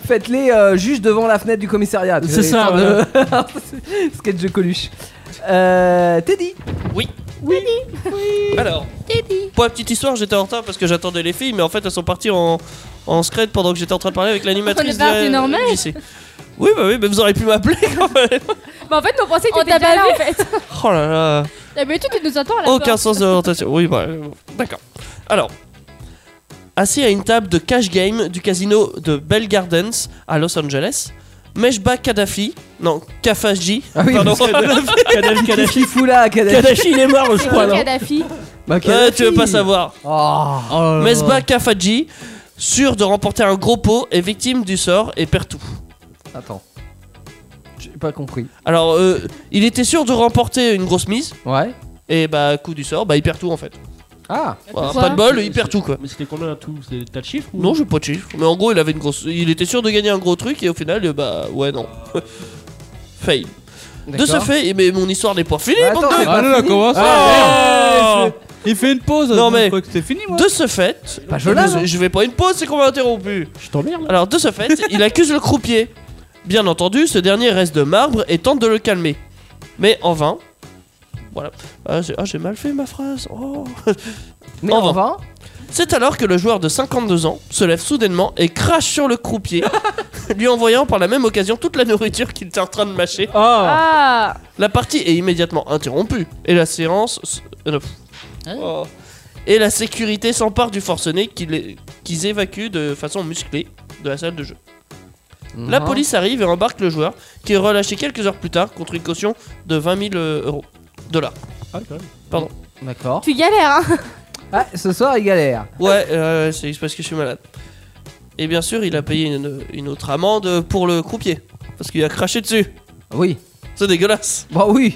G: Faites-les euh, juste devant la fenêtre du commissariat. tu sais,
B: C'est ça,
G: histoire de- Sketch de Coluche. Euh, Teddy.
H: Alors, pour la petite histoire, j'étais en retard parce que j'attendais les filles, mais en fait, elles sont parties en, en scred pendant que j'étais en train de parler avec l'animatrice.
A: On est parti
H: de-
A: normal.
H: du lycée. Oui, bah oui, mais vous auriez pu m'appeler quand même.
J: Mais Bah, en fait, on pensait que
A: On t'a
J: t'étais déjà
A: pas
J: là,
A: vu.
J: en fait.
H: Oh là là.
A: D'habitude, tu nous entends à la
H: Aucun
A: porte.
H: sens de l'orientation. Oui, bah, euh, d'accord. Alors, assis à une table de cash game du casino de Bell Gardens à Los Angeles, Meshba Kadhafi, non, Kafaji,
G: Ah oui,
H: pardon,
B: Kadhafi,
G: Qu'est-ce
B: Kadhafi,
G: qu'il fout là, Kadhafi
B: Kadhafi, il est mort, je crois. non
J: Kadhafi.
G: Bah,
H: Euh,
G: Kadhafi.
H: tu veux pas savoir.
G: Oh.
H: Mesba Kafaji, sûr de remporter un gros pot, est victime du sort et perd tout.
G: Attends. J'ai pas compris.
H: Alors, euh, il était sûr de remporter une grosse mise,
G: Ouais.
H: et bah, coup du sort, bah, il perd tout en fait.
G: Ah.
H: Voilà,
A: Quoi
H: pas de bol, il perd tout quoi.
B: Mais c'était combien tout C'est- T'as le chiffre ou-
H: Non, j'ai pas de chiffre. Mais en gros, il avait une grosse. Il était sûr de gagner un gros truc et au final, euh, bah ouais, non. Fail. De ce
G: D'accord.
H: fait, mais mon histoire n'est pas finie.
G: Bah,
H: bande
G: attends,
H: de-
G: c'est pas
I: Ah non, non,
G: fini.
I: comment ça
H: Ah,
I: Ouais, Il fait une pause.
H: Non,
I: donc
H: mais-
I: Je crois que c'était fini, moi.
H: De ce fait,
G: Pas Jolan, hein.
H: je vais pas une pause, c'est qu'on m'a interrompu.
B: Je t'emmerde.
H: Alors, de ce fait, il accuse le croupier. Bien entendu, ce dernier reste de marbre et tente de le calmer. Mais en vain. Voilà. Ah, j'ai ah, j'ai mal fait ma phrase. Oh.
G: Mais
H: Au
G: on
H: revoir.
G: va.
H: C'est alors que le joueur de 52 ans se lève soudainement et crache sur le croupier, lui envoyant par la même occasion toute la nourriture qu'il était en train de mâcher.
B: Ah
J: Ah
H: La partie est immédiatement interrompue et la séance. s- euh, non. Oh. Et la sécurité s'empare du forcené qui les- qu'ils évacuent de façon musclée de la salle de jeu.
G: Mhm.
H: La police arrive et embarque le joueur qui est relâché quelques heures plus tard contre une caution de 20 000 euros. Dollars.
B: Ah, quand même.
G: D'accord.
J: Tu galères, hein
G: Ah, ce soir il galère.
H: Ouais, euh, c'est parce que je suis malade. Et bien sûr, il a payé une, une autre amende pour le croupier. Parce qu'il a craché dessus.
G: Oui.
H: C'est dégueulasse.
G: Bah oui.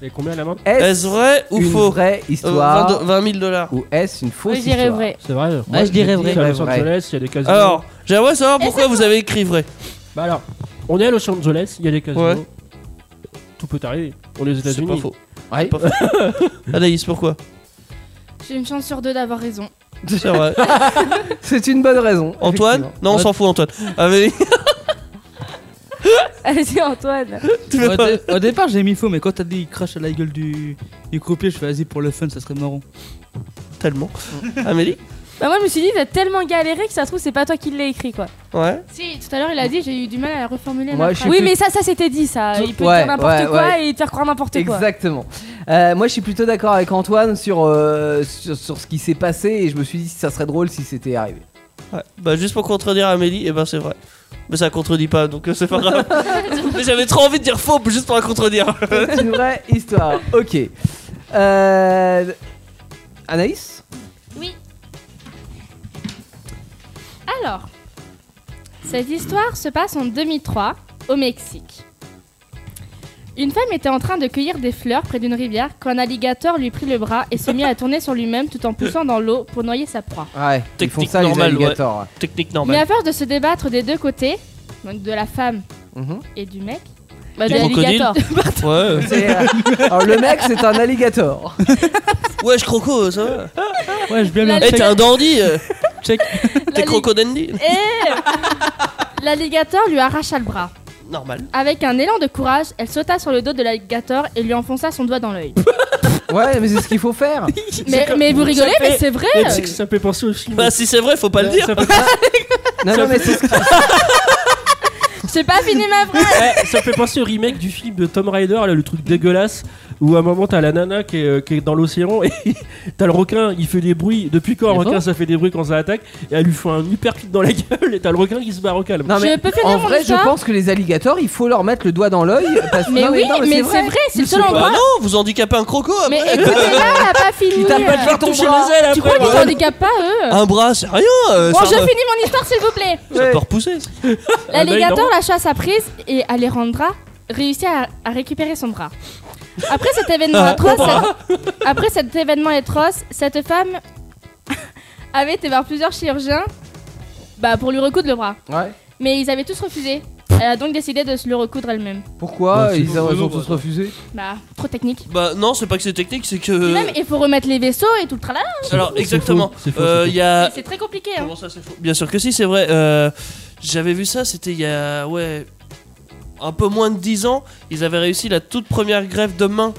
B: Et combien la main
G: Est-ce
H: Est-ce vrai ou
G: une
H: faux
G: vraie
H: Euh,
G: histoire
H: 20 do- 20 000 dollars.
G: ou est-ce une fausse
A: Oui, j'irai
G: histoire
A: vrai.
B: C'est vrai.
I: je dirais
B: dis que
I: vrai.
B: c'est à Los
G: Vrai, vrai.
B: Angeles, il y a des casinos.
H: Alors, j'aimerais savoir pourquoi vous avez écrit vrai.
B: Bah alors, on est à Los Angeles, il y a des casinos.
H: Ouais.
B: Tout peut arriver. On est aux
H: C'est pas
B: États-Unis.
H: faux.
G: Ouais.
H: Pas faux. Anaïs, pourquoi
A: J'ai une chance sur deux d'avoir raison.
H: C'est vrai.
G: C'est une bonne raison.
H: Antoine
G: effectivement.
A: Euh,
H: Non, on s'en fout, Antoine. Ah, mais-
J: Allez-y, Antoine.
I: Au, dé- au départ, j'ai mis faux, mais quand t'as dit il crache à la gueule du, du croupier, je fais vas-y pour le fun, ça serait marrant.
H: Tellement. Amélie
J: Bah, moi, je me suis dit, t'as tellement galéré que ça se trouve, c'est pas toi qui l'as écrit, quoi.
H: Ouais.
A: Si, tout à l'heure, il a dit, j'ai eu du mal à reformuler
G: Moi,
A: ma
G: je
A: phrase.
G: suis
J: Oui,
G: plus-
J: mais ça, ça c'était dit, ça. Il peut
G: Ouais,
J: dire n'importe
G: ouais,
J: quoi
G: ouais.
J: et te faire croire n'importe quoi.
G: Exactement. Euh, moi, je suis plutôt d'accord avec Antoine sur, euh, sur, sur ce qui s'est passé et je me suis dit si ça serait drôle si c'était arrivé.
H: Ouais. Bah, juste pour contredire Amélie, et ben c'est vrai. Mais ça contredit pas, donc euh, c'est pas grave. mais j'avais trop envie de dire faux juste pour la contredire.
G: C'est une vraie histoire. Ok. Euh, Anaïs
A: Oui. Alors, cette histoire se passe en 2003, au Mexique. Une femme était en train de cueillir des fleurs près d'une rivière quand un alligator lui prit le bras et se mit à tourner sur lui-même tout en poussant dans l'eau pour noyer sa proie.
G: Ouais. Ils font
H: Technique
G: ça
H: normale,
G: les alligators.
H: Technique
A: Mais
H: normale.
A: à force de se débattre des deux côtés, donc de la femme
G: Mhm.
A: et du mec,
J: Bah,
H: Du
J: t'as
H: crocodile.
J: l'alligator.
H: Ouais.
G: C'est, euh, alors, le mec, c'est un alligator.
H: ouais, je croco, ça va.
I: Ouais, je bien
J: La-
I: le
H: Eh, t'es un dandy. euh.
I: check.
H: T'es
A: L'alli-
H: croco dandy.
A: l'alligator lui arracha le bras.
H: Normal.
A: Avec un élan de courage, elle sauta sur le dos de l'alligator et lui enfonça son doigt dans l'œil.
G: Ouais, mais c'est ce qu'il faut faire.
A: mais, mais vous rigolez,
B: Ça fait-
A: mais c'est vrai
B: Mais tu sais que ça me fait penser au film.
H: Bah, si c'est vrai, faut pas le dire.
B: Ça me fait-
G: Non, non, mais c'est ce qu'il-
A: J'ai pas fini ma phrase.
B: Eh, ça me fait penser au remake du film de Tom Rider, là, le truc dégueulasse, où à un moment t'as la nana qui est, euh, qui est dans l'océan et t'as le requin, il fait des bruits. Depuis quand un requin ça fait des bruits quand ça attaque Et elle lui fout un uppercut dans la gueule et t'as le requin qui se barre au calme.
G: Non, mais en vrai, je pense que les alligators, il faut leur mettre le doigt dans l'œil. parce-
A: Mais
G: non,
A: oui,
G: non,
A: mais
G: c'est
A: c'est vrai, c'est le
G: Mais
A: seul
G: c'est
A: endroit.
H: Bah non, vous handicapez un croco après.
A: Mais écoutez-la, elle a pas fini. euh.
H: t'a pas fait toucher les ailes
A: Tu
H: après,
A: crois qu'ils
H: ouais.
A: handicapent pas eux
H: Un bras, c'est rien. euh,
A: Bon,
H: ça Ah,
A: je
H: re-
A: finis mon histoire s'il vous plaît.
H: Ça peut repousser. ça.
A: L'alligator la chasse à prise et Alejandra réussit à, à récupérer son bras. Après cet événement
H: Ah,
A: atroce,
H: mon bras.
A: cette- après cet événement atroce, cette femme avait été voir plusieurs chirurgiens bah, pour lui recoudre le bras.
G: Ouais.
A: Mais ils avaient tous refusé. Elle a donc décidé de se le recoudre elle-même.
G: Pourquoi
H: Ouais, c'est
G: ils,
H: bon,
G: ont- ils
H: bon,
G: ont
H: bon,
G: tous refusé
A: Bah, trop technique.
H: Bah non, c'est pas que c'est technique, c'est
A: Et
H: que.
A: Même, il faut remettre les vaisseaux et tout le tralala.
H: Alors
B: C'est faux,
H: exactement.
B: c'est faux, c'est
H: Euh,
B: faux.
H: Il y a
A: C'est très compliqué. hein.
H: Comment ça, c'est faux Bien sûr que si, c'est vrai. Euh, J'avais vu ça, c'était il y a. Ouais. Un peu moins de 10 ans. Ils avaient réussi la toute première grève de main.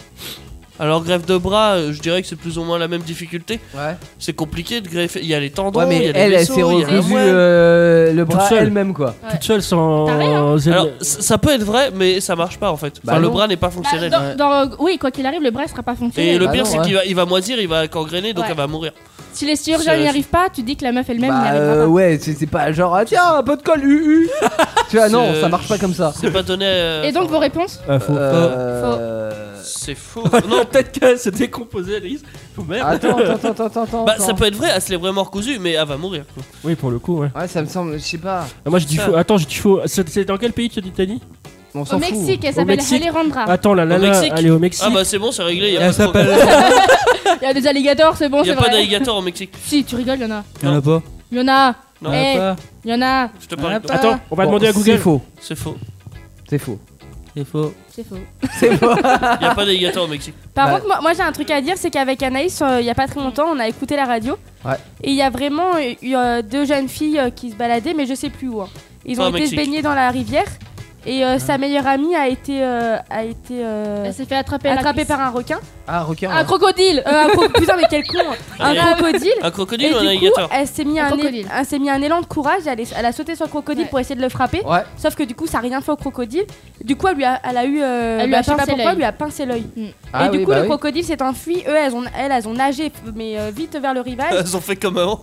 H: Alors, grève de bras, euh, je dirais que c'est plus ou moins la même difficulté.
G: Ouais.
H: C'est compliqué de greffer. Il y a les tendons,
G: Ouais,
H: Oh, il
G: mais
H: y a les
G: elle, elle
H: vaisseaux,
G: s'est
H: il y a la
G: recousue
H: moelle.
G: euh, le
B: Toute
G: bras
B: seule.
G: elle-même, quoi.
B: Toute seule sans.
A: T'as rien.
B: sans-
H: Alors, c- ça peut être vrai, mais ça marche pas en fait.
G: Bah
H: Enfin, le
G: non.
H: bras n'est pas
A: Bah,
H: fonctionnel.
A: dans- dans- oui, quoi qu'il arrive, le bras il sera pas
H: Et
A: fonctionnel.
H: le
G: Bah
H: pire,
G: non,
H: c'est
G: ouais.
H: qu'il va, il va moisir, il va gangréner, donc
A: Ouais.
H: elle va mourir.
A: Si les chirurgiens
H: C'est-
A: n'y arrivent pas, tu dis que la meuf elle-même n'y
G: Bah,
A: arrivera
G: euh,
A: pas.
G: ouais, c'est c'est pas genre, ah tiens, un peu de colle, UU. tu vois, non,
H: C'est-
G: ça marche pas comme ça.
H: C'est pas donné. euh,
A: Et donc
H: enfin,
A: vos réponses
B: Ah, faut-
G: Euh,
H: C'est faux.
B: Non,
H: non,
B: peut-être qu'elle s'est décomposée, Alice. Ou merde.
G: Attends, attends, attends, attends, attends.
H: bah, ça peut être vrai, elle se l'est vraiment recousue, mais elle va mourir.
B: Oui, pour le coup, ouais.
G: Ouais, ça me semble, je sais pas.
B: Ah, Moi, je dis
H: Ça.
B: faux. Attends, je dis faux. C'est c'est dans quel pays tu as dit, Tani
G: On
A: Au
G: s'en fout.
A: Mexique, elle
B: Au
A: s'appelle
B: Mexique.
A: Alejandra.
B: Ah. Attends, la nana,
H: Mexique
B: elle est au Mexique.
H: Ah bah c'est bon, c'est réglé. Il y a
I: Elle
H: pas, de problème.
I: s'appelle.
A: Il y a des alligators, c'est bon,
H: Y
A: c'est
H: a pas
A: vrai.
H: d'alligator au Mexique.
A: Si, tu rigoles, il y en a.
I: Y'en a pas.
A: Il y en a.
I: Y'en
H: Non.
I: a
A: Eh.
I: pas.
A: Il y en a.
H: Je te parle.
G: Ah.
B: Attends, on va
G: Bon,
B: demander à Google.
G: C'est faux.
H: C'est faux.
G: C'est faux.
I: C'est faux.
A: C'est faux.
G: C'est faux.
H: Y a pas d'alligator au Mexique.
J: Par
G: Bah.
J: contre, moi, moi, j'ai un truc à dire, c'est qu'avec Anaïs, euh, il y a pas très longtemps, on a écouté la radio.
G: Ouais.
J: Et il y a vraiment eu eu, euh, deux jeunes filles euh, qui se baladaient, mais je sais plus où. hein. Ils ont
H: Pas au
J: été
H: Mexique.
J: se baigner dans la rivière. Et
I: Ah.
J: euh, sa meilleure amie a été, euh, a été euh,
A: Elle s'est fait attraper à la
J: attrapée
A: cuisse.
J: par un requin.
G: Ah, requin.
A: un crocodile.
J: Euh, un cro- Putain, mais quel con hein. Un
H: Allez.
J: crocodile
H: Un
J: Et
H: crocodile ou un
J: du coup,
H: alligator
J: elle s'est mis,
A: Un
J: un é-
A: crocodile.
J: elle s'est mis un élan de courage, elle, est- elle a sauté sur le crocodile
A: Ouais.
J: pour essayer de le frapper.
G: Ouais.
J: Sauf que du coup, ça n'a rien fait au crocodile. Du coup, elle, lui a, elle a eu. euh,
A: Elle lui
J: bah,
A: a
J: je sais pas
A: pincé
J: pourquoi,
A: l'œil.
J: elle lui a pincé l'œil.
G: Ah
J: et du
G: oui,
J: coup,
G: bah
J: le
G: oui.
J: crocodile s'est enfui. Eux, elles ont, elles, elles ont nagé, mais euh, vite vers le rivage.
H: Elles ont fait comme avant.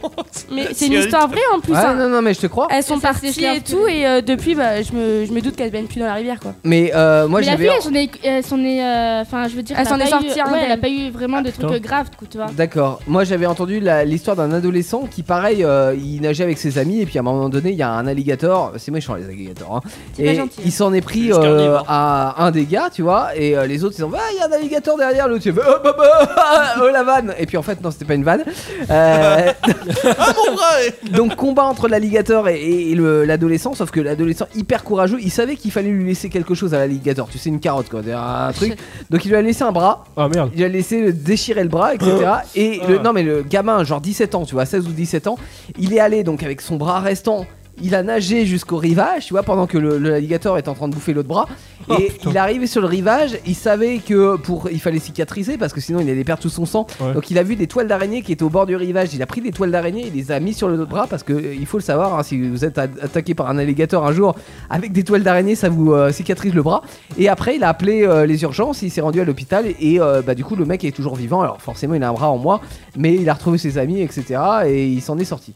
J: mais c'est une histoire vraie en plus.
G: Ouais,
J: hein.
G: non, non, mais je te crois.
J: Elles sont
A: Et ça,
J: parties
A: c'est
J: et tout, et euh, depuis, bah, je, me, je me doute qu'elles baignent plus dans la rivière. quoi.
G: Mais euh, moi,
A: Mais la
G: j'avais.
A: fille, elle s'en est. Elle s'en est. euh, Enfin, je veux dire.
J: Elle
A: t'as
J: s'en
A: pas
J: est
A: eu-
J: sortie, hein,
A: ouais, Elle a
J: d'elle.
A: pas eu vraiment de
B: putain.
A: trucs graves, tu vois.
G: D'accord. Moi, j'avais entendu la- l'histoire d'un adolescent qui, pareil, euh, il nageait avec ses amis et puis à un moment donné, il y a un alligator. C'est méchant les alligators. Hein,
J: C'est pas
G: et
J: gentil.
G: il s'en est pris
H: Juste un
G: euh,
H: livre.
G: à un des gars, tu vois. Et euh, les autres, ils ont, ah, il y a un alligator derrière. L'autre, il fait, oh, bah, bah, oh, la vanne. Et puis en fait, non, c'était pas une vanne. Euh,
H: Ah mon bras eh.
G: Donc combat entre l'alligator et, et le- l'adolescent, sauf que l'adolescent hyper courageux, il savait qu'il fallait lui laisser quelque chose à l'alligator, tu sais une carotte quoi, un truc. Donc il lui a laissé un bras,
B: Ah merde.
G: il lui a laissé le- déchirer le bras, etc.
B: Ah.
G: Et le, non mais le gamin, genre 17 ans, tu vois, 16 ou 17 ans, il est allé donc avec son bras restant. Il a nagé jusqu'au rivage, tu vois, pendant que le- le- l'alligator est en train de bouffer l'autre bras.
B: Oh,
G: et
B: putain.
G: il arrivait sur le rivage, il savait que pour, il fallait cicatriser parce que sinon il allait perdre tout son sang.
B: Ouais.
G: Donc il a vu des toiles d'araignée qui étaient au bord du rivage. Il a pris des toiles d'araignée, il les a mis sur le bras parce que euh, il faut le savoir, hein, si vous êtes a- attaqué par un alligator un jour avec des toiles d'araignée, ça vous euh, cicatrise le bras. Et après il a appelé euh, les urgences, il s'est rendu à l'hôpital et euh, bah, du coup le mec est toujours vivant. Alors forcément il a un bras en moins, mais il a retrouvé ses amis, etc. Et il s'en est sorti.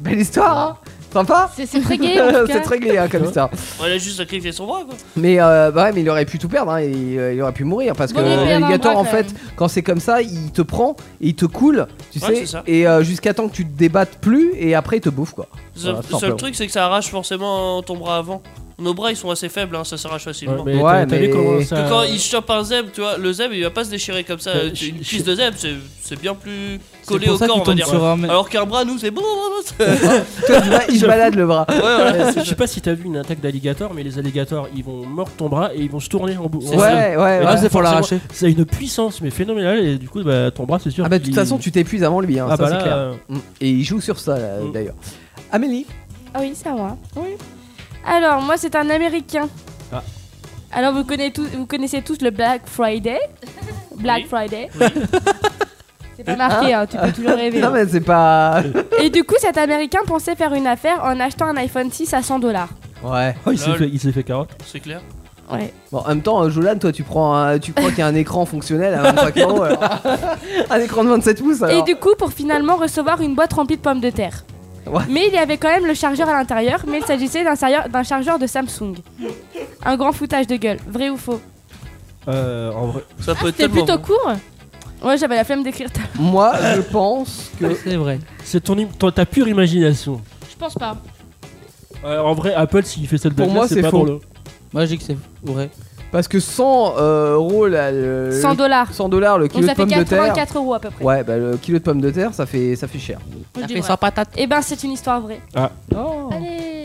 G: Belle histoire, hein sympa.
A: C'est c'est très gay. en tout cas.
G: C'est très gay hein, comme histoire.
H: Elle a juste sacrifié son bras quoi.
G: Mais euh, bah ouais, mais il aurait pu tout perdre, hein, il, euh, il aurait pu mourir parce que
A: Vaut mieux perdre un
G: l'alligator
A: bras,
G: en
A: quand
G: fait,
A: même.
G: quand c'est comme ça, il te prend et il te coule, tu
H: Ouais, c'est
G: sais,
H: ça.
G: et euh, jusqu'à temps que tu te débattes plus et après il te bouffe quoi.
H: Le
G: Voilà,
H: seul- seul
G: simplement.
H: truc, c'est que ça arrache forcément ton bras avant. Nos bras ils sont assez faibles, hein, ça s'arrache facilement.
B: Ouais, mais
G: Ouais,
B: t'as- t'as
G: mais-
B: vu comment
H: Parce
B: ça.
I: euh,
H: que quand il chope un zèbre, tu vois, le zèbre il va pas se déchirer comme ça.
B: Euh,
H: Une
B: je- je-
H: cuisse de zèbre, c'est- c'est bien plus
I: C'est
H: collé au
I: pour ça qu'il
H: corps, on va
I: tombe
H: dire.
I: sur un mec.
H: Alors qu'un bras, nous, c'est bon.
G: Toi, il va- il se balade le bras.
B: Je sais pas si t'as vu une attaque d'alligator, mais les alligators ils vont mordre ton bras et ils vont se tourner en bout.
H: C'est
G: Ouais, ouais, ouais.
I: Ah, c'est pour
B: forcément,
I: l'arracher.
B: Ça a une puissance mais phénoménale et du coup bah, ton bras c'est sûr.
G: Ah bah de toute
B: qu'il-
G: façon tu t'épuises avant lui, hein, ça
B: Ah bah
G: c'est
B: là,
G: clair.
B: euh,
G: Mm. Et il joue sur ça là,
B: Mm.
G: d'ailleurs. Amélie,
J: Ah oui, c'est à moi. Alors, moi, c'est un Américain.
B: Ah.
J: Alors, vous connaissez, tous, vous connaissez tous le Black Friday. Black
H: Oui.
J: Friday. C'est pas marqué, hein, tu peux toujours rêver.
G: non mais c'est pas.
J: Et du coup, cet Américain pensait faire une affaire en achetant un iPhone 6 à 100 dollars.
G: Ouais.
B: Oh, il s'est
H: Lol.
B: fait, il s'est fait carotte.
H: C'est clair
J: Ouais.
G: Bon, en même temps, euh, Jolan, toi, tu prends, un- tu crois qu'il y a un écran fonctionnel à 25 euros alors. Un écran de 27 pouces alors.
J: Et du coup, pour finalement recevoir une boîte remplie de pommes de terre.
G: Ouais.
J: Mais il y avait quand même le chargeur à l'intérieur, mais il s'agissait d'un chargeur, d'un chargeur de Samsung. Un grand foutage de gueule, vrai ou faux
B: Euh, en vrai.
H: Ça peut être
J: C'était
H: tellement.
J: plutôt court Ouais, j'avais la flemme d'écrire ta.
G: Moi, je pense que.
I: C'est vrai.
B: C'est ton, im- ton- ta pure imagination.
J: Je pense pas.
B: Euh, en vrai, Apple, s'il fait cette
G: Pour
B: blague-là,
G: moi, c'est
B: pas
G: faux.
B: drôle. hein.
I: Moi, je dis que c'est vrai.
G: Parce que 100 euh, euros, là, le.
J: 100 dollars.
G: 100 dollars le
J: Donc
G: kilo de
J: ça fait
G: pommes de terre.
J: 84 euros à peu près.
G: Ouais, bah le kilo de pommes de terre, ça fait, ça fait cher.
J: Je dis
I: fait
J: vrai.
I: sans patate.
J: Eh ben, c'est une histoire vraie.
G: Oh.
J: Allez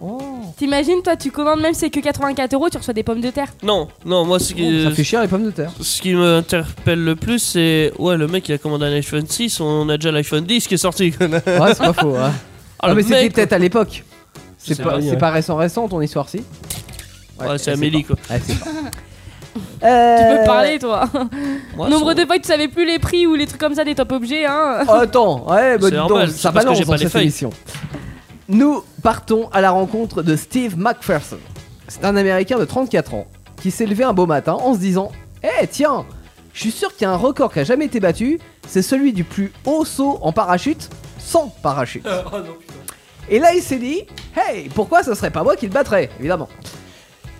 G: Oh.
J: T'imagines, toi, tu commandes même si c'est que 84 euros, tu reçois des pommes de terre.
H: Non, non, moi, ce
G: Ça fait
H: qui,
G: cher les pommes de terre.
H: ce qui m'interpelle le plus, c'est. Ouais, le mec, il a commandé un iPhone 6, on a déjà l'iPhone 10 qui est sorti. ah,
G: Ouais, c'est pas faux. hein. Ah,
H: le
G: mais c'était
H: mec,
G: peut-être à l'époque. C'est
H: sais
G: pas,
H: pas,
G: c'est
B: ouais.
G: pas récent, récent ton histoire-ci.
H: Ouais, c'est
G: elle sait
H: Amélie, quoi.
G: pas. Elle sait pas.
J: Tu
G: Euh,
J: peux parler, toi.
H: Moi,
J: Nombre
H: son-
J: de fois que tu savais plus les prix ou les trucs comme ça des top objets, hein.
G: Attends, ouais, bah
H: C'est
G: dis donc,
H: normal,
G: ça
H: c'est parce que
G: balance
H: j'ai pas
G: dans
H: les
G: cette
H: feuilles.
G: émission. Nous partons à la rencontre de Steve McPherson. C'est un Américain de 34 ans qui s'est levé un beau matin en se disant Eh tiens, je suis sûr qu'il y a un record qui a jamais été battu, c'est celui du plus haut saut en parachute sans parachute.
H: Oh,
G: Et là, il s'est dit Hey, pourquoi ce serait pas moi qui le battrais Évidemment.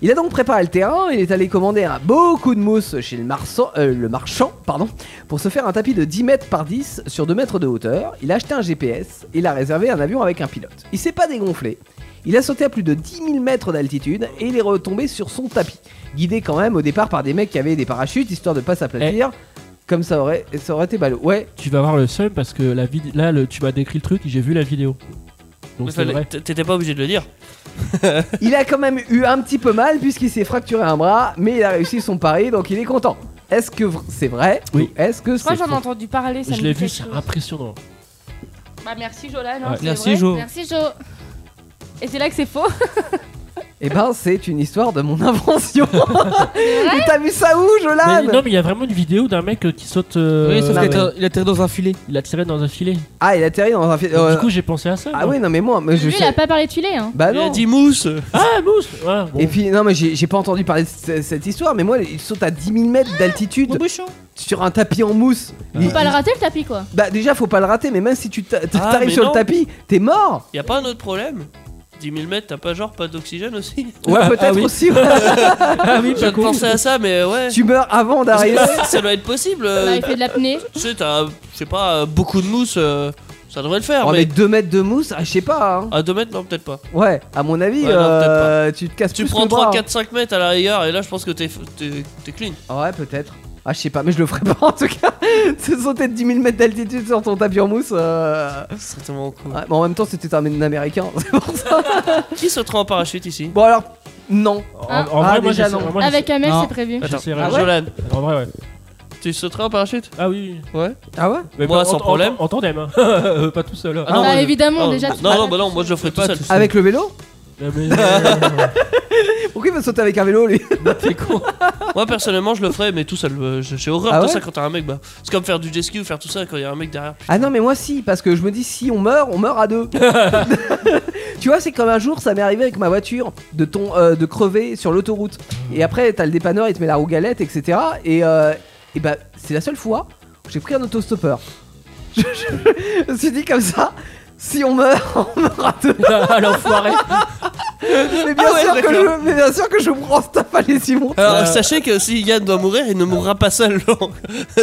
G: Il a donc préparé le terrain, il est allé commander un beau coup de mousse chez le, marsan- euh, le marchand pardon, pour se faire un tapis de 10 mètres par 10 sur 2 mètres de hauteur. Il a acheté un GPS, il a réservé un avion avec un pilote. Il s'est pas dégonflé, il a sauté à plus de 10 000 mètres d'altitude et il est retombé sur son tapis. Guidé quand même au départ par des mecs qui avaient des parachutes, histoire de pas s'aplatir, comme ça aurait, ça aurait été ballot. Ouais,
B: Tu vas voir le seum parce que la vid- là, le- tu m'as décrit le truc et j'ai vu la vidéo. Donc
H: Mais
B: c'est
H: fallait-
B: vrai.
H: t- T'étais pas obligé de le dire.
G: Il a quand même eu un petit peu mal puisqu'il s'est fracturé un bras, mais il a réussi son pari, donc il est content. Est-ce que vr- c'est vrai
B: Oui.
G: ou Est-ce que
J: Je crois
G: c'est
J: que j'en ai
G: faux
J: entendu parler. Ça me
B: Je l'ai
J: dit
B: vu,
J: quelque
B: c'est
J: chose.
B: impressionnant.
J: Bah, merci, Jolan. hein,
B: Ouais.
J: c'est
I: Merci,
J: vrai.
I: Jo.
A: Merci Jo.
J: Et c'est là que c'est faux.
G: Eh ben, c'est une histoire de mon invention. Mais t'as vu ça où,
B: Mais-
G: Jolan
B: non, mais il y a vraiment une vidéo d'un mec euh, qui saute. euh,
I: Oui, sauf
G: non,
I: qu'il
G: mais-
I: a- il a tiré dans un filet.
B: Il a tiré dans un filet.
G: Ah, il atterrit dans un. fi-
B: Donc,
G: euh,
B: Du coup, j'ai pensé à ça.
G: ah
B: moi.
G: oui, non mais moi, mais je
A: Lui, il
G: sais.
A: a pas parlé de filet, hein.
G: Bah
H: Il a
G: non.
H: dit mousse
B: Ah, mousse Ouais, bon.
G: Et puis non mais j'ai j'ai pas entendu parler de ce- cette histoire, mais moi, il saute à 10 000 mètres d'altitude
A: bouchon.
G: sur un tapis en mousse. Il-
A: Faut pas le rater le tapis, quoi.
G: Bah déjà, faut pas le rater, mais même si tu t'a-
H: Ah,
G: t'arrives
H: mais
G: sur
H: non.
G: le tapis, t'es mort.
H: Y a pas un autre problème 10 000 mètres, t'as pas genre pas d'oxygène aussi
G: Ouais,
B: Ah,
G: peut-être
B: oui.
G: aussi. ouais.
B: Ah oui,
H: Je
B: pas con.
H: pensais à ça, mais ouais.
G: tu meurs avant d'arriver.
H: ça doit être possible.
A: On
H: euh,
A: avait Bah, fait de l'apnée.
H: Tu sais, t'as, je sais pas, euh, beaucoup de mousse, euh, ça devrait le faire,
G: Oh, mais
H: mais
G: 2 mètres de mousse, ah, je sais pas. hein.
H: à 2 mètres, non, peut-être pas.
G: Ouais, à mon avis,
H: Ouais, non,
G: euh, tu te casses
H: Tu
G: plus
H: prends
G: le bras.
H: 3, 4, 5 mètres à la rigueur, et là, je pense que t'es, t'es, t'es clean.
G: hein. Ouais, peut-être. Ah, je sais pas, mais je le ferai pas en tout cas. Se sauter de 10 000 mètres d'altitude sur ton tapis en mousse. euh,
H: C'est tellement cool.
G: Ouais, mais en même temps, c'était un américain, c'est pour ça.
H: Qui sauterait en parachute ici
G: Bon, alors, non.
B: En,
A: Ah.
B: en vrai,
G: Ah,
B: moi,
G: déjà,
B: j'essaie-
G: non.
B: moi,
A: Avec Amel,
I: Non.
A: c'est prévu.
H: Attends,
B: j'essaierai. Ah ouais
H: Jolan,
B: j'essaie- En vrai, ouais.
H: tu sauterais en parachute
B: Ah oui.
H: Ouais.
G: Ah ouais
B: Mais
H: Moi,
B: pas-
H: sans
B: en- en-
H: problème.
B: En tandem, hein. Euh, pas tout seul. hein.
H: Ah non,
A: bah,
H: moi, je-
A: évidemment,
H: Ah,
A: déjà, tu
H: Non,
A: parles
H: non,
A: pas
H: bah non,
A: tout
H: moi,
A: seul.
H: je le ferai tout
I: Pas
H: seul.
I: tout seul.
G: Avec le vélo
B: Ah, mais, euh,
G: Pourquoi il va sauter avec un vélo, lui
H: Moi, personnellement, je le ferais, mais tout seul. euh, J'ai j'ai horreur
G: Ah
H: de
G: ouais
H: ça quand t'as un mec. Bah, c'est comme faire du jet ski ou faire tout ça quand y a un mec derrière.
G: Ah non, mais moi, si, parce que je me dis, si on meurt, on meurt à deux. tu vois, c'est comme un jour, ça m'est arrivé avec ma voiture de, ton, euh, de crever sur l'autoroute. Et après, t'as le dépanneur, il te met la rougalette, etc. Et, euh, et bah, c'est la seule fois où j'ai pris un autostoppeur. Je, je- je me suis dit comme ça. Si on meurt, on meurt à deux.
B: Ah, l'enfoiré.
G: Mais bien,
H: Ah ouais,
G: sûr, que
H: d'accord.
G: je, mais bien sûr que je prends ce taf à les Simons.
H: Alors,
B: Euh,
H: sachez que si Yann doit mourir, il ne mourra pas seul. donc,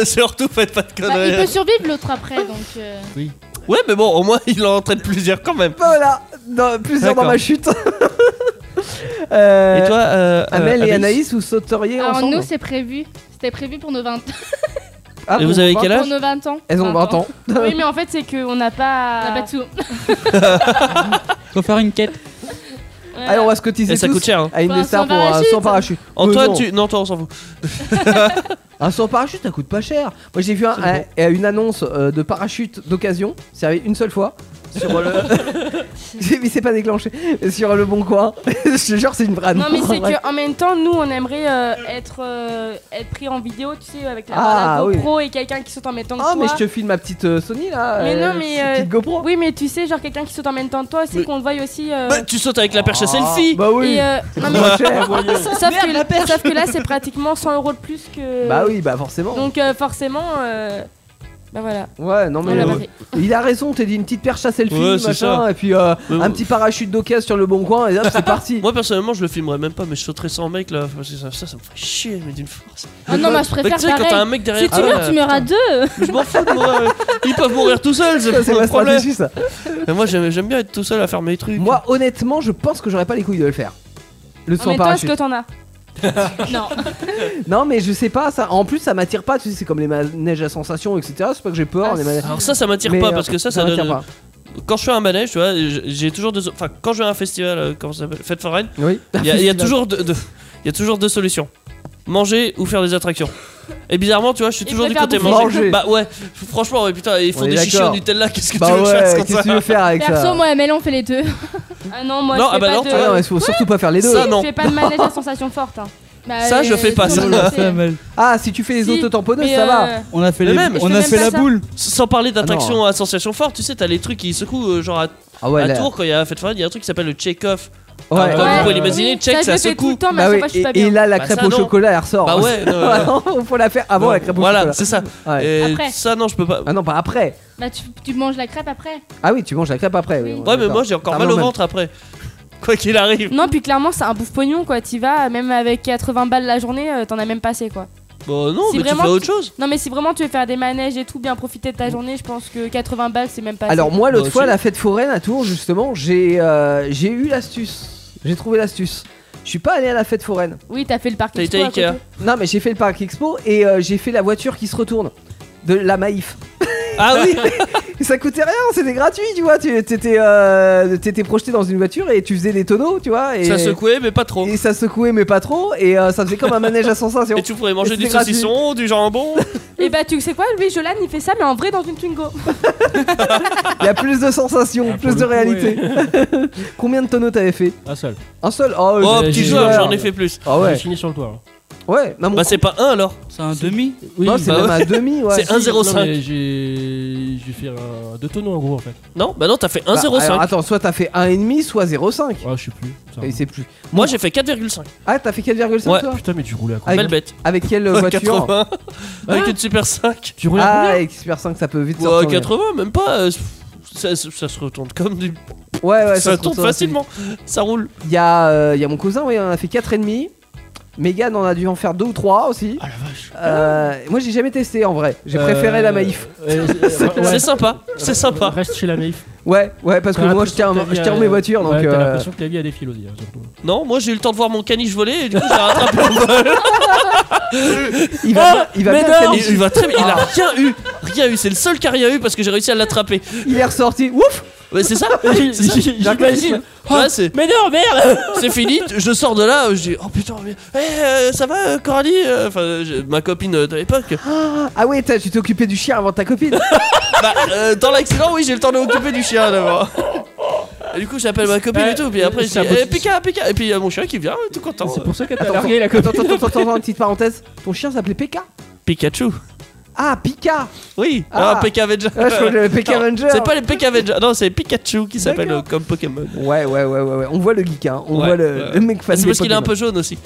H: Surtout, faites pas de
A: Bah, il
H: conneries.
A: peut survivre l'autre
G: Ah.
A: après, donc. euh,
H: Ouais, mais bon, au moins, il en entraîne plusieurs quand même.
G: Voilà, dans- plusieurs dans
H: D'accord.
G: ma chute. Euh,
H: Et toi, euh,
G: Amel
H: euh,
G: Ah, et Anaïs, vous sauteriez
J: Ah,
A: Alors,
G: ensemble
A: nous, Ah, c'est prévu. C'était prévu pour nos 20 ans.
G: Ah,
H: Et
G: bon,
H: vous avez quel
A: Pour
H: âge
A: nos 20 ans.
G: Elles ont 20 ans.
J: oui, mais en fait, c'est qu'on n'a
A: On
J: pas.
A: a pas de sous.
I: Faut faire une quête.
J: Ah,
G: Allez, on va se cotiser
H: Et ça
G: tous
H: coûte cher. Hein.
G: à une
A: Pour
G: des
A: un
G: stars
A: sans
G: pour un
A: parachute.
G: sans parachute. Mais
H: Antoine,
G: non,
H: tu. Non, toi, on s'en fout.
G: Un sans parachute, ça coûte pas cher. Moi, j'ai vu un- un- une annonce euh, de parachute d'occasion. C'est arrivé une seule fois. sur le. J'ai- mais c'est pas déclenché. Sur le bon coin. Je te jure, c'est une brade.
J: Non, mais c'est
G: En vrai.
J: que en même temps, nous, on aimerait euh, être, euh, être pris en vidéo, tu sais, avec la,
G: Ah,
J: la
G: oui.
J: GoPro et quelqu'un qui saute en même temps que
G: Ah,
J: toi.
G: mais je te filme ma petite euh, Sony là.
J: Mais
G: euh,
J: non, mais.
G: petite
J: euh,
G: GoPro.
J: Oui, mais tu sais, genre quelqu'un qui saute en même temps que toi aussi,
H: Mais-
J: qu'on le voie aussi. euh,
H: Bah, tu sautes avec la perche
G: Ah,
H: selfie
G: Bah oui.
J: et, euh, non, mais-
G: Moins cher.
J: sauf, que, sauf que là, c'est pratiquement 100 euros de plus que.
G: Bah oui, bah forcément.
J: Euh, Donc, euh, forcément. euh, Bah voilà,
G: Ouais, non
J: on
G: mais
J: l'a
G: euh,
J: pas fait.
G: il a raison, t'as dit une petite perche à selfie,
H: Ouais, c'est
G: machin,
H: ça.
G: et puis euh,
H: Mais
G: un
H: bon.
G: petit parachute d'occasion sur le bon coin, et hop, c'est parti.
H: Moi personnellement, je le filmerais même pas, mais je sauterais sans mec là. Parce que ça, ça, ça me ferait chier, mais d'une force.
A: Ah non, moi je
H: Bah,
A: préfère
H: tu sais, quand t'as un
A: pareil.
H: mec derrière
A: Si tu
H: toi,
A: meurs,
H: là,
A: tu meurs à deux.
H: Je m'en fous de mourir. Ils peuvent mourir tout seuls, c'est
G: Ça,
H: pas
G: c'est ma
H: le problème.
G: stratégie ça.
H: Mais moi j'aime j'aime bien être tout seul à faire mes trucs.
G: Moi, honnêtement, je pense que j'aurais pas les couilles de le faire. Le
J: En
G: saut en
J: même temps, Ah, est-ce
G: parachute.
J: que t'en as Non.
G: Non, mais je sais pas, ça. En plus, ça m'attire pas, tu sais, c'est comme les manèges à sensation, etc. C'est pas que j'ai peur,
J: Ah,
G: les manèges.
H: Alors ça, ça m'attire
G: Mais,
H: pas
G: euh,
H: parce que ça, ça,
G: m'attire
H: donne.
G: pas.
H: Quand je fais un manège, tu vois, j- j'ai toujours deux. Enfin, quand je vais à un festival, euh, comment ça s'appelle Fête foraine,
G: Oui.
H: il y, a- il y a toujours deux. deux- Il y a toujours deux solutions manger ou faire des attractions. Et bizarrement, tu vois, je suis
J: Et
H: toujours du
J: préfère
H: côté
J: bouffer.
H: manger.
G: Manger.
H: Bah ouais, franchement, ouais, putain, ils font
G: On est
H: des chichis
G: d'accord.
H: au Nutella, qu'est-ce que tu
G: Bah
H: veux que je fasse
G: ouais,
H: contre
G: qu'est-ce que
H: ça
G: tu veux faire avec
A: Perso,
G: ça
A: moi et Mel, on fait les deux.
J: Ah non, moi
H: Non,
J: je fais
H: ah bah
J: pas
H: non,
J: de.
H: t'as-
G: Ah non, il faut surtout pas faire les deux.
H: Ça,
J: je
H: non.
J: fais pas de manège à sensation forte. hein.
A: Bah,
H: Ça, je
A: euh,
H: fais pas,
A: tout
H: ça.
A: le
I: On
A: monde
I: a
A: le
I: fait,
A: fait.
I: Amel.
G: Ah, si tu fais les
J: Si,
G: autotamponneuses,
J: Mais,
G: ça va.
J: euh,
I: On a fait,
H: Mais
I: les-
H: même, je
I: on
J: fais
I: a
J: même
I: fait
J: pas
I: la
J: ça.
I: boule.
H: Sans parler d'attractions
G: Ah non.
H: à sensation forte, tu sais, t'as les trucs qui secouent, euh, genre à,
G: Ah ouais,
H: à
G: là-
H: Tours, quand il y a la fête foraine, il y a un truc qui s'appelle le check-off.
G: ouais.
H: Ah, comme
J: Ouais.
H: vous pouvez l'imaginer, check, ça,
J: ça, je le fais tout
H: secoue.
J: le temps, mais à
G: Bah
J: chaque
G: oui,
J: fois, je suis
G: et,
J: pas
G: et
J: bien.
G: là, la
H: Bah,
G: crêpe
H: ça,
G: au
H: non.
G: chocolat, elle ressort.
H: Bah ouais, non, non, non.
G: Oh. non, faut la faire avant la crêpe au
H: Voilà,
G: chocolat.
H: c'est ça.
G: Ouais.
H: Et
A: Après.
H: ça, non, je peux pas.
G: Ah non, pas après.
A: Bah, tu, tu manges la crêpe après.
G: Ah oui, tu manges la crêpe après. Oui,
A: Oui.
H: Ouais, mais moi j'ai encore mal au ventre après. Quoi qu'il arrive.
J: Non, puis clairement, c'est un bouffe pognon quoi. T'y vas, euh, même avec 80 balles la journée, euh, t'en as même passé quoi.
H: Bon, Bah non,
J: Si
H: mais tu
J: vraiment
H: fais
J: tu-
H: autre chose.
J: Non, mais si vraiment tu veux faire des manèges et tout, bien profiter de ta journée, je pense que 80 balles c'est même pas.
G: Alors moi, l'autre
H: Moi
G: fois,
H: aussi.
G: la fête foraine à Tours, justement, j'ai euh, j'ai eu l'astuce. J'ai trouvé l'astuce. Je suis pas allé à la fête foraine.
J: Oui, t'as fait le parc
H: T'as
J: expo
H: été
J: à côté.
H: Ikea.
G: Non, mais j'ai fait le parc expo et euh, j'ai fait la voiture qui se retourne. De la Maïf.
H: Ah oui
G: Ça coûtait rien, c'était gratuit, tu vois. Tu t'étais euh, t'étais projeté dans une voiture et tu faisais des tonneaux, tu vois. Et,
H: Ça secouait, mais pas trop.
G: Et ça secouait, mais pas trop. Et euh, ça faisait comme un manège à sensation.
H: Et tu pourrais manger
G: Et
H: du
G: c'était gratuit.
H: saucisson, du jambon.
J: Et bah, tu sais quoi, lui, Jolan, il fait ça, mais en vrai dans une Twingo.
G: Il y a plus de sensations,
B: Ah, pour
G: plus de
B: le coup,
G: réalité. Combien de tonneaux t'avais fait
B: Un seul.
G: Un seul
H: Oh,
B: j'ai-
H: petit
B: j'ai-
H: joueur,
B: ouais.
H: j'en ai fait plus.
G: Ah
B: Ouais.
G: ouais,
B: J'ai fini sur le toit. hein.
G: ouais. Non, mon-
H: Bah, c'est pas un alors.
I: C'est un demi.
B: Oui,
G: non, c'est
H: bah
G: même
H: ouais.
G: à demi, ouais.
H: C'est un- 1,05.
B: Non, mais J'ai j'ai fait un... deux tonneaux en gros en fait.
H: Non, bah non, t'as fait
G: Bah, alors,
H: 1,05.
G: attends, soit t'as fait 1,5, soit 0,5.
B: Ah, je sais plus. ça.
G: Et c'est plus.
H: Moi j'ai fait 4,5.
G: Ah, t'as fait 4,5
H: Ouais.
G: toi
B: Putain, mais tu roulais à quoi
G: Avec-
H: Belle bête.
G: Avec quelle euh, voiture
H: 80. Avec une Super 5.
B: Tu roulais à
G: Ah,
B: combien
G: avec Super 5, ça peut vite
H: Ouais,
G: sortir.
H: 80, même pas. euh, Ça, ça- ça se retourne comme du.
G: Ouais, ouais,
H: ça,
G: se
H: tourne
G: retourne assez
H: facilement. Ça roule.
G: vite. Il y, a, euh, il y a mon cousin, ouais, on en a fait 4,5. Megan en a dû en faire 2 ou 3 aussi.
B: Ah la vache.
G: Euh, moi, j'ai jamais testé en vrai. J'ai
B: Euh,
G: préféré la Maïf.
B: euh, euh, ouais.
H: C'est sympa. C'est sympa.
B: Reste chez la Maïf.
G: Ouais, ouais, parce que
B: T'as
G: moi, je tiens,
B: l'impression que ta vie
G: je
B: a-
G: tiens mes voitures.
B: ouais,
G: Donc,
B: T'as
G: euh,
B: l'impression que la vie a des fils aussi. hein, surtout.
H: Non, moi j'ai eu le temps de voir mon caniche voler et du coup j'ai rattrapé le vol.
G: il va, il va
H: Mais
G: bien.
H: non,
G: le Ah. samedi.
H: Ah il, il va très bien. Il a rien eu. Rien eu. C'est le seul qui a rien eu parce que j'ai réussi à l'attraper.
G: Il est ressorti. Ouf
H: Ouais, c'est ça.
B: J-
H: C'est ça.
B: j- J'imagine.
G: Oh,
H: Ouais, c'est,
B: Mais non, merde
H: c'est fini. Je sors de là. Je dis oh putain. Mais, eh, euh, ça va, euh, Coralie Euh, Enfin, je- ma copine euh, de l'époque.
G: Ah ouais, t'as- tu t'es occupé du chien avant ta copine.
H: Bah, euh, dans l'accident, oui, j'ai le temps de m'occuper du chien d'abord. Et du coup, j'appelle ma copine et tout. Puis après, je
B: C'est
H: dis
B: un peu-
H: eh, Pika, Pika. Et puis il y a mon chien qui vient, tout content.
B: C'est pour ça qu'elle t'a
H: Ah,
G: Attends,
B: largué la
G: attends,
B: copine.
G: attends, attends, attends, attends, une petite parenthèse. Ton chien s'appelait PK
H: Pikachu.
G: Ah, Pika
H: Oui.
G: Ah.
H: Ah, PK Avenger.
G: Ah, Je crois que j'avais PK Ranger.
H: C'est pas les PK Avenger. Non, c'est Pikachu qui s'appelle
G: D'accord.
H: euh, comme Pokémon.
G: Ouais, ouais, ouais, ouais, ouais. On voit le geek, hein. On
H: Ouais,
G: voit le,
H: ouais.
G: le mec fan
H: C'est
G: des
H: parce qu'il est un peu
G: Pokémon.
H: jaune aussi.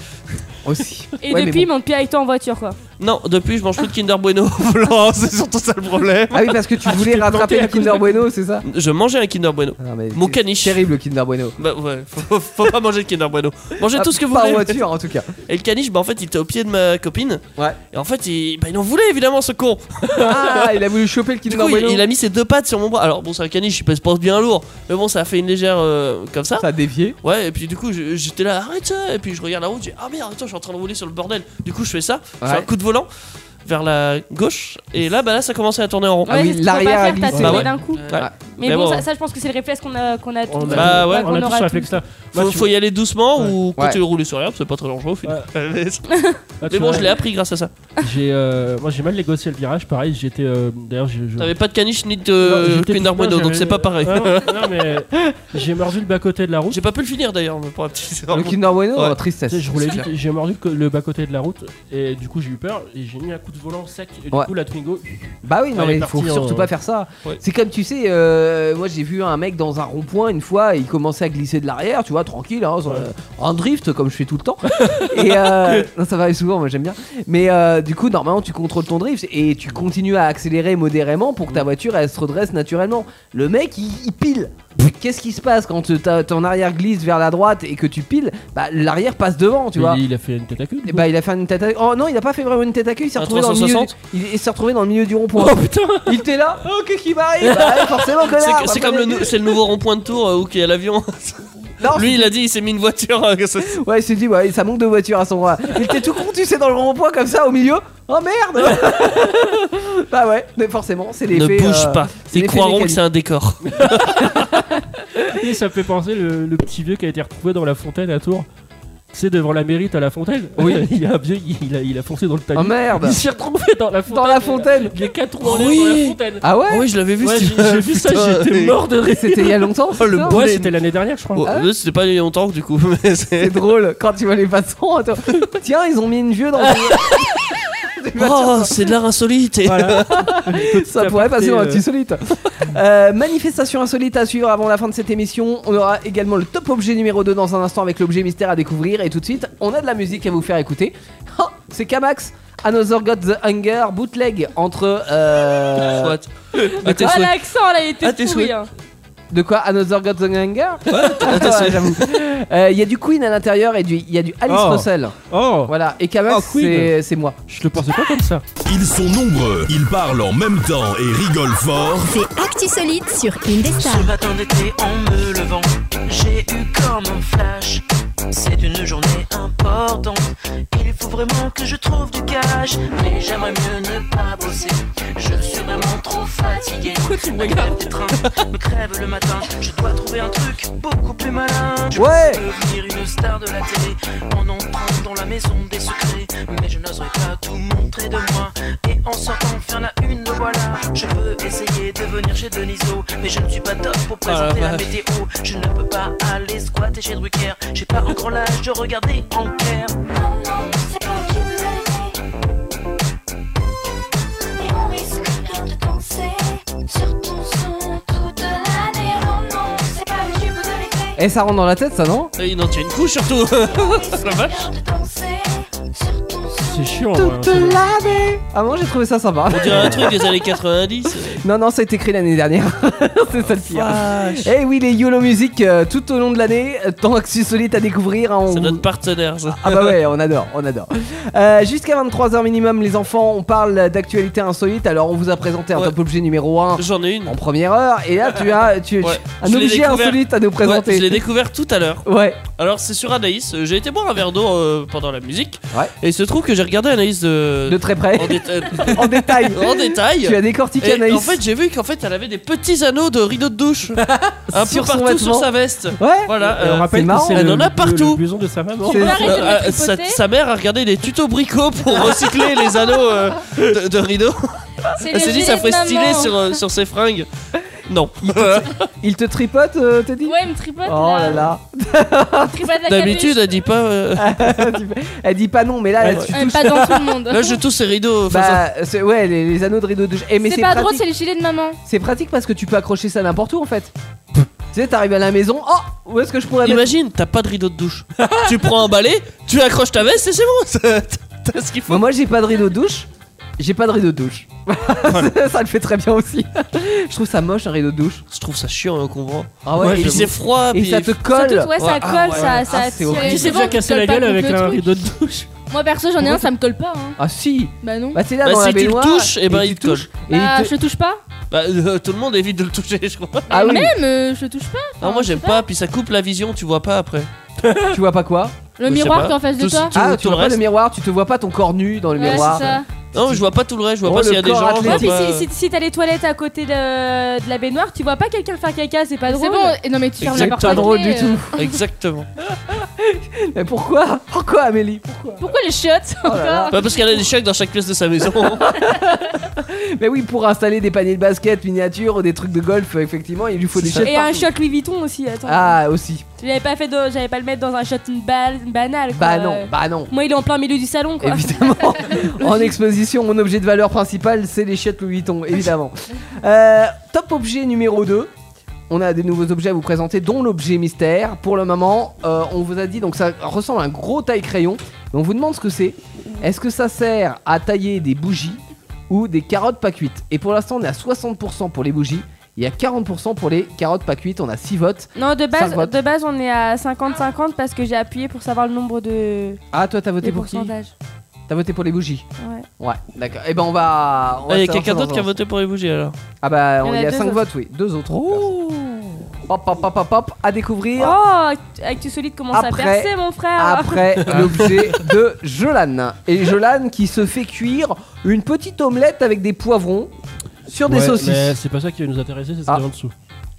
G: Aussi.
J: Et
G: Ouais, mais
J: depuis, il
G: bon.
J: monte pied avec toi en voiture quoi.
H: Non, depuis, je mange plus de Kinder Bueno au volant, c'est surtout ça le problème.
G: Ah oui, parce que tu voulais
B: t'es
G: rattraper
B: planté
G: le
B: à cause
G: Kinder Bueno, c'est ça
H: Je mangeais un Kinder Bueno.
G: Ah, mais
H: Mon
G: c'est
H: caniche.
G: Terrible le Kinder Bueno.
H: Bah ouais, faut, faut pas manger de Kinder Bueno. Mangez
G: Ah,
H: tout ce que vous
G: Pas en
H: voulez.
G: voiture, en tout cas.
H: Et le caniche, bah en fait, il était au pied de ma copine.
G: Ouais.
H: Et en fait, il, bah, il en voulait évidemment ce con.
G: Ah, il a voulu choper le
H: Du
G: Kinder
H: coup, il,
G: Bueno.
H: il a mis ses deux pattes sur mon bras. Alors bon, c'est un caniche, il pèse pas bien lourd. Mais bon, ça a fait une légère euh, comme ça.
G: Ça a dévié.
H: Ouais, et puis du coup, je- j'étais là, arrête ça. Et puis je regarde la route, je dis, ah merde, attends, je suis en train de rouler sur le bordel. Du coup, je fais ça, je fais un
G: Ouais.
H: coup de volant vers la gauche. Et là, bah là, ça commençait à tourner en rond.
G: Ah oui,
J: c'est ce qu'il faut
G: l'arrière
J: pas
G: a
J: faire, t'as
G: glissé.
J: tourné
H: Bah ouais.
J: d'un coup.
H: Ouais.
G: Ouais.
A: Mais,
H: Mais
A: bon,
H: bon.
A: Ça, ça, je pense que c'est le réflexe qu'on a, qu'on a tous.
H: Bah ouais,
A: qu'on aura tous.
H: Faut,
B: Moi, Bah, tu-
H: faut y aller doucement ou
B: Ouais.
H: continuer de rouler sur l'herbe, c'est pas très dangereux au final. Mais
B: Ah, tu
H: bon,
B: vois.
H: je l'ai appris grâce à ça.
B: J'ai, euh, moi j'ai mal négocié le virage, pareil. J'étais euh, d'ailleurs, j'ai- je-
H: T'avais pas de euh, caniche ni
B: Non,
H: de
B: j'étais-
H: Queen Arbuno,
B: non,
H: donc c'est
B: j'avais-
H: pas pareil.
B: Ah non, non, mais j'ai mordu le bas côté de la route.
H: J'ai pas pu le finir d'ailleurs, mais pour un petit.
B: Le
G: Kinder Bueno, euh, tristesse.
B: Je roulais
G: C'est
B: vite,
G: clair.
B: j'ai mordu le co- le bas côté de la route et du coup j'ai eu peur et j'ai mis un coup de volant sec et du
G: Ouais.
B: coup la Twingo.
G: Bah oui, non,
B: elle est
G: mais il
B: partie
G: faut surtout
B: en-
G: pas faire ça.
B: Ouais.
G: C'est comme, tu sais, euh, moi j'ai vu un mec dans un rond-point une fois, il commençait à glisser de l'arrière, tu vois, tranquille, hein, sur- en drift, comme je fais tout le temps. et euh, non, ça va souvent, moi j'aime bien. Mais euh, du coup, normalement, tu contrôles ton drift et tu continues à accélérer modérément pour que
B: Mm.
G: ta voiture elle se redresse naturellement. Le mec, il, il pile. Qu'est-ce qui se passe quand te- ta- ton arrière glisse vers la droite et que tu piles Bah l'arrière passe devant, tu
B: Mais
G: vois.
B: Il a fait une tête à queue. Ah,
G: Et bah il a fait une tête à Oh non, il a pas fait vraiment une tête à queue, il s'est
B: Un
G: retrouvé dans le milieu.
B: 360.
G: Il il s'est retrouvé dans le milieu du rond-point.
B: Oh, putain
G: Il était là Oh qu'est-ce qui m'arrive Bah, ouais, Forcément
H: C'est-
G: connard
H: C'est
G: bah, bah,
H: comme le, nou- c'est le nouveau rond-point de tour euh, où il y a l'avion.
G: Oh,
H: Lui, il a dit, il s'est mis une voiture. euh, que ça-
G: Ouais, il s'est dit, ouais, ça manque de voiture à son endroit. Il était tout con, tu sais, dans le rond-point comme ça, au milieu. Oh merde Bah ouais, mais forcément, c'est
H: ne
G: l'effet.
H: bouge
G: euh,
H: pas.
G: c'est
H: Ils
G: l'effet
H: croiront que
G: mécanique.
H: c'est un décor.
B: Et ça me fait penser le, le petit vieux qui a été retrouvé dans la fontaine à Tours. C'est devant la mairie, à la fontaine.
G: Oui.
B: il y a un vieux, il, il a, il a foncé dans le tamis.
G: Oh merde
B: Il s'est retrouvé dans la fontaine.
G: Dans la fontaine
B: Il y a quatre roues en l'air dans la fontaine.
G: Ah ouais
H: Oui, je l'avais vu.
B: Ouais,
H: ce-
B: j'ai j'ai vu ça,
H: Ah, Putain,
B: j'étais
H: et-
B: mort de rire.
G: C'était il y a longtemps
H: Oh, le
G: ça
B: Ouais,
H: boulet.
B: c'était l'année dernière, je crois.
H: Bon,
G: Ah ouais
H: eux, C'était pas il y a longtemps du coup. mais c'est-
G: C'est drôle, quand tu vois les passants. attends. Tiens, ils ont mis une vieux dans
H: Oh, c'est de l'art insolite. et-
G: Ça
B: Voilà. T'as
G: pourrait
B: porté,
G: passer dans un
B: euh,
G: petit solite. Euh, manifestation insolite à suivre avant la fin de cette émission. On aura également le top objet numéro 2 dans un instant avec l'objet mystère à découvrir. Et tout de suite, on a de la musique à vous faire écouter. Ah, c'est Kamax, Another Got the Hunger, bootleg entre. euh,
H: Soit. À tes
A: Ah,
H: souhaits.
A: l'accent là, il était
H: Ah, tes
A: pourri.
H: souhaits.
A: hein.
G: De quoi Another Got the Hunger
H: À tes
G: Ouais,
H: souhaits.
G: j'avoue. Euh, Il y a du Queen à l'intérieur et du- il y a du Alice
B: Oh.
G: Russell.
B: Oh,
G: Voilà, et Kamax,
B: Oh, Queen.
G: c'est- c'est moi.
B: je le pensais pas comme ça.
C: Ils sont nombreux, ils parlent en même temps et rigolent fort.
D: C'est Actu Solide sur Indestar.
J: Ce matin d'été en me levant, j'ai eu comme un flash. C'est une journée importante. Il faut vraiment que je trouve du cash. Mais j'aimerais mieux ne pas bosser. Je suis vraiment trop fatigué. La grève des trains me crève le matin. Je dois trouver un truc beaucoup plus malin. Je
G: Ouais.
J: veux devenir une star de la télé en entrant dans la maison des secrets. Mais je n'oserais pas tout montrer de moi. Et en sortant faire la une, me voilà. Je veux essayer de venir chez Deniso. Mais je ne suis pas top pour
H: Ah la
J: présenter la
H: vache.
J: météo. Je ne peux pas aller squatter chez Drucker. J'ai pas encore l'âge de regarder en clair.
G: Et Eh, ça rentre dans la tête, ça non
H: Et Il en tient une couche surtout. la vache.
B: C'est chiant. hein, ouais,
G: Toute
B: ça doit-
G: l'année Ah, moi j'ai trouvé ça sympa.
H: On dirait un truc des années 90. euh,
G: Non, non, ça a été créé l'année dernière. c'est ça le pire. Eh oui, les YOLO Music euh, tout au long de l'année, euh, tant que c'est solide à découvrir. hein, on-
H: C'est notre partenaire ça.
G: Ah bah ouais, on adore, on adore. Euh, Jusqu'à 23h minimum, les enfants, on parle d'actualité insolite. Alors, on vous a présenté un
H: Ouais.
G: top objet numéro 1
H: J'en ai une.
G: en première heure, et là, tu as tu, tu-
H: Ouais.
G: un
H: Je l'ai
G: objet
H: découvert.
G: insolite à nous
H: Ouais, je l'ai
G: présenter.
H: découvert tout à l'heure.
G: Ouais,
H: Alors c'est sur Anaïs. Euh, J'ai été boire un verre d'eau euh, pendant la musique.
G: Ouais.
H: Et il se trouve que j'ai regardé Anaïs de.
G: de très près,
H: En, déta-
G: en détail.
H: en détail.
G: Tu as décortiqué
H: Et
G: Anaïs.
H: en fait, j'ai vu qu'en fait, elle avait des petits anneaux de rideau de douche un peu
G: Sur son
H: partout sur
G: vêtement.
H: sa veste.
G: Ouais,
H: Voilà.
B: Et
H: euh,
B: on rappelle
G: c'est
B: que
G: marrant.
B: c'est
H: Elle
B: le-
H: en a
B: le-
H: partout.
B: Le blouson de sa maman.
G: C'est-
A: Faut arrêter de
H: euh,
A: me
H: sa,
A: tripoter.
H: sa mère a regardé des tutos bricots pour recycler les anneaux euh, de, de rideau.
A: C'est
H: Elle
A: le
H: s'est dit
A: gilet
H: ça
A: de
H: ferait stylé
A: maman.
H: sur, euh, sur ses fringues. Non.
G: il te tripote, euh, t'as dit
A: Ouais, elle me tripote.
G: Oh là là.
A: Tripote la
H: D'habitude, elle dit pas. euh,
G: Elle dit pas non, mais là,
H: Ouais.
G: tu
A: capuche. Euh,
G: touches.
A: Pas dans tout le monde.
H: Là, je tous ces rideaux. enfin, ça-
G: Bah, c'est- ouais, les, les anneaux de rideau de douche. Eh, mais
A: C'est
G: c'est
A: pas
G: pratique.
A: drôle, c'est le gilet de maman.
G: C'est pratique parce que tu peux accrocher ça n'importe où en fait. tu sais, t'arrives à la maison, oh, où est-ce que je pourrais mettre
H: Imagine, t'as pas de rideau de douche. tu prends un balai, tu accroches ta veste et c'est bon. ça- T'as ce qu'il faut.
G: Bon, Moi, j'ai pas de rideau de douche. J'ai pas de rideau de douche. ça le fait très bien aussi. je trouve ça moche un rideau de douche.
H: Je trouve ça chiant, hein, qu'on voit.
G: Ah
H: Et puis c'est froid.
G: Et
H: puis-
G: ça te colle.
A: Surtout, ouais, ça
H: Ouais,
A: colle,
H: ah ouais.
A: ça, ça
G: Ah, c'est
A: attire.
G: horrible.
B: Qui s'est
A: C'est
B: déjà
A: bon,
B: cassé
A: colle
B: la
A: pas
B: gueule
A: avec
B: avec
A: le
B: un bah,
A: truc.
B: rideau de douche
A: Moi perso, j'en ai un, ça me colle pas. hein.
G: Ah si.
A: Bah non.
G: Bah c'est là
H: Bah,
G: dans la
H: si tu le
G: baignoire.
H: touches, et ben,
G: tu
H: il te colle.
G: touches, et
A: Bah,
G: il te-
A: je touche pas.
H: Bah, euh, tout le monde évite de le toucher, je crois.
G: Ah oui.
A: Même, euh, je touche pas.
H: Non, moi
A: je sais
H: j'aime pas, puis ça coupe la vision, tu vois pas après.
G: Tu vois pas quoi
A: Le
H: Je sais
A: miroir
H: pas.
A: qui est en face de
H: Tout-
A: toi.
H: tout-
G: Ah,
H: le
G: tu vois pas
H: reste
G: le miroir, tu te vois pas ton corps nu dans le
A: Ouais, c'est
G: miroir.
A: ça.
H: Non, mais je vois pas tout le reste, je vois
G: Oh,
H: pas
G: le
H: s'il y a des
G: corps
H: gens. je vois
J: Ouais, puis
H: pas-
J: si, si- si t'as les toilettes à côté de, de la baignoire, tu vois pas quelqu'un faire caca, c'est pas drôle.
A: C'est bon, et non mais tu fermes la porte.
G: pas drôle
A: clé,
G: du
A: euh.
G: tout.
H: Exactement.
G: Mais pourquoi Pourquoi Amélie Oh
A: Pourquoi les chiottes encore
H: Pas parce qu'elle a des chèques dans chaque pièce de sa maison. Ah,
G: Mais oui, pour installer des paniers de basket miniatures ou des trucs de golf, euh, effectivement, il lui faut des chiottes
J: Et un
G: partout.
J: shot Louis Vuitton aussi, attends.
G: Ah, aussi.
J: Je l'avais pas fait, de- j'avais pas le mettre dans un shot une balle, banal. Quoi.
G: Bah non, bah non.
J: Moi, il est en plein milieu du salon, quoi.
G: Évidemment. en exposition, mon objet de valeur principale, c'est les chiottes Louis Vuitton, évidemment. Euh, top objet numéro 2. On a des nouveaux objets à vous présenter, dont l'objet mystère. Pour le moment, euh, on vous a dit, donc ça ressemble à un gros taille-crayon. Mais on vous demande ce que c'est. Est-ce que ça sert à tailler des bougies ou des carottes pas cuites Et pour l'instant, on est à 60% pour les bougies. Il y a 40% pour les carottes pas cuites. On a 6 votes.
J: Non, de base,
G: Cinq votes.
J: de base, on est à 50-50 parce que j'ai appuyé pour savoir le nombre de.
G: Ah, toi, t'as voté
J: des
G: pour qui
J: pourcentages.
G: T'as voté pour les bougies
J: Ouais.
G: Ouais, d'accord. Et ben on va. on
H: Ah,
G: va
H: Il y
G: savoir
H: a
G: ça
H: quelqu'un
G: dans
H: d'autre qui a
G: un
H: voté pour les bougies alors.
G: Ah bah
J: Il y en
G: il
J: a
G: y a
J: deux
G: 5
J: autres.
G: votes, oui, deux autres. Hop, hop, hop, hop, hop, à découvrir
J: Oh, Actu Solide commence à
G: Après-
J: percer, mon frère.
G: après l'objet de Jolan. Et Jolan qui se fait cuire une petite omelette avec des poivrons sur des
B: Ouais, mais
G: saucisses.
B: c'est pas ça qui va nous intéresser, c'est ce
G: Ah.
B: qu'il y a en dessous.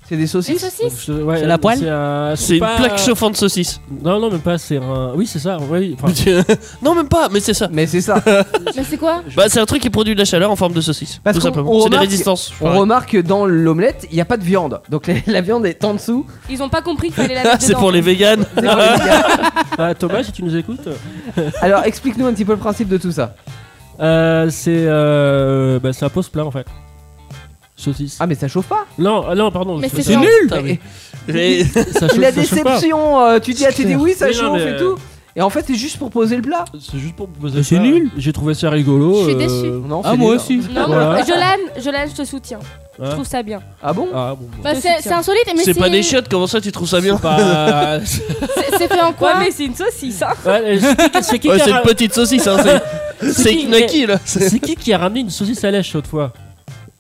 G: C'est des saucisses
B: Je- ouais,
I: C'est la poêle
B: C'est un-
H: C'est une
B: pas-
H: plaque chauffante de saucisse.
B: Non, non, même pas, c'est un. Oui, c'est ça, oui. enfin,
H: non, même pas, mais c'est ça.
G: Mais c'est ça.
A: Mais c'est quoi
H: Bah, c'est un truc qui produit de la chaleur en forme de saucisse.
G: Parce
H: tout
G: qu'on-
H: simplement.
G: on
H: C'est des
G: remarque-
H: résistances. je
G: On
H: crois.
G: remarque que dans l'omelette, il n'y a pas de viande. Donc les- la viande est en dessous.
J: Ils ont pas compris qu'il fallait la
H: Ah,
J: mettre
H: c'est
J: dedans.
H: pour les véganes.
G: C'est pour les gars.
B: Ah, Thomas, si tu nous écoutes,
G: Alors explique-nous un petit peu le principe de tout ça.
B: euh, c'est euh, bah, c'est un pause plat en fait. Saucisse.
G: Ah mais ça chauffe pas.
B: Non, ah, non, pardon.
A: Mais
B: je-
A: c'est
B: ça-
A: sans-
B: Ah oui.
H: Et-
B: Ça chauffe-
G: la
B: ça chauffe pas.
G: déception, euh, tu dis à tes dis oui ça
B: Mais non,
G: chauffe
B: mais,
G: et tout. Et en fait c'est juste pour poser le plat.
B: C'est juste pour
I: Mais
B: proposer.
I: c'est
B: ça.
I: nul.
B: J'ai trouvé ça rigolo.
A: Je suis
B: euh,
A: déçue.
G: Non,
I: Ah,
G: c'est
I: moi
G: nul.
I: aussi.
J: Non,
B: Voilà.
J: Jolane, Jolane, je te soutiens. Je
B: Hein
J: trouve ça bien.
G: Ah bon
B: Ah bon. bah.
A: Bah, c'est c'est insolite, mais
H: C'est pas des chiottes, comment ça tu trouves ça bien
B: C'est pas-
A: c'est- C'est fait en
J: Ouais,
A: quoi
J: mais c'est une saucisse, hein.
B: Bah, Ouais, c'est qui- c'est qui
H: Ouais,
B: qui a
H: c'est
B: ra-
H: une petite saucisse, hein, c'est-
B: C'est
H: c'est
B: qui-
H: Knaki là.
B: c'est qui qui a ramené une saucisse à lèche l'autre fois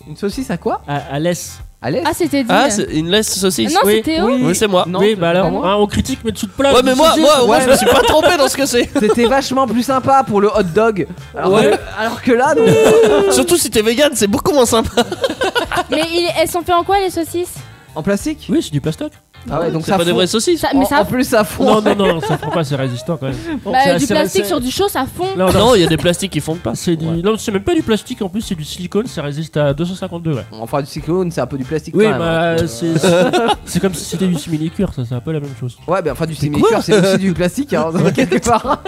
G: Une saucisse à quoi
B: À, à l'Est
G: À l'aise
A: Ah, c'était dit.
H: Ah, c'est une laisse saucisse.
A: non,
B: oui,
A: c'est Théo.
H: Oui, c'est moi.
G: Non,
B: Oui,
G: c'est
B: bah
G: pas
B: alors,
G: moi.
B: hein, on critique, mais dessous de plat.
H: Ouais, mais moi, moi, moi,
G: ouais.
H: je me suis pas trompé dans ce que c'est.
G: C'était vachement plus sympa pour le hot dog. Alors,
H: Ouais.
G: que, alors que là, non.
H: Surtout si t'es vegan, c'est beaucoup moins sympa.
A: Mais il- elles sont faites en quoi les saucisses
G: en plastique.
B: Oui, c'est du pastoc.
G: Ah ouais, donc
H: C'est
G: ça
H: pas des
G: fond.
H: vraies saucisses.
A: Ça- Ah, Mais
G: En-
A: ça.
G: en plus ça fond.
B: Non, non, non, ça prend pas, c'est résistant quand même.
A: Bah,
B: c'est-
A: du
B: c'est-
A: plastique
B: c'est-
A: sur du chaud, ça fond.
B: Non, non,
H: Non, il y a des plastiques qui fondent pas.
B: c'est du... non, c'est même pas du plastique en plus, c'est du silicone, ça résiste à 252. Ouais.
G: Enfin du cyclone, c'est un peu du plastique.
B: Oui,
G: quand même, hein.
B: bah, c'est c'est- c'est comme si c'était du simili-cuir, ça, c'est un peu la même chose.
G: Ouais, mais enfin du simili-cuir, c'est aussi du plastique hein, quelque part.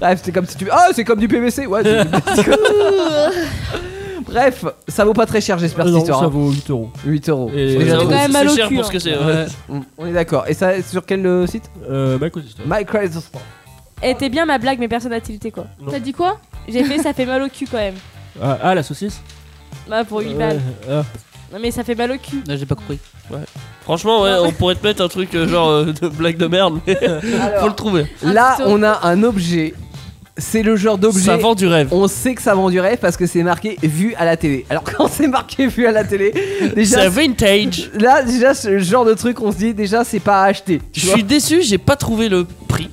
G: Bref, c'est comme si tu. Ah, c'est comme du PVC. Ouais. c'est du plastique. Bref, ça vaut pas très cher, j'espère
B: Ah
G: cette
B: non,
G: histoire.
B: ça
G: hein.
B: vaut 8 euros.
G: 8 euros.
B: Et-
G: C'est
H: C'est
G: déjà
B: Ouais,
G: tout.
J: ouais. même mal au
H: c'est cher
J: cul,
H: pour
J: hein.
H: ce que c'est. ouais.
G: Mm, On est d'accord. Et ça, sur quel euh, site
B: Euh, bah, écoute, c'est-
G: MyCrazy.
J: Et Eh, t'es bien ma blague, mais personne n'a tilté, quoi.
B: non.
A: T'as dit quoi
J: J'ai fait, ça fait mal au cul quand même.
B: ah, ah, la saucisse
J: Bah, pour 8
B: Ouais,
J: balles.
B: ah.
J: Non, mais ça fait mal au cul.
I: Là, j'ai pas compris.
H: Franchement, ouais, on pourrait te mettre un truc euh, genre euh, de blague de merde, mais faut le trouver.
G: Là,
A: tuto.
G: on a un objet. C'est le genre
H: Ça
G: d'objet
H: vend du rêve.
G: On sait que ça vend du rêve parce que c'est marqué vu à la télé. Alors quand c'est marqué vu à la télé,
H: C'est
G: déjà
H: vintage.
G: là déjà ce genre de truc on se dit déjà c'est pas à acheter. tu
H: Je
G: vois.
H: suis déçu, j'ai pas trouvé le prix.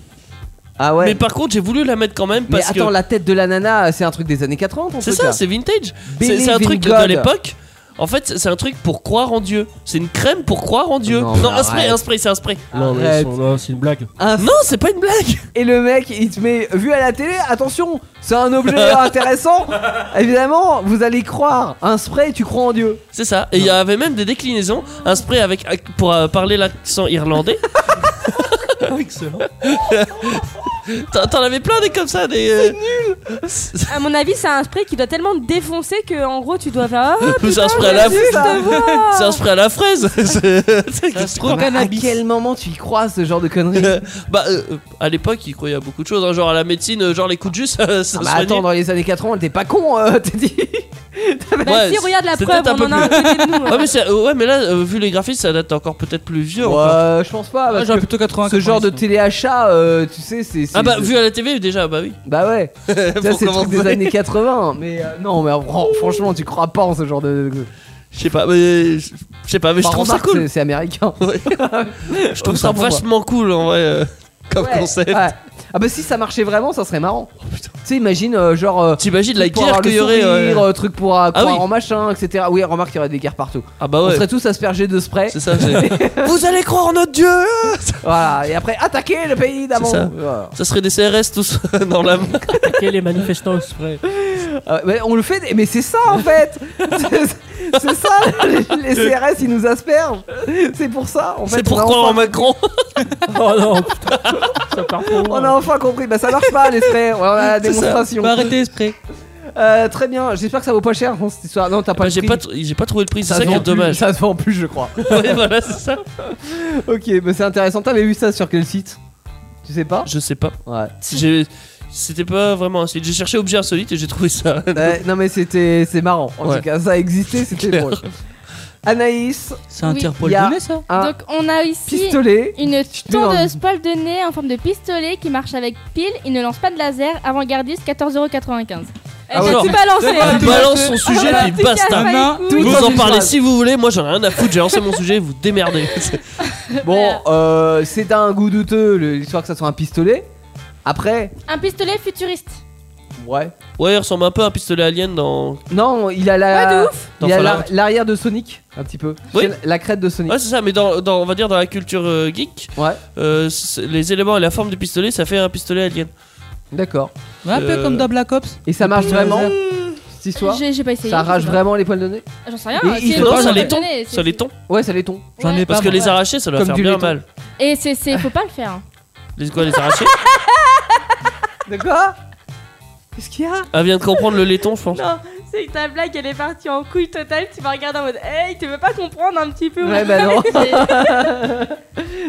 G: Ah ouais.
H: Mais
G: Mais,
H: par contre, j'ai voulu la mettre quand même parce
G: attends
H: que
G: la tête de la nana c'est un truc des années 80 ton
H: c'est
G: truc,
H: ça,
G: là.
H: c'est vintage. C'est
G: Believe
H: c'est un
G: in
H: truc de- de
G: God.
H: l'époque. En fait, c'est- c'est un truc pour croire en Dieu. C'est une crème pour croire en Dieu.
G: Non,
H: Non,
G: mais
H: un spray,
G: arrête.
H: un spray, c'est un spray.
B: Non, mais
G: Arrête.
B: ils sont- non, c'est une blague.
G: Un-
H: Non, c'est pas une blague.
G: Et le mec il te met vu à la télé attention c'est un objet intéressant. Évidemment vous allez croire un spray tu crois en Dieu.
H: C'est ça. Et il y avait même des déclinaisons. Un spray avec pour euh, parler l'accent irlandais. Ah,
B: Excellent.
H: T'en t'en avais plein des comme ça. Des, euh,
J: À mon avis, c'est un spray qui doit tellement te défoncer que, en gros, tu dois faire. Ah,
H: c'est un spray à la
G: C'est ça.
H: c'est un spray à la fraise. C'est- c'est- c'est trop-
G: Mais à quel moment tu y crois ce genre de conneries
H: Euh, bah euh, euh, à l'époque il croyait à beaucoup de choses hein, genre à la médecine euh, genre les coups de jus ça, ça
G: Ah bah
H: soignait.
G: attends dans les années 80 t'es pas con euh, t'es dit.
J: bah,
H: Ouais,
J: si, regarde la
H: c'est
J: preuve,
H: peut-être
J: on
H: un
J: en
H: peu
J: a un
H: plus-
J: côté de nous. hein.
H: ouais mais, c'est- euh, ouais, mais là euh, vu les graphismes ça date encore peut-être plus vieux encore.
G: Ouais, je pense pas.
I: Ah,
G: parce
I: j'aurais
G: que-
I: plutôt 80.
G: Ce genre de
I: 90.
G: téléachat, euh, tu sais, c'est. c'est-
H: hein. ah bah vu à la TV déjà bah oui
G: Bah ouais, ça
H: Pour
G: c'est le truc
H: commencer.
G: des années 80. Mais euh, non, mais euh, fran- franchement, tu crois pas en ce genre de.
H: je sais pas mais je je sais pas mais je
G: Par
H: trouve ça
G: remarque,
H: cool
G: c'est- C'est américain.
H: je
G: autant
H: trouve ça
G: pour moi.
H: vachement cool en vrai euh, comme
G: Ouais, Ah.
H: concept
G: ouais. Ah bah si ça marchait vraiment, ça serait marrant.
H: Oh, putain.
G: sais, imagine, euh, genre. euh,
H: T'imagines la
G: truc pour
H: guerre
G: avoir le
H: qu'il y aurait,
G: sourire,
H: euh,
G: euh, Truc pour euh,
H: Ah
G: croire
H: oui.
G: en machin, etc. Oui, remarque, il y aurait des guerres partout.
H: Ah bah
G: On
H: ouais.
G: serait tous aspergés de spray.
H: C'est ça, j'ai-
G: Vous allez croire en notre dieu Voilà, et après, attaquer le pays d'avant.
H: ça.
G: Voilà.
H: Ça serait des CRS tous dans la main.
B: Ah, Quel est manifestant au spray
G: Euh, mais on le fait, mais c'est ça en fait C'est- C'est ça, les, les CRS ils nous aspergent C'est pour ça en fait
H: C'est
G: on a
H: pourquoi en
G: enfin-
H: Macron
B: Oh non, putain, ça part trop
G: On
B: loin.
G: a enfin compris, bah ça marche pas les sprays, on a la
H: C'est ça. Bah,
G: démonstration
I: Faut arrêter les sprays.
G: Euh, Très bien, j'espère que ça vaut pas cher non, cette histoire. Non, t'as pas
H: Bah,
G: le
H: j'ai
G: prix.
H: pas, tr- j'ai pas trouvé de prix, c'est
G: Ça
H: ça,
G: se
H: qui
G: vend
H: est
G: plus,
H: dommage.
G: Ça se vend plus, je crois.
H: Ouais, voilà, c'est ça.
G: ok, mais c'est intéressant. T'avais vu ça sur quel site Tu sais pas
H: Je sais pas.
G: Ouais.
H: J'ai- C'était pas vraiment un site. J'ai cherché objet insolite et j'ai trouvé ça.
G: Euh, non, mais c'était c'est marrant. En
H: Ouais.
G: tout cas, ça existait, c'était
H: Claire.
G: drôle. Anaïs,
I: C'est
A: Oui.
I: Interpol
G: il y a
I: de ça.
G: un
A: Donc on a ici
G: pistolet.
A: une
G: te mets dans le-
A: tondeuse poil de nez en forme de pistolet qui marche avec pile. Il ne lance pas de laser. Avant-gardiste, 14,95€.
G: Ah ouais.
A: J'ai tout balancé.
I: D'accord.
A: hein.
H: Il Eh, balance son sujet
A: Ah,
H: puis
A: petit
H: basta.
A: café.
I: Main,
A: Tout
G: Tout
H: Vous
G: dans
H: en
G: une
H: parlez
G: phrase.
H: si vous voulez, moi j'en ai rien à foutre, j'ai lancé mon sujet, vous démerdez.
G: Bon, euh, c'est un goût douteux le- l'histoire que ça soit un pistolet. Après,
A: Un pistolet futuriste.
G: ouais.
H: Ouais, il ressemble un peu à un pistolet alien dans.
G: Non, il a la.
A: Ouais, de
G: Il
H: Dans
G: a la-
H: Fallout.
G: l'arrière de Sonic, un petit peu. Tu
H: Oui.
G: sais, La crête de Sonic.
H: Ouais, c'est ça, mais dans, dans- on va dire dans la culture euh, geek,
G: Ouais,
H: euh, c'est- les éléments et la forme du pistolet, ça fait un pistolet alien.
G: d'accord.
I: Un peu
H: Euh,
I: comme dans Black Ops.
G: Et euh, ça marche
I: Mmh.
G: vraiment cette histoire
A: J'ai j'ai pas essayé.
G: Ça
A: je
G: arrache
A: sais pas.
G: vraiment les poils de nez
A: J'en sais rien.
G: Et il
A: c'est- c'est-
G: se passe
A: c'est-
G: dans les
A: c'est-
H: tons.
A: c'est-
H: Ça les tond
G: Ouais, ça les tombe.
I: J'en ai
A: Ouais.
I: pas.
H: Parce que
I: moi.
H: les arracher, ça doit
G: Comme
H: faire
G: du
H: bien
G: laiton.
H: mal.
A: Et c'est c'est faut pas le faire. hein.
H: Les quoi, les arracher
G: D'accord Qu'est-ce qu'il y a
H: Elle Ah, vient de comprendre le laiton, je pense.
J: Non, c'est que ta blague elle est partie en couille totale. Tu m'as regardé en mode Hey, tu veux pas comprendre un petit peu où
G: Ouais,
J: on
G: bah non.
J: est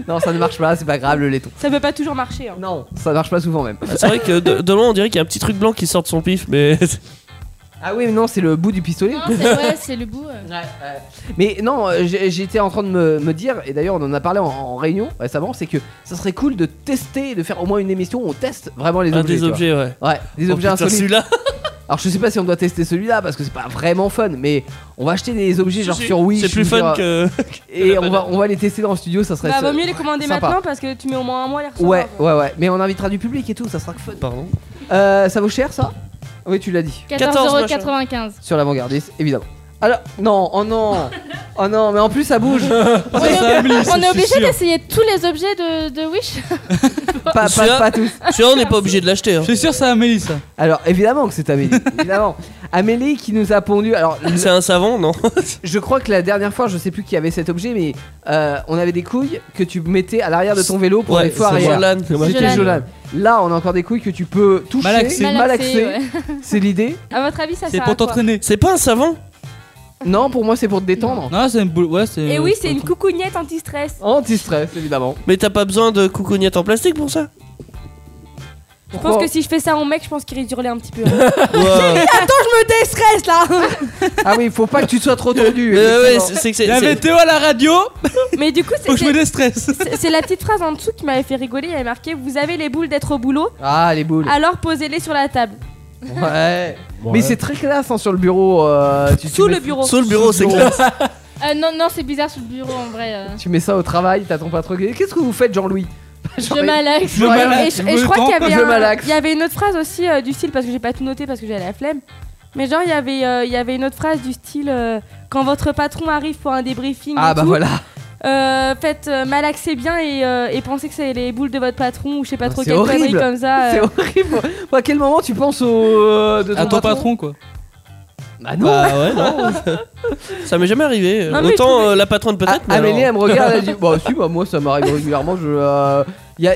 G: Non, ça ne marche pas, c'est pas grave le laiton.
J: Ça peut pas toujours marcher. Hein.
G: Non, ça marche pas souvent même.
H: Ah, C'est vrai que de, de loin, on dirait qu'il y a un petit truc blanc qui sort de son pif, mais.
G: Ah oui, mais non, c'est le bout du pistolet.
A: Non, c'est- ouais, c'est le bout. euh.
G: Mais non, euh, j'ai- j'étais en train de me, me dire, et d'ailleurs on en a parlé en, en réunion récemment, c'est que ça serait cool de tester, de faire au moins une émission où on teste vraiment les
H: Un
G: objets.
H: des
G: tu vois.
H: objets, ouais.
G: Ouais, des
H: Oh,
G: objets
H: putain,
G: insolites.
H: celui-là
G: Alors je sais pas si on doit tester celui-là parce que c'est pas vraiment fun, mais on va acheter des objets genre sur Wii.
H: C'est plus
G: sur-
H: fun que.
G: Et on va, on va les tester dans le studio, ça serait.
J: Bah,
G: ça-
J: vaut mieux les commander
G: sympa.
J: maintenant parce que tu mets au moins un mois à les recevoir.
G: Ouais, ouais, ouais. Mais on invitera du public et tout, ça sera que fun.
H: Pardon.
G: Euh, ça vaut cher ça Oui, tu l'as dit.
A: 14,95€.
G: Sur l'avant-gardiste, évidemment. Alors, non, oh non Oh non, mais en plus ça bouge
A: On est,
I: Ça glisse,
A: on est
I: c'est
A: obligé
I: sûr.
A: d'essayer tous les objets de, de Wish.
G: pas, pas,
H: Celui-là-
G: pas tous
H: Celui-là, on n'est pas obligé de l'acheter. Hein.
I: Je suis sûr, c'est Amélie ça.
G: Alors, évidemment que c'est Amélie, évidemment Amélie qui nous a pondu. Alors, je-
H: C'est un savon, non
G: je crois que la dernière fois, je sais plus qui avait cet objet, mais euh, on avait des couilles que tu mettais à l'arrière de ton vélo pour les
H: Ouais, c'est
G: feux arrière.
H: Jolan.
G: C'était
A: Jolan.
G: Jolan. Là, on a encore des couilles que tu peux toucher,
I: Malaxer.
A: Malaxer,
G: C'est l'idée
A: À votre avis, ça
I: C'est
A: sert
I: pour
A: à quoi
I: t'entraîner.
H: C'est pas un savon
G: Non, pour moi, c'est pour te détendre.
I: Non, c'est une boule. Ouais, c'est.
J: Et oui, c'est une coucougnette anti-stress.
G: Anti-stress, évidemment.
H: Mais t'as pas besoin de coucougnette en plastique pour ça
J: Je
G: Pourquoi
J: pense que si je fais ça en mec, je pense qu'il risque d'hurler un petit peu. hein.
H: Ouais.
J: je me déstresse là
G: Ah oui, faut pas que tu te sois trop tendu.
H: Euh, ouais,
G: effectivement.
H: c'est c'est que
I: La
H: c'est- c'est-
I: météo à la radio,
J: Mais du coup, c'est-
I: faut que je me
J: c'est-
I: déstresse.
J: c'est c'est la petite phrase en dessous qui m'avait fait rigoler. Il y avait marqué Vous avez les boules d'être au boulot,
G: Ah, les boules.
J: alors posez-les sur la table.
G: Ouais.
B: Ouais.
G: Mais c'est très classe hein, sur le bureau. euh, tu, tu
J: Sous
G: mets-
J: le bureau.
H: sous le bureau, c'est classe.
A: Euh, Non, non, c'est bizarre sur le bureau en vrai. euh.
G: Tu mets ça au travail, t'as ton patron. qui- Qu'est-ce que vous faites, Jean-Louis Ah,
A: Je malaxe.
I: Je malaxe,
J: Et je,
I: je
J: et je
I: me
J: crois qu'il y
I: tente,
J: avait,
G: je
J: un-
G: malaxe.
J: il y avait une autre phrase aussi euh, du style, parce que j'ai pas tout noté parce que j'ai la flemme. Mais genre, il y avait, euh, il y avait une autre phrase du style euh, Quand votre patron arrive pour un débriefing, et
G: Ah bah
J: tout,
G: voilà.
J: euh, faites euh, malaxer bien et, euh, et pensez que c'est les boules de votre patron ou je sais pas
G: Ah,
J: trop
G: c'est
J: quelle
G: horrible.
J: connerie comme ça.
G: C'est
J: euh.
G: horrible. Bon, à quel moment tu penses au euh, de ton,
I: À ton patron quoi.
G: Bah non.
H: Bah ouais, non. Ça m'est jamais arrivé. euh,
J: Non, mais je
H: Autant
J: trouvais-
H: euh, la patronne peut-être.
G: Ah,
H: mais
G: Amélie,
H: alors-
G: elle me regarde, elle dit Bah, si, bah, moi ça m'arrive régulièrement. Je. euh, y, a,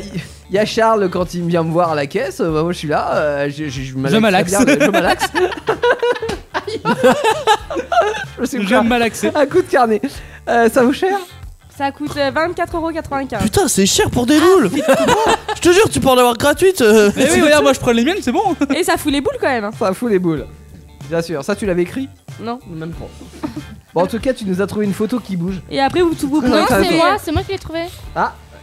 G: y a Charles quand il vient me voir à la caisse. euh, Bah, moi je suis là. euh, je, je, je malaxe.
I: Je malaxe.
G: très bien, je malaxe. Aïe. je me suis pris
I: J'aime
G: un-
I: malaxer.
G: un coup de carnet. Euh, ça vous cher
J: Ça coûte euh, 24,95€.
H: Putain, c'est cher pour des louls. Je te jure, tu peux en avoir gratuite. euh.
I: Mais oui, regarde, moi je prends les miennes, c'est bon.
J: Et ça fout les boules quand même. hein.
G: Ça fout les boules. Bien sûr. Ça, tu l'avais écrit
J: Non.
G: Même pas. Bon, en tout cas, tu nous as trouvé une photo qui bouge.
J: Et après, vous, vous pouvez
A: Non,
G: t'as
A: c'est
G: raison.
A: moi, c'est moi qui l'ai trouvé.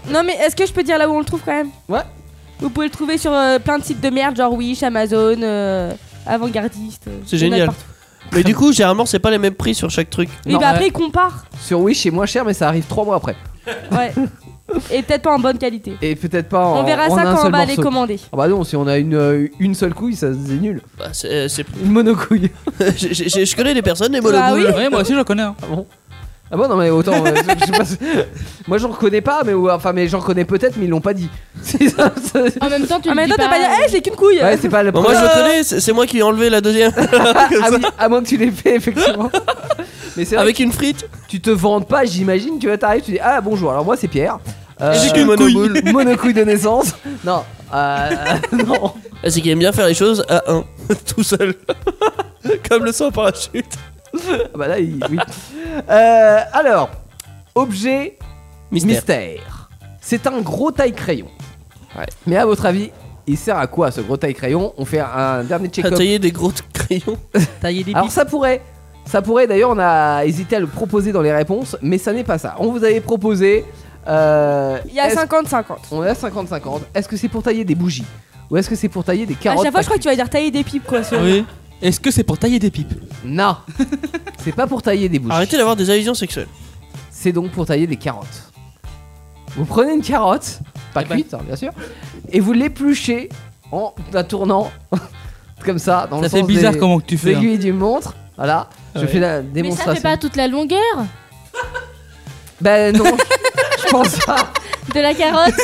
J: Non, mais est-ce que je peux dire là où on le trouve quand même
G: Ouais.
J: Vous pouvez le trouver sur euh, plein de sites de merde, genre Wish, Amazon, euh, Avant-Gardiste. euh,
H: C'est
J: il y en a
H: génial.
J: partout.
H: Mais du coup, généralement, c'est pas les mêmes prix sur chaque truc.
J: Et
G: Non,
J: bah
G: ouais.
J: après, il compare.
G: Sur Wish, c'est moins cher, mais ça arrive 3 mois après.
J: Ouais. Et peut-être pas en bonne qualité.
G: Et peut-être pas.
J: On
G: en-
J: verra
G: en Oh,
J: ça
G: un
J: quand on
G: seul
J: va les
G: morceau.
J: commander.
G: Ah bah non, si on a une, euh, une seule couille, ça c'est nul.
H: Bah, c'est, c'est...
G: Une monocouille.
H: je, je- je connais des personnes, les
G: Bah
H: monoboules.
G: oui. Ouais, moi aussi,
I: je connais.
G: Ah bon Ah bon, non mais autant. euh, je sais pas si- Moi j'en reconnais pas, mais ou- enfin, mais j'en connais peut-être, mais ils l'ont pas dit. C'est ça, c'est-
A: En même temps, tu
J: En
A: le
J: même
A: dis euh.
J: temps, t'as pas dit, Eh, j'ai qu'une couille
G: Ouais, c'est pas le
H: Bon, moi je le
G: problème.
H: connais, c'est, c'est moi qui ai enlevé la deuxième.
G: Bah, euh. Ah oui, à moins que tu l'aies fait, effectivement. Mais c'est
H: Avec une frite
G: Tu te vantes pas, j'imagine. Tu vas t'arriver, tu dis Ah bonjour, alors moi c'est Pierre. Euh,
H: J'ai qu'une couille.
G: monocouille. monocouille de naissance. Non, euh, non.
H: C'est qu'il aime bien faire les choses à un, tout seul. Comme le sang en parachute.
G: Ah bah là, il- oui. Euh, alors, objet
H: Mystère.
G: mystère. C'est un gros taille-crayon. Mais à votre avis, il sert à quoi ce gros taille-crayon On fait un dernier
H: À
G: check-up.
H: tailler des gros crayons.
I: Tailler des
G: Alors ça pourrait. Ça pourrait, d'ailleurs, on a hésité à le proposer dans les réponses, mais ça n'est pas ça. On vous avait proposé. euh,
J: Il y a
G: est-ce-
J: 50-50.
G: On est à 50-50. Est-ce que c'est pour tailler des bougies Ou est-ce que c'est pour tailler des
J: À
G: carottes Ah
J: chaque fois, je crois que tu vas dire tailler des pipes, quoi. sur-
I: Ah Oui. Est-ce que c'est pour tailler des pipes
G: Non C'est pas pour tailler des bougies.
H: Arrêtez d'avoir des allusions sexuelles.
G: c'est donc pour tailler des carottes. Vous prenez une carotte, pas cuite hein, bien sûr, et vous l'épluchez en la tournant comme ça dans
I: Ça
G: le
I: fait
G: sens
I: bizarre
G: des-
I: comment que tu fais,
G: l'aiguille d'une montre. Voilà, je
I: Ouais.
G: fais la
A: Mais ça fait
G: démonstration.
A: pas toute la longueur
G: Ben non, je pense pas.
A: de la carotte.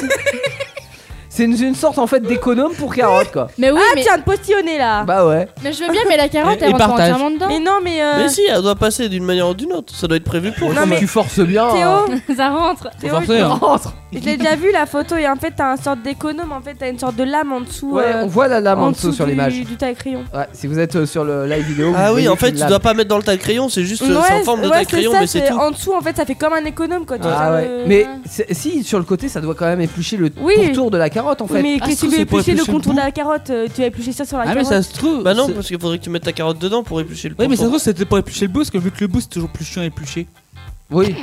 G: C'est une, une sorte en fait d'économe pour carotte quoi.
A: Mais oui,
J: Ah,
A: mais,
J: tiens, de postillonner là
G: Bah ouais.
A: mais je veux bien, mais la carotte,
I: Et-
A: elle
I: et
A: rentre
I: partage.
A: entièrement dedans.
J: Mais non, mais. euh,
H: Mais si, elle doit passer d'une manière ou d'une autre. Oh, Ça doit être prévu pour.
J: Non, mais-
G: Tu forces bien. hein.
J: Théo,
A: ça rentre.
I: Faut
J: Théo,
I: forcer, hein.
G: Rentre.
J: je l'ai déjà vu la photo et en fait, t'as une sorte d'économe, en fait, t'as une sorte de lame en dessous.
G: Ouais,
J: euh,
G: on voit la lame en dessous
J: dessous
G: sur
J: du-
G: l'image.
J: Du taille-crayon.
G: Ouais, si vous êtes euh, sur le live vidéo. vous
H: Ah oui,
G: voyez
H: en fait,
G: une
H: tu
G: lame.
H: dois pas mettre dans le tas de crayon, c'est juste euh, c'est en forme de
J: ouais,
H: tas de crayon,
J: ça,
H: mais c'est tout.
J: En dessous, en fait, ça fait comme un économe, quoi. tu vois,
G: Ah ouais.
J: euh,
G: Mais c'est- si sur le côté, ça doit quand même éplucher le
J: Oui.
G: pourtour de la carotte en fait.
J: Mais
I: Ah, ça,
J: qu'est-ce que tu veux
I: c'est pour
J: éplucher le
I: éplucher le
J: contour de
I: bout.
J: la carotte euh, Tu vas éplucher ça sur la
I: Ah mais
J: carotte
I: ça se trouve.
H: Bah non,
I: c'est-
H: parce qu'il faudrait que tu mettes ta carotte dedans pour éplucher le
I: Ouais, mais ça se
H: contour.
I: trouve, c'était pour éplucher le bout, parce que vu que le bout, c'est toujours plus chiant à éplucher.
G: Oui,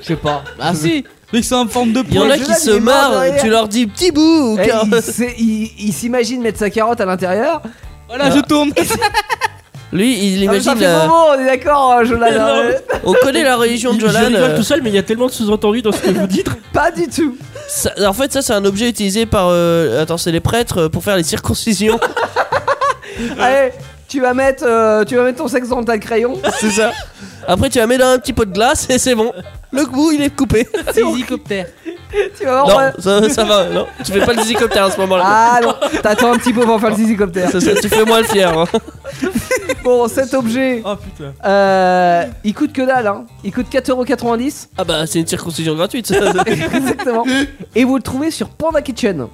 G: je sais pas.
I: Ah si Mais que c'est en forme de
H: Il y en
I: poing.
H: a
G: Le
H: qui
G: jeune,
H: se
G: il est mort
H: marrent,
G: derrière.
H: tu leur dis petit bout ou
G: Eh,
H: car-
G: il sait- il il s'imagine mettre sa carotte à l'intérieur.
I: Voilà, je tourne.
H: Lui, il
G: Ah, mais ça
H: imagine.
G: fait
H: la-
G: moment, on est d'accord, euh, Jolan,
H: Non.
G: euh,
H: On connaît la religion de
B: Je
H: Jolan.
B: rigole
H: euh,
B: tout seul, mais il y a tellement de sous-entendus dans ce que vous dites.
G: Pas du tout.
H: ça- En fait, ça, c'est un objet utilisé par. euh, Attends, c'est les prêtres euh, pour faire les circoncisions.
G: Allez, tu vas mettre, euh, tu vas mettre ton sexe dans ta crayon.
H: c'est ça. Après, tu la mets dans un petit pot de glace et c'est bon. Le bout, il est coupé.
I: Hélicoptère.
G: Tu vas voir.
H: Non, ça, ça va. Non, tu fais pas le hélicoptère à ce moment-là.
G: Ah non, t'attends un petit peu pour faire le zizicoptère.
H: Ça, ça, tu fais moins le fier. hein.
G: Bon, cet objet,
I: Oh putain.
G: euh, il coûte que dalle, hein. Il coûte 4,90€.
H: Ah bah, c'est une circoncision gratuite. ça.
G: Exactement. Et vous le trouvez sur Panda Kitchen.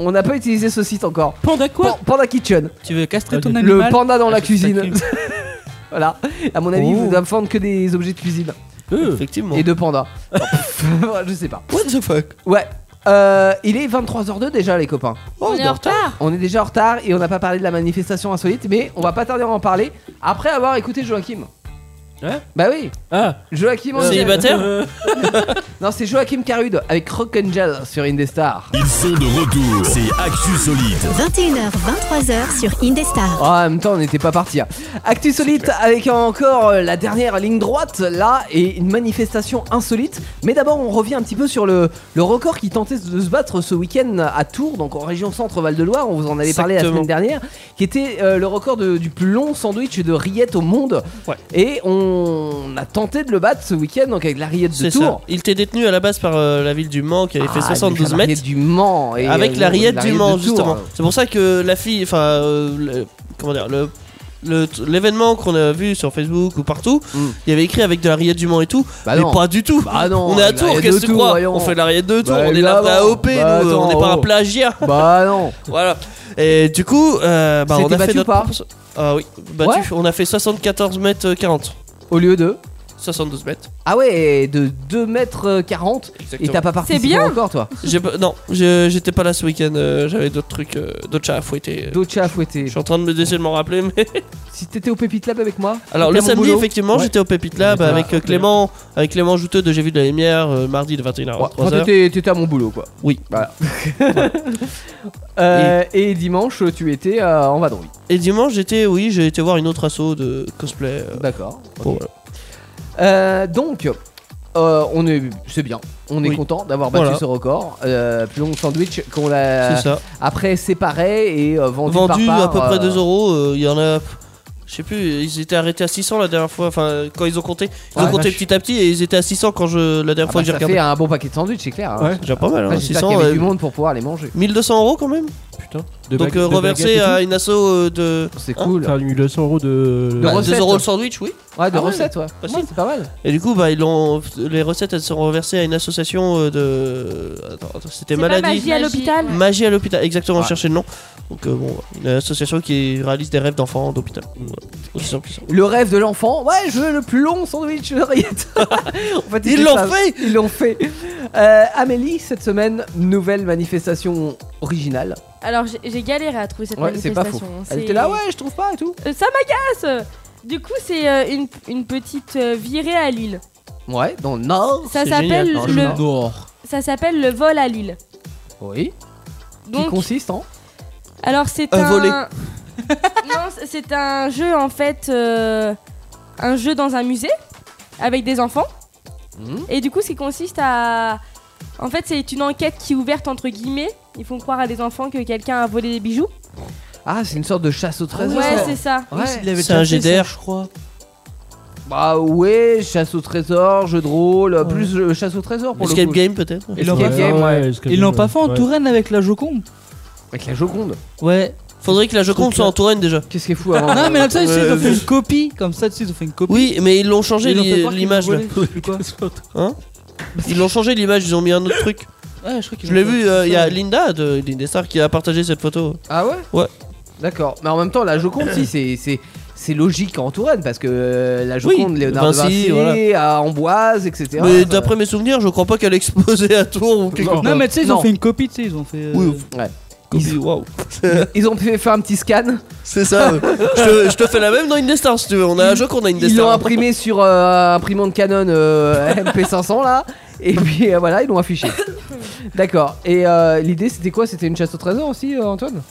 G: On n'a pas utilisé ce site encore.
I: Panda quoi
G: Pan- Panda Kitchen.
I: Tu veux castrer
B: Ok.
I: ton
B: Le
I: animal
G: Le panda dans
I: Ah,
G: la
I: c'est ça
G: cuisine.
I: qui-
G: voilà. À mon avis,
I: Oh.
G: vous devez me vendre que des objets de cuisine
B: Euh,
H: Effectivement.
G: et de pandas. Je sais pas.
H: What the fuck
G: Ouais. Euh, il est 23h02 déjà, les copains.
A: On est en retard.
G: On est déjà en retard et on n'a pas parlé de la manifestation insolite, mais on va pas tarder à en parler après avoir écouté Joachim.
B: Ouais.
G: Bah oui,
B: Ah,
G: Joachim
H: Euh,
G: Angel.
H: Célibataire
B: euh,
G: Non, c'est Joachim Carude avec Rock Angel sur Indestar.
C: Ils sont de retour. C'est Actu Solide.
D: 21h, 23h sur Indestar.
G: Oh, en même temps, on n'était pas parti. hein. Actu solide avec encore euh, la dernière ligne droite là et une manifestation insolite. Mais d'abord, on revient un petit peu sur le, le record qui tentait de se battre ce week-end à Tours, donc en région Centre-Val de Loire. On vous en avait parlé la
H: Exactement.
G: semaine dernière, qui était euh, le record de- du plus long sandwich de rillettes au monde.
H: Ouais.
G: Et on a tenté de le battre ce week-end donc avec la rillette de
H: C'est ça.
G: Tours.
H: Il était détenu à la base par euh, la ville du Mans qui avait fait
G: Ah, avec
H: 72
G: la
H: mètres.
G: rillette du Mans et,
H: avec
G: euh,
H: la rillette du
G: de
H: Mans,
G: Tours.
H: justement. C'est pour ça que la fille, enfin, euh, le- comment dire, le. le- L'événement qu'on a vu sur Facebook ou partout,
G: Mm.
H: il y avait écrit avec de la rillette du Mans et tout,
G: Bah
H: mais
G: non.
H: pas du tout.
G: Bah non,
H: on est à
G: la
H: Tours,
G: rillette
H: qu'est-ce
G: de
H: que tu
G: Tours,
H: crois
G: voyons.
H: On fait de la rillette de Tours,
G: Bah,
H: on est là pour la
G: évidemment.
H: OP,
G: Bah,
H: nous, on
G: attends,
H: n'est pas un
G: oh.
H: plagiat.
G: Bah non.
H: Voilà. Et du coup, euh, bah, on
G: C'était
H: a fait
G: battu ou
H: notre.
G: pas
H: propre- Ah oui, battu.
G: Ouais.
H: On a fait 74 mètres 40.
G: Au lieu de
H: 72 mètres.
G: Ah ouais, de 2 mètres 40 et t'as pas participé
J: bien.
G: encore toi.
H: J'ai pas- Non, je- j'étais pas là ce week-end, euh, j'avais d'autres trucs, euh, d'autres chats à fouetter.
G: D'autres chats à fouetter.
H: Je suis en train de me essayer de m'en rappeler, mais.
G: Si t'étais au Pépite Lab avec moi
H: Alors le
G: t'étais à mon
H: samedi,
G: boulot.
H: effectivement,
G: Ouais.
H: j'étais au Pépite Lab
G: Ouais, ça
H: avec
G: va.
H: euh, Clément, avec Clément Jouteux de J'ai vu de la lumière, euh, mardi de 21h
G: Ouais, Bah.
H: à
G: enfin,
H: 3h.
G: t'étais, t'étais à mon boulot quoi.
H: Oui.
G: Voilà. Euh, et... dimanche, tu étais euh, en vadrouille.
H: Et dimanche, j'étais, oui, j'ai Euh.
G: Bah,
H: été voir une autre asso de cosplay. euh,
G: D'accord.
H: bon, voilà.
G: Euh, donc, euh, on est, c'est bien. On est
I: Oui.
G: content d'avoir battu
I: Voilà.
G: ce record. Euh, plus long sandwich qu'on l'a
H: C'est ça.
G: après séparé et euh, vendu,
H: Vendu
G: par part,
H: à peu
G: euh,
H: près 2 euros. euh, Il y en a. Je sais plus, ils étaient arrêtés à 600 la dernière fois. Enfin, quand ils ont compté, ils
G: Ouais,
H: ont compté
G: vache.
H: petit à petit et ils étaient à 600 quand je la dernière
G: Ah
H: fois
G: bah,
H: que j'ai
G: ça
H: regardé.
G: fait un bon paquet de sandwichs, c'est clair. hein.
H: Ouais, déjà pas mal, hein,
G: Après, j'espère
H: 600,
G: qu'il y avait
H: euh,
G: du monde pour pouvoir les manger.
H: 1200 euros quand même Putain.
G: De
H: Donc
G: bagu-
H: euh,
G: de baguettes
H: reversé
G: et
H: à
G: tout
H: une asso euh, de.
G: C'est
H: Hein
G: cool.
B: Enfin, 1200 euros de.
H: Bah, 2 euros le sandwich, oui.
G: Ouais, de
H: Ah
G: recettes, ouais.
H: Facile.
G: Ouais, c'est pas mal.
H: Et du coup, bah, ils l'ont- les recettes elles seront reversées à une association euh, de. Attends, attends, c'était
J: C'est pas
H: maladie.
J: Magie à l'hôpital
H: Magie à l'hôpital, exactement,
J: Ouais.
H: je cherchais le nom. Donc, euh, bon, une association qui réalise des rêves d'enfants d'hôpital. Voilà. Aussi simple que ça.
G: Le rêve de l'enfant, ouais, je veux le plus long sandwich de rillettes. En fait,
H: Ils
G: étaient
H: l'ont
G: ça.
H: fait
G: Ils l'ont fait. Euh, Amélie, cette semaine, nouvelle manifestation originale.
J: Alors j'ai- j'ai galéré à trouver cette
G: Ouais, c'est pas
J: manifestation.
G: faux.
J: C'est-
G: Elle était là, ouais, je trouve pas et tout.
J: Euh, Ça m'agace Du coup, c'est euh, une, une petite euh, virée à Lille.
G: Ouais, dans le Nord.
J: Ça
G: C'est
J: s'appelle
G: génial, dans
J: le-
G: Nord.
J: Ça s'appelle le vol à Lille.
G: Oui.
J: Donc-
G: Qui consiste en
J: Alors c'est
G: Un
J: un...
G: volet.
J: non, c- c'est un jeu en fait, euh, un jeu dans un musée avec des enfants.
G: Mhm.
J: Et du coup, ce qui consiste à, en fait, c'est une enquête qui est ouverte entre guillemets. Ils font croire à des enfants que quelqu'un a volé des bijoux.
G: Ah, c'est une sorte de chasse au trésor.
J: Ouais, c'est ça.
G: Ouais.
H: C'est un GDR, je crois.
G: Bah ouais, chasse au trésor, jeu de rôle, plus euh, chasse au trésor pour
H: Escape
G: le coup.
H: game, peut-être
G: Escape game, ouais.
I: Ils l'ont pas fait en Touraine avec la Joconde
G: Avec la Joconde.
I: Ouais.
H: Faudrait que la Joconde
I: Donc,
H: soit
I: là-
H: en Touraine déjà.
G: Qu'est-ce qui est fou avant
I: Non, mais comme ça, ils
H: Euh,
I: ont fait
H: vu-
I: une copie. Comme ça, tu sais, ils ont fait une copie.
H: Oui, mais ils l'ont changé
I: Ils l'ont fait
H: l'i-
I: croire qu'ils
H: l'image
I: l'ont
H: là.
I: volé, je sais plus quoi.
H: Hein Ils l'ont changé l'image, ils ont mis un autre truc.
I: Ouais, je crois qu'ils
H: Je
I: l'ont
H: l'ai
I: fait.
H: vu, euh, il y a Linda de Lindestar qui a partagé cette photo.
G: Ah ouais
H: Ouais.
G: D'accord. Mais en même temps, la Joconde, si, c'est- c'est. C'est logique en Touraine parce que euh, la Joconde,
H: Oui,
G: Léonard
H: Vinci,
G: de Vinci,
H: voilà.
G: à Amboise, etc.
H: Mais
G: Ça-
H: d'après mes souvenirs, je crois pas qu'elle exposait à Tours ou quelque
G: Non,
H: part.
I: Non, mais tu sais, ils
G: Non.
I: ont fait une copie, tu sais, ils ont fait. euh,
H: Oui,
G: ouais.
H: Copie, waouh.
G: Ils ont fait faire un petit scan.
H: C'est ça. ouais. je, te, je te fais la même dans Indestar si tu veux. On a un jeu qu'on a Indestar.
G: Ils l'ont imprimé sur euh, imprimante Canon euh, MP500 là. Et puis euh, voilà, ils l'ont affiché. D'accord. Et euh, l'idée c'était quoi C'était une chasse au trésor aussi, euh, Antoine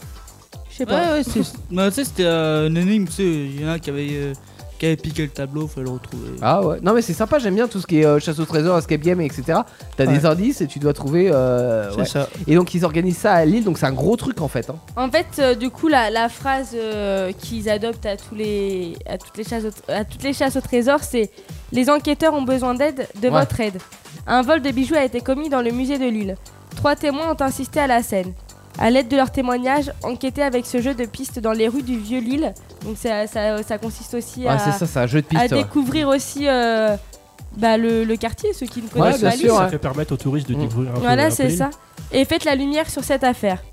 J: Je sais
I: Ouais, ouais, c'est. Mais tu sais, c'était euh, une énigme, tu sais, il y en a un qui avait, euh, qui avait piqué le tableau, fallait le retrouver.
G: Ah ouais. Non mais c'est sympa, j'aime bien tout ce qui est euh, chasse au trésor, escape game, etc. T'as
I: Ouais.
G: des indices et tu dois trouver. euh,
H: C'est
G: ouais.
H: ça.
G: Et donc ils organisent ça à Lille, donc c'est un gros truc en fait. hein.
J: En fait, euh, du coup, la, la phrase euh, qu'ils adoptent à, tous les, à, toutes les chasses au, à toutes les chasses au trésor, c'est Les enquêteurs ont besoin d'aide, de
G: Ouais.
J: votre aide. Un vol de bijoux a été commis dans le musée de Lille. Trois témoins ont insisté à la scène. À l'aide de leurs témoignages, enquêtez avec ce jeu de piste dans les rues du vieux Lille. Donc ça, ça- ça consiste aussi
G: Ouais,
J: à,
G: Ah, c'est ça, c'est un jeu de piste,
J: à
G: ouais.
J: découvrir aussi euh, bah, le, le quartier, ceux qui ne
B: Ouais,
J: connaissent
B: bien
J: pas
A: bah,
J: Lille.
B: sûr, ça fait permettre aux touristes de découvrir un peu- un
J: Voilà,
B: peu
J: c'est
B: l'île.
J: ça. Et faites la lumière sur cette affaire.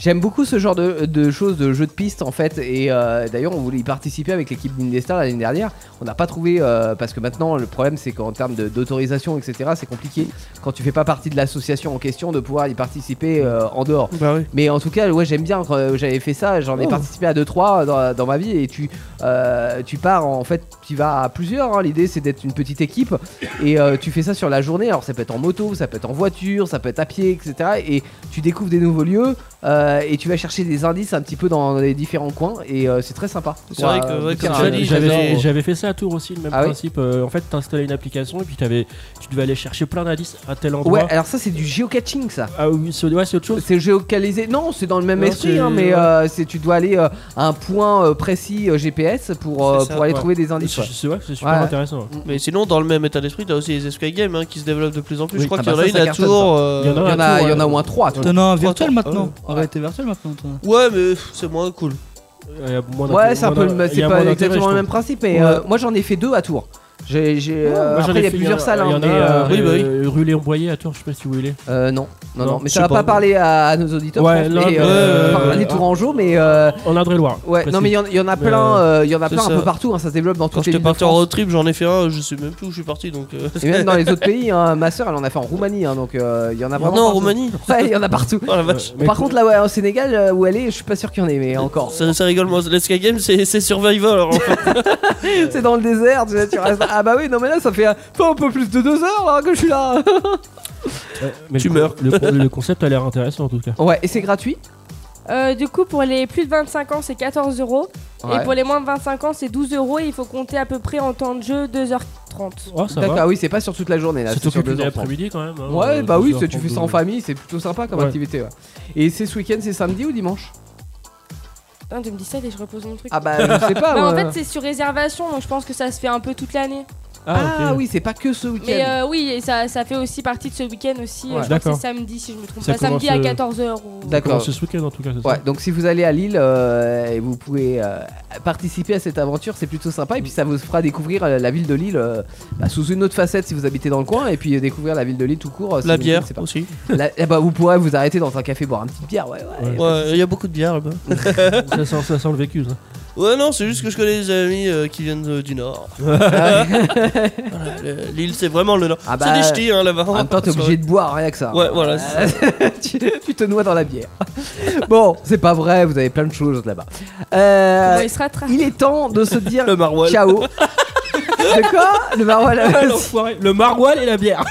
G: J'aime beaucoup ce genre de, de choses, de jeux de piste en fait. Et euh, d'ailleurs, on voulait y participer avec l'équipe d'Indestar l'année dernière. On n'a pas trouvé, euh, parce que maintenant, le problème c'est qu'en termes de- d'autorisation, etc., c'est compliqué quand tu fais pas partie de l'association en question de pouvoir y participer euh, en dehors.
H: Bah oui.
G: Mais en tout cas, ouais, j'aime bien quand euh, j'avais fait ça. J'en ai
H: Oh.
G: participé à 2-3 dans, dans ma vie et tu, euh, tu pars en fait, tu vas à plusieurs. hein. L'idée c'est d'être une petite équipe et euh, tu fais ça sur la journée. Alors ça peut être en moto, ça peut être en voiture, ça peut être à pied, etc. Et tu découvres des nouveaux lieux euh, et tu vas chercher des indices un petit peu dans les différents coins et euh, c'est très sympa.
H: C'est vrai que,
G: euh,
H: ouais,
G: faire
H: comme
G: un-
H: tu as dit,
B: J'avais
H: j'adore.
B: j'avais fait ça à Tours aussi, le même
G: Ah oui
B: principe. Euh, en fait, t'installais une application et puis t'avais- tu devais aller chercher plein d'indices à tel endroit.
G: Ouais, alors ça c'est du geocaching ça.
B: Ah oui, c'est autre chose.
G: C'est géocalisé. Non, c'est dans le même
B: Non,
G: esprit,
B: c'est-
G: hein, mais
B: ouais.
G: euh, c'est tu dois aller euh, à un point euh, précis euh, GPS pour, euh,
H: C'est ça,
G: pour aller
H: ouais.
G: trouver des indices.
B: C'est-
G: ouais.
B: c'est- ouais, c'est super
G: Ouais.
B: intéressant.
H: Mm. Mais sinon, dans le même état d'esprit, t'as aussi les escape games hein, qui se développent de plus en plus.
B: Oui.
H: Je crois
B: Ah
H: qu'il y en
B: bah
H: a
B: ça,
H: une
B: ça
H: à
B: cartonne,
H: Tours.
B: ça.
H: euh,
B: Il y en a
G: Il y en a, il y en a au moins 3.
I: T'en as un virtuel maintenant.
H: Ah
I: En réalité virtuelle maintenant, toi.
H: Ouais, mais pff, c'est moins cool.
G: Ouais, c'est un peu, le- c'est pas exactement le même principe, mais euh, moi j'en ai fait deux à Tours. J'ai, j'ai, euh, après, il y a plusieurs salles, hein, mais, euh,
B: oui, bah oui. Rue Léon Boyer à Tours, je sais pas si vous voulez.
G: non, non, non, mais ça va pas, parler à, à nos auditeurs. je
B: Ouais,
G: pense,
B: non,
G: mais,
B: mais,
G: euh,
B: euh,
G: enfin, les
B: euh,
G: Tourangeaux, mais euh,
B: En Indre-et-Loire.
G: ouais, non, mais il y en- il y, en a
B: Mais,
G: plein,
B: euh,
G: euh, il y en a
H: c'est
G: plein un
H: ça.
G: peu partout. hein, ça se développe dans
H: Quand
G: toutes les
H: j'étais
G: villes de
H: parti en
G: France.
H: road trip, j'en ai fait un, je sais même plus où je suis parti donc. euh,
G: Et même dans les autres pays, hein, ma soeur elle en a fait en Roumanie, hein, donc euh, il y en a vraiment.
H: Non, en
G: partout.
H: Roumanie
G: Ouais, il y en a partout.
H: Oh la vache.
G: Par contre, là, ouais, au Sénégal, euh, où elle est, je suis pas sûr qu'il y en ait, mais encore.
H: ça, ça rigole, moi. Let's Go Game, c'est c'est Survival. Alors, en fait.
G: C'est dans le désert, tu, sais, tu restes. Ah bah oui, non, mais là, ça fait un, pas un peu plus de deux heures hein, que je suis là.
B: tu meurs. Le, le concept a l'air intéressant en tout cas.
G: ouais, et c'est gratuit.
J: Euh, du coup, pour les plus de 25 ans, c'est 14 euros.
B: Ouais.
J: Et pour les moins de 25 ans, c'est 12 euros. Et il faut compter à peu près en temps de jeu 2h15 2h30.
B: Oh, ça va.
G: D'accord, ah oui, c'est pas sur toute la journée là.
B: Ça t'occupe
G: sur
B: une
G: deux
B: après-midi, quand même, hein,
G: ouais,
B: euh,
G: bah
B: deux
G: oui,
B: heures
G: c'est- tu fais ça en
B: trente-deux.
G: famille, c'est plutôt sympa comme
B: Ouais.
G: activité. ouais. Et c'est ce week-end, c'est samedi ou dimanche
J: Putain, tu me dis ça et je repose mon truc.
G: Ah bah, je sais pas,
J: Bah, en
G: moi.
J: fait, c'est sur réservation, donc je pense que ça se fait un peu toute l'année.
G: Ah, oui, c'est pas que ce week-end.
J: Mais euh, oui, et ça, ça fait aussi partie de ce week-end aussi. euh,
G: Ouais.
J: je crois que
G: D'accord.
J: c'est samedi, si je me trompe
G: Ça
J: pas. Samedi à
G: commence, euh,
J: 14h. Ou...
G: D'accord.
B: commence ce week-end, en tout cas, c'est ça.
G: Ouais, donc si vous allez à Lille, euh, et vous pouvez euh, participer à cette aventure, c'est plutôt sympa. Et puis ça vous fera découvrir euh, la ville de Lille euh, bah, sous une autre facette si vous habitez dans le coin. Et puis euh, découvrir la ville de Lille tout court. euh, si
H: La
G: vous ne
H: bière
G: connaissez pas.
H: aussi.
G: La- eh bah, vous pourrez vous arrêter dans un café, boire un petit bière. Ouais, ouais.
H: Ouais, il y a beaucoup de bière là-bas.
B: ça, sent, ça sent le vécu, ça.
H: Ouais, non, c'est juste que je connais des amis euh, qui viennent euh, du Nord.
G: Ah
H: Voilà, le- L'île, c'est vraiment le Nord.
G: Ah
H: c'est
G: bah,
H: des ch'tis, hein, là-bas.
G: En même temps, t'es obligé de boire, rien que ça.
H: Ouais, voilà, c'est
G: tu, tu te noies dans la bière. bon, c'est pas vrai, vous avez plein de choses là-bas. Euh,
J: il,
G: est temps de se dire
H: le maroilles.
G: ciao. De quoi Le maroilles
B: Ah, l'enfoiré. Le maroilles et la bière.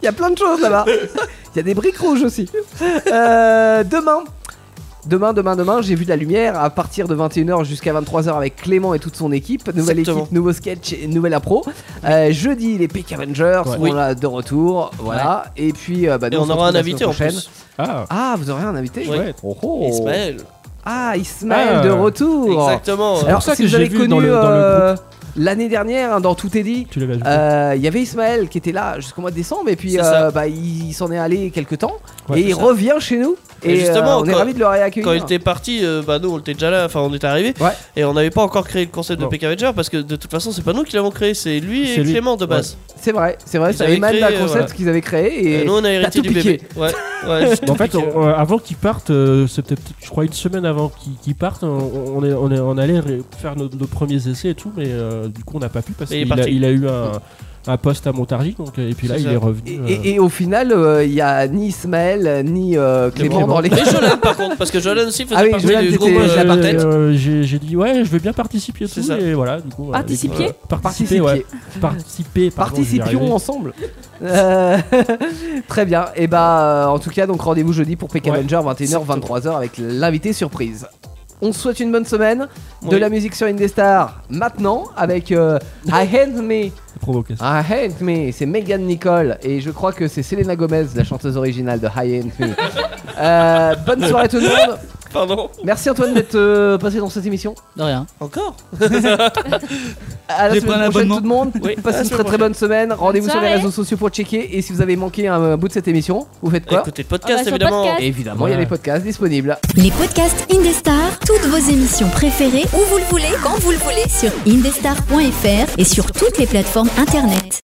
G: Il y a plein de choses là-bas. Il y a des briques rouges aussi. Euh, demain. Demain, demain, demain, j'ai vu de la lumière à partir de 21h jusqu'à 23h avec Clément et toute son équipe. Nouvelle
H: Exactement.
G: équipe, nouveau sketch, et nouvelle appro. Euh, jeudi, les Peak Avengers
H: Ouais.
G: sont
H: Oui.
G: là de retour. Voilà. Et puis, euh, bah,
H: Et
G: nous,
H: on aura
G: se retrouve
H: un
G: la
H: invité
G: semaine
H: en
G: prochaine.
H: plus.
B: Ah.
G: vous aurez un invité
H: Ouais.
G: Oh, oh.
H: Ismaël.
G: Ah, Ismaël
H: Ah.
G: de retour.
H: Exactement. C'est
G: Alors,
H: pour ça
G: si
H: que
G: vous
H: j'ai
G: avez
H: vu
G: connu
H: dans le- dans le
G: euh, l'année dernière hein, dans Tout est dit,
B: euh,
G: il y avait Ismaël qui était là jusqu'au mois de décembre et puis
H: C'est
G: euh,
H: ça.
G: bah, il s'en est allé quelques temps
H: Ouais,
G: et
H: c'est
G: il
H: ça.
G: revient chez nous. Et,
H: Et justement,
G: euh, on est
H: quand-
G: ravis de le réaccueillir.
H: Quand il était parti, euh, bah nous on était déjà là, enfin on était arrivé, et on n'avait pas encore créé le concept de
G: Non.
H: Peck Avenger parce que de toute façon c'est pas nous qui l'avons créé, c'est lui et
G: C'est lui.
H: Clément de base.
G: C'est vrai, c'est vrai,
H: Ils
G: ça
H: avaient
G: émane
H: créé,
G: d'un
H: euh,
G: concept
H: voilà.
G: qu'ils avaient créé et
H: Euh, nous on a hérité
G: t'as tout
H: du
G: piqué.
H: bébé. Ouais, ouais, j'ai tout
B: en fait,
H: piqué, ouais.
B: on- euh, avant qu'ils partent, euh, c'est peut-être, je crois, une semaine avant qu'ils qu'ils partent, on, on est, on, est, on allait ré- faire nos, nos premiers essais et tout, mais euh, du coup, on n'a pas pu parce
H: Mais il est
B: qu'il a,
H: parti.
B: il a eu un, un poste à Montargis, donc, euh, et puis là,
H: C'est
B: il
H: ça.
B: est revenu. euh,
G: Et, et au final, euh, il y a ni Ismaël euh, ni euh, Clément,
B: Clément.
G: dans les.
B: Mais
H: Jolan, par contre, parce que Jolan aussi faisait
G: Ah oui,
H: partie
G: Jolan,
H: du
G: t'étais-
H: groupe
G: euh,
H: euh, la tête.
B: Euh, j'ai j'ai dit ouais je veux bien participer et tout
H: ça.
B: et voilà du coup voilà,
G: Participier
B: du coup, euh, participer ouais participer pardon, j'y arrivais.
G: Participions ensemble. Euh, Très bien. Et bah, euh, en tout cas, donc rendez-vous jeudi pour PK
B: Ouais,
G: Avenger 21h, 23h avec l'invité surprise. On se souhaite une bonne semaine. De
B: Oui.
G: la musique sur Indestar maintenant avec euh, I Hate Me.
B: Provocation.
G: I Hate Me, c'est Megan Nicole et je crois que c'est Selena Gomez, la chanteuse originale de I Hate Me. Euh, bonne soirée tout le monde.
H: Pardon.
G: Merci Antoine d'être euh, passé dans cette émission.
I: De rien.
H: Encore
G: À la
I: J'ai pris un
G: semaine
I: abonnement.
G: prochaine tout Ah, le monde.
I: Oui, à la
G: Passez une
I: semaine
G: très très
I: prochaine.
G: bonne semaine. Rendez-vous sur les
I: soirée.
G: réseaux sociaux pour checker. Et si vous avez manqué un, euh, bout de cette émission, vous faites quoi
H: Écoutez le
D: podcast, Ah bah, sur évidemment. podcast.
G: Évidemment, il y a
D: Ouais.
G: les podcasts disponibles.
D: Les podcasts Indestar, toutes vos émissions préférées, où vous le voulez, quand vous le voulez, sur indestar.fr et sur toutes les plateformes internet.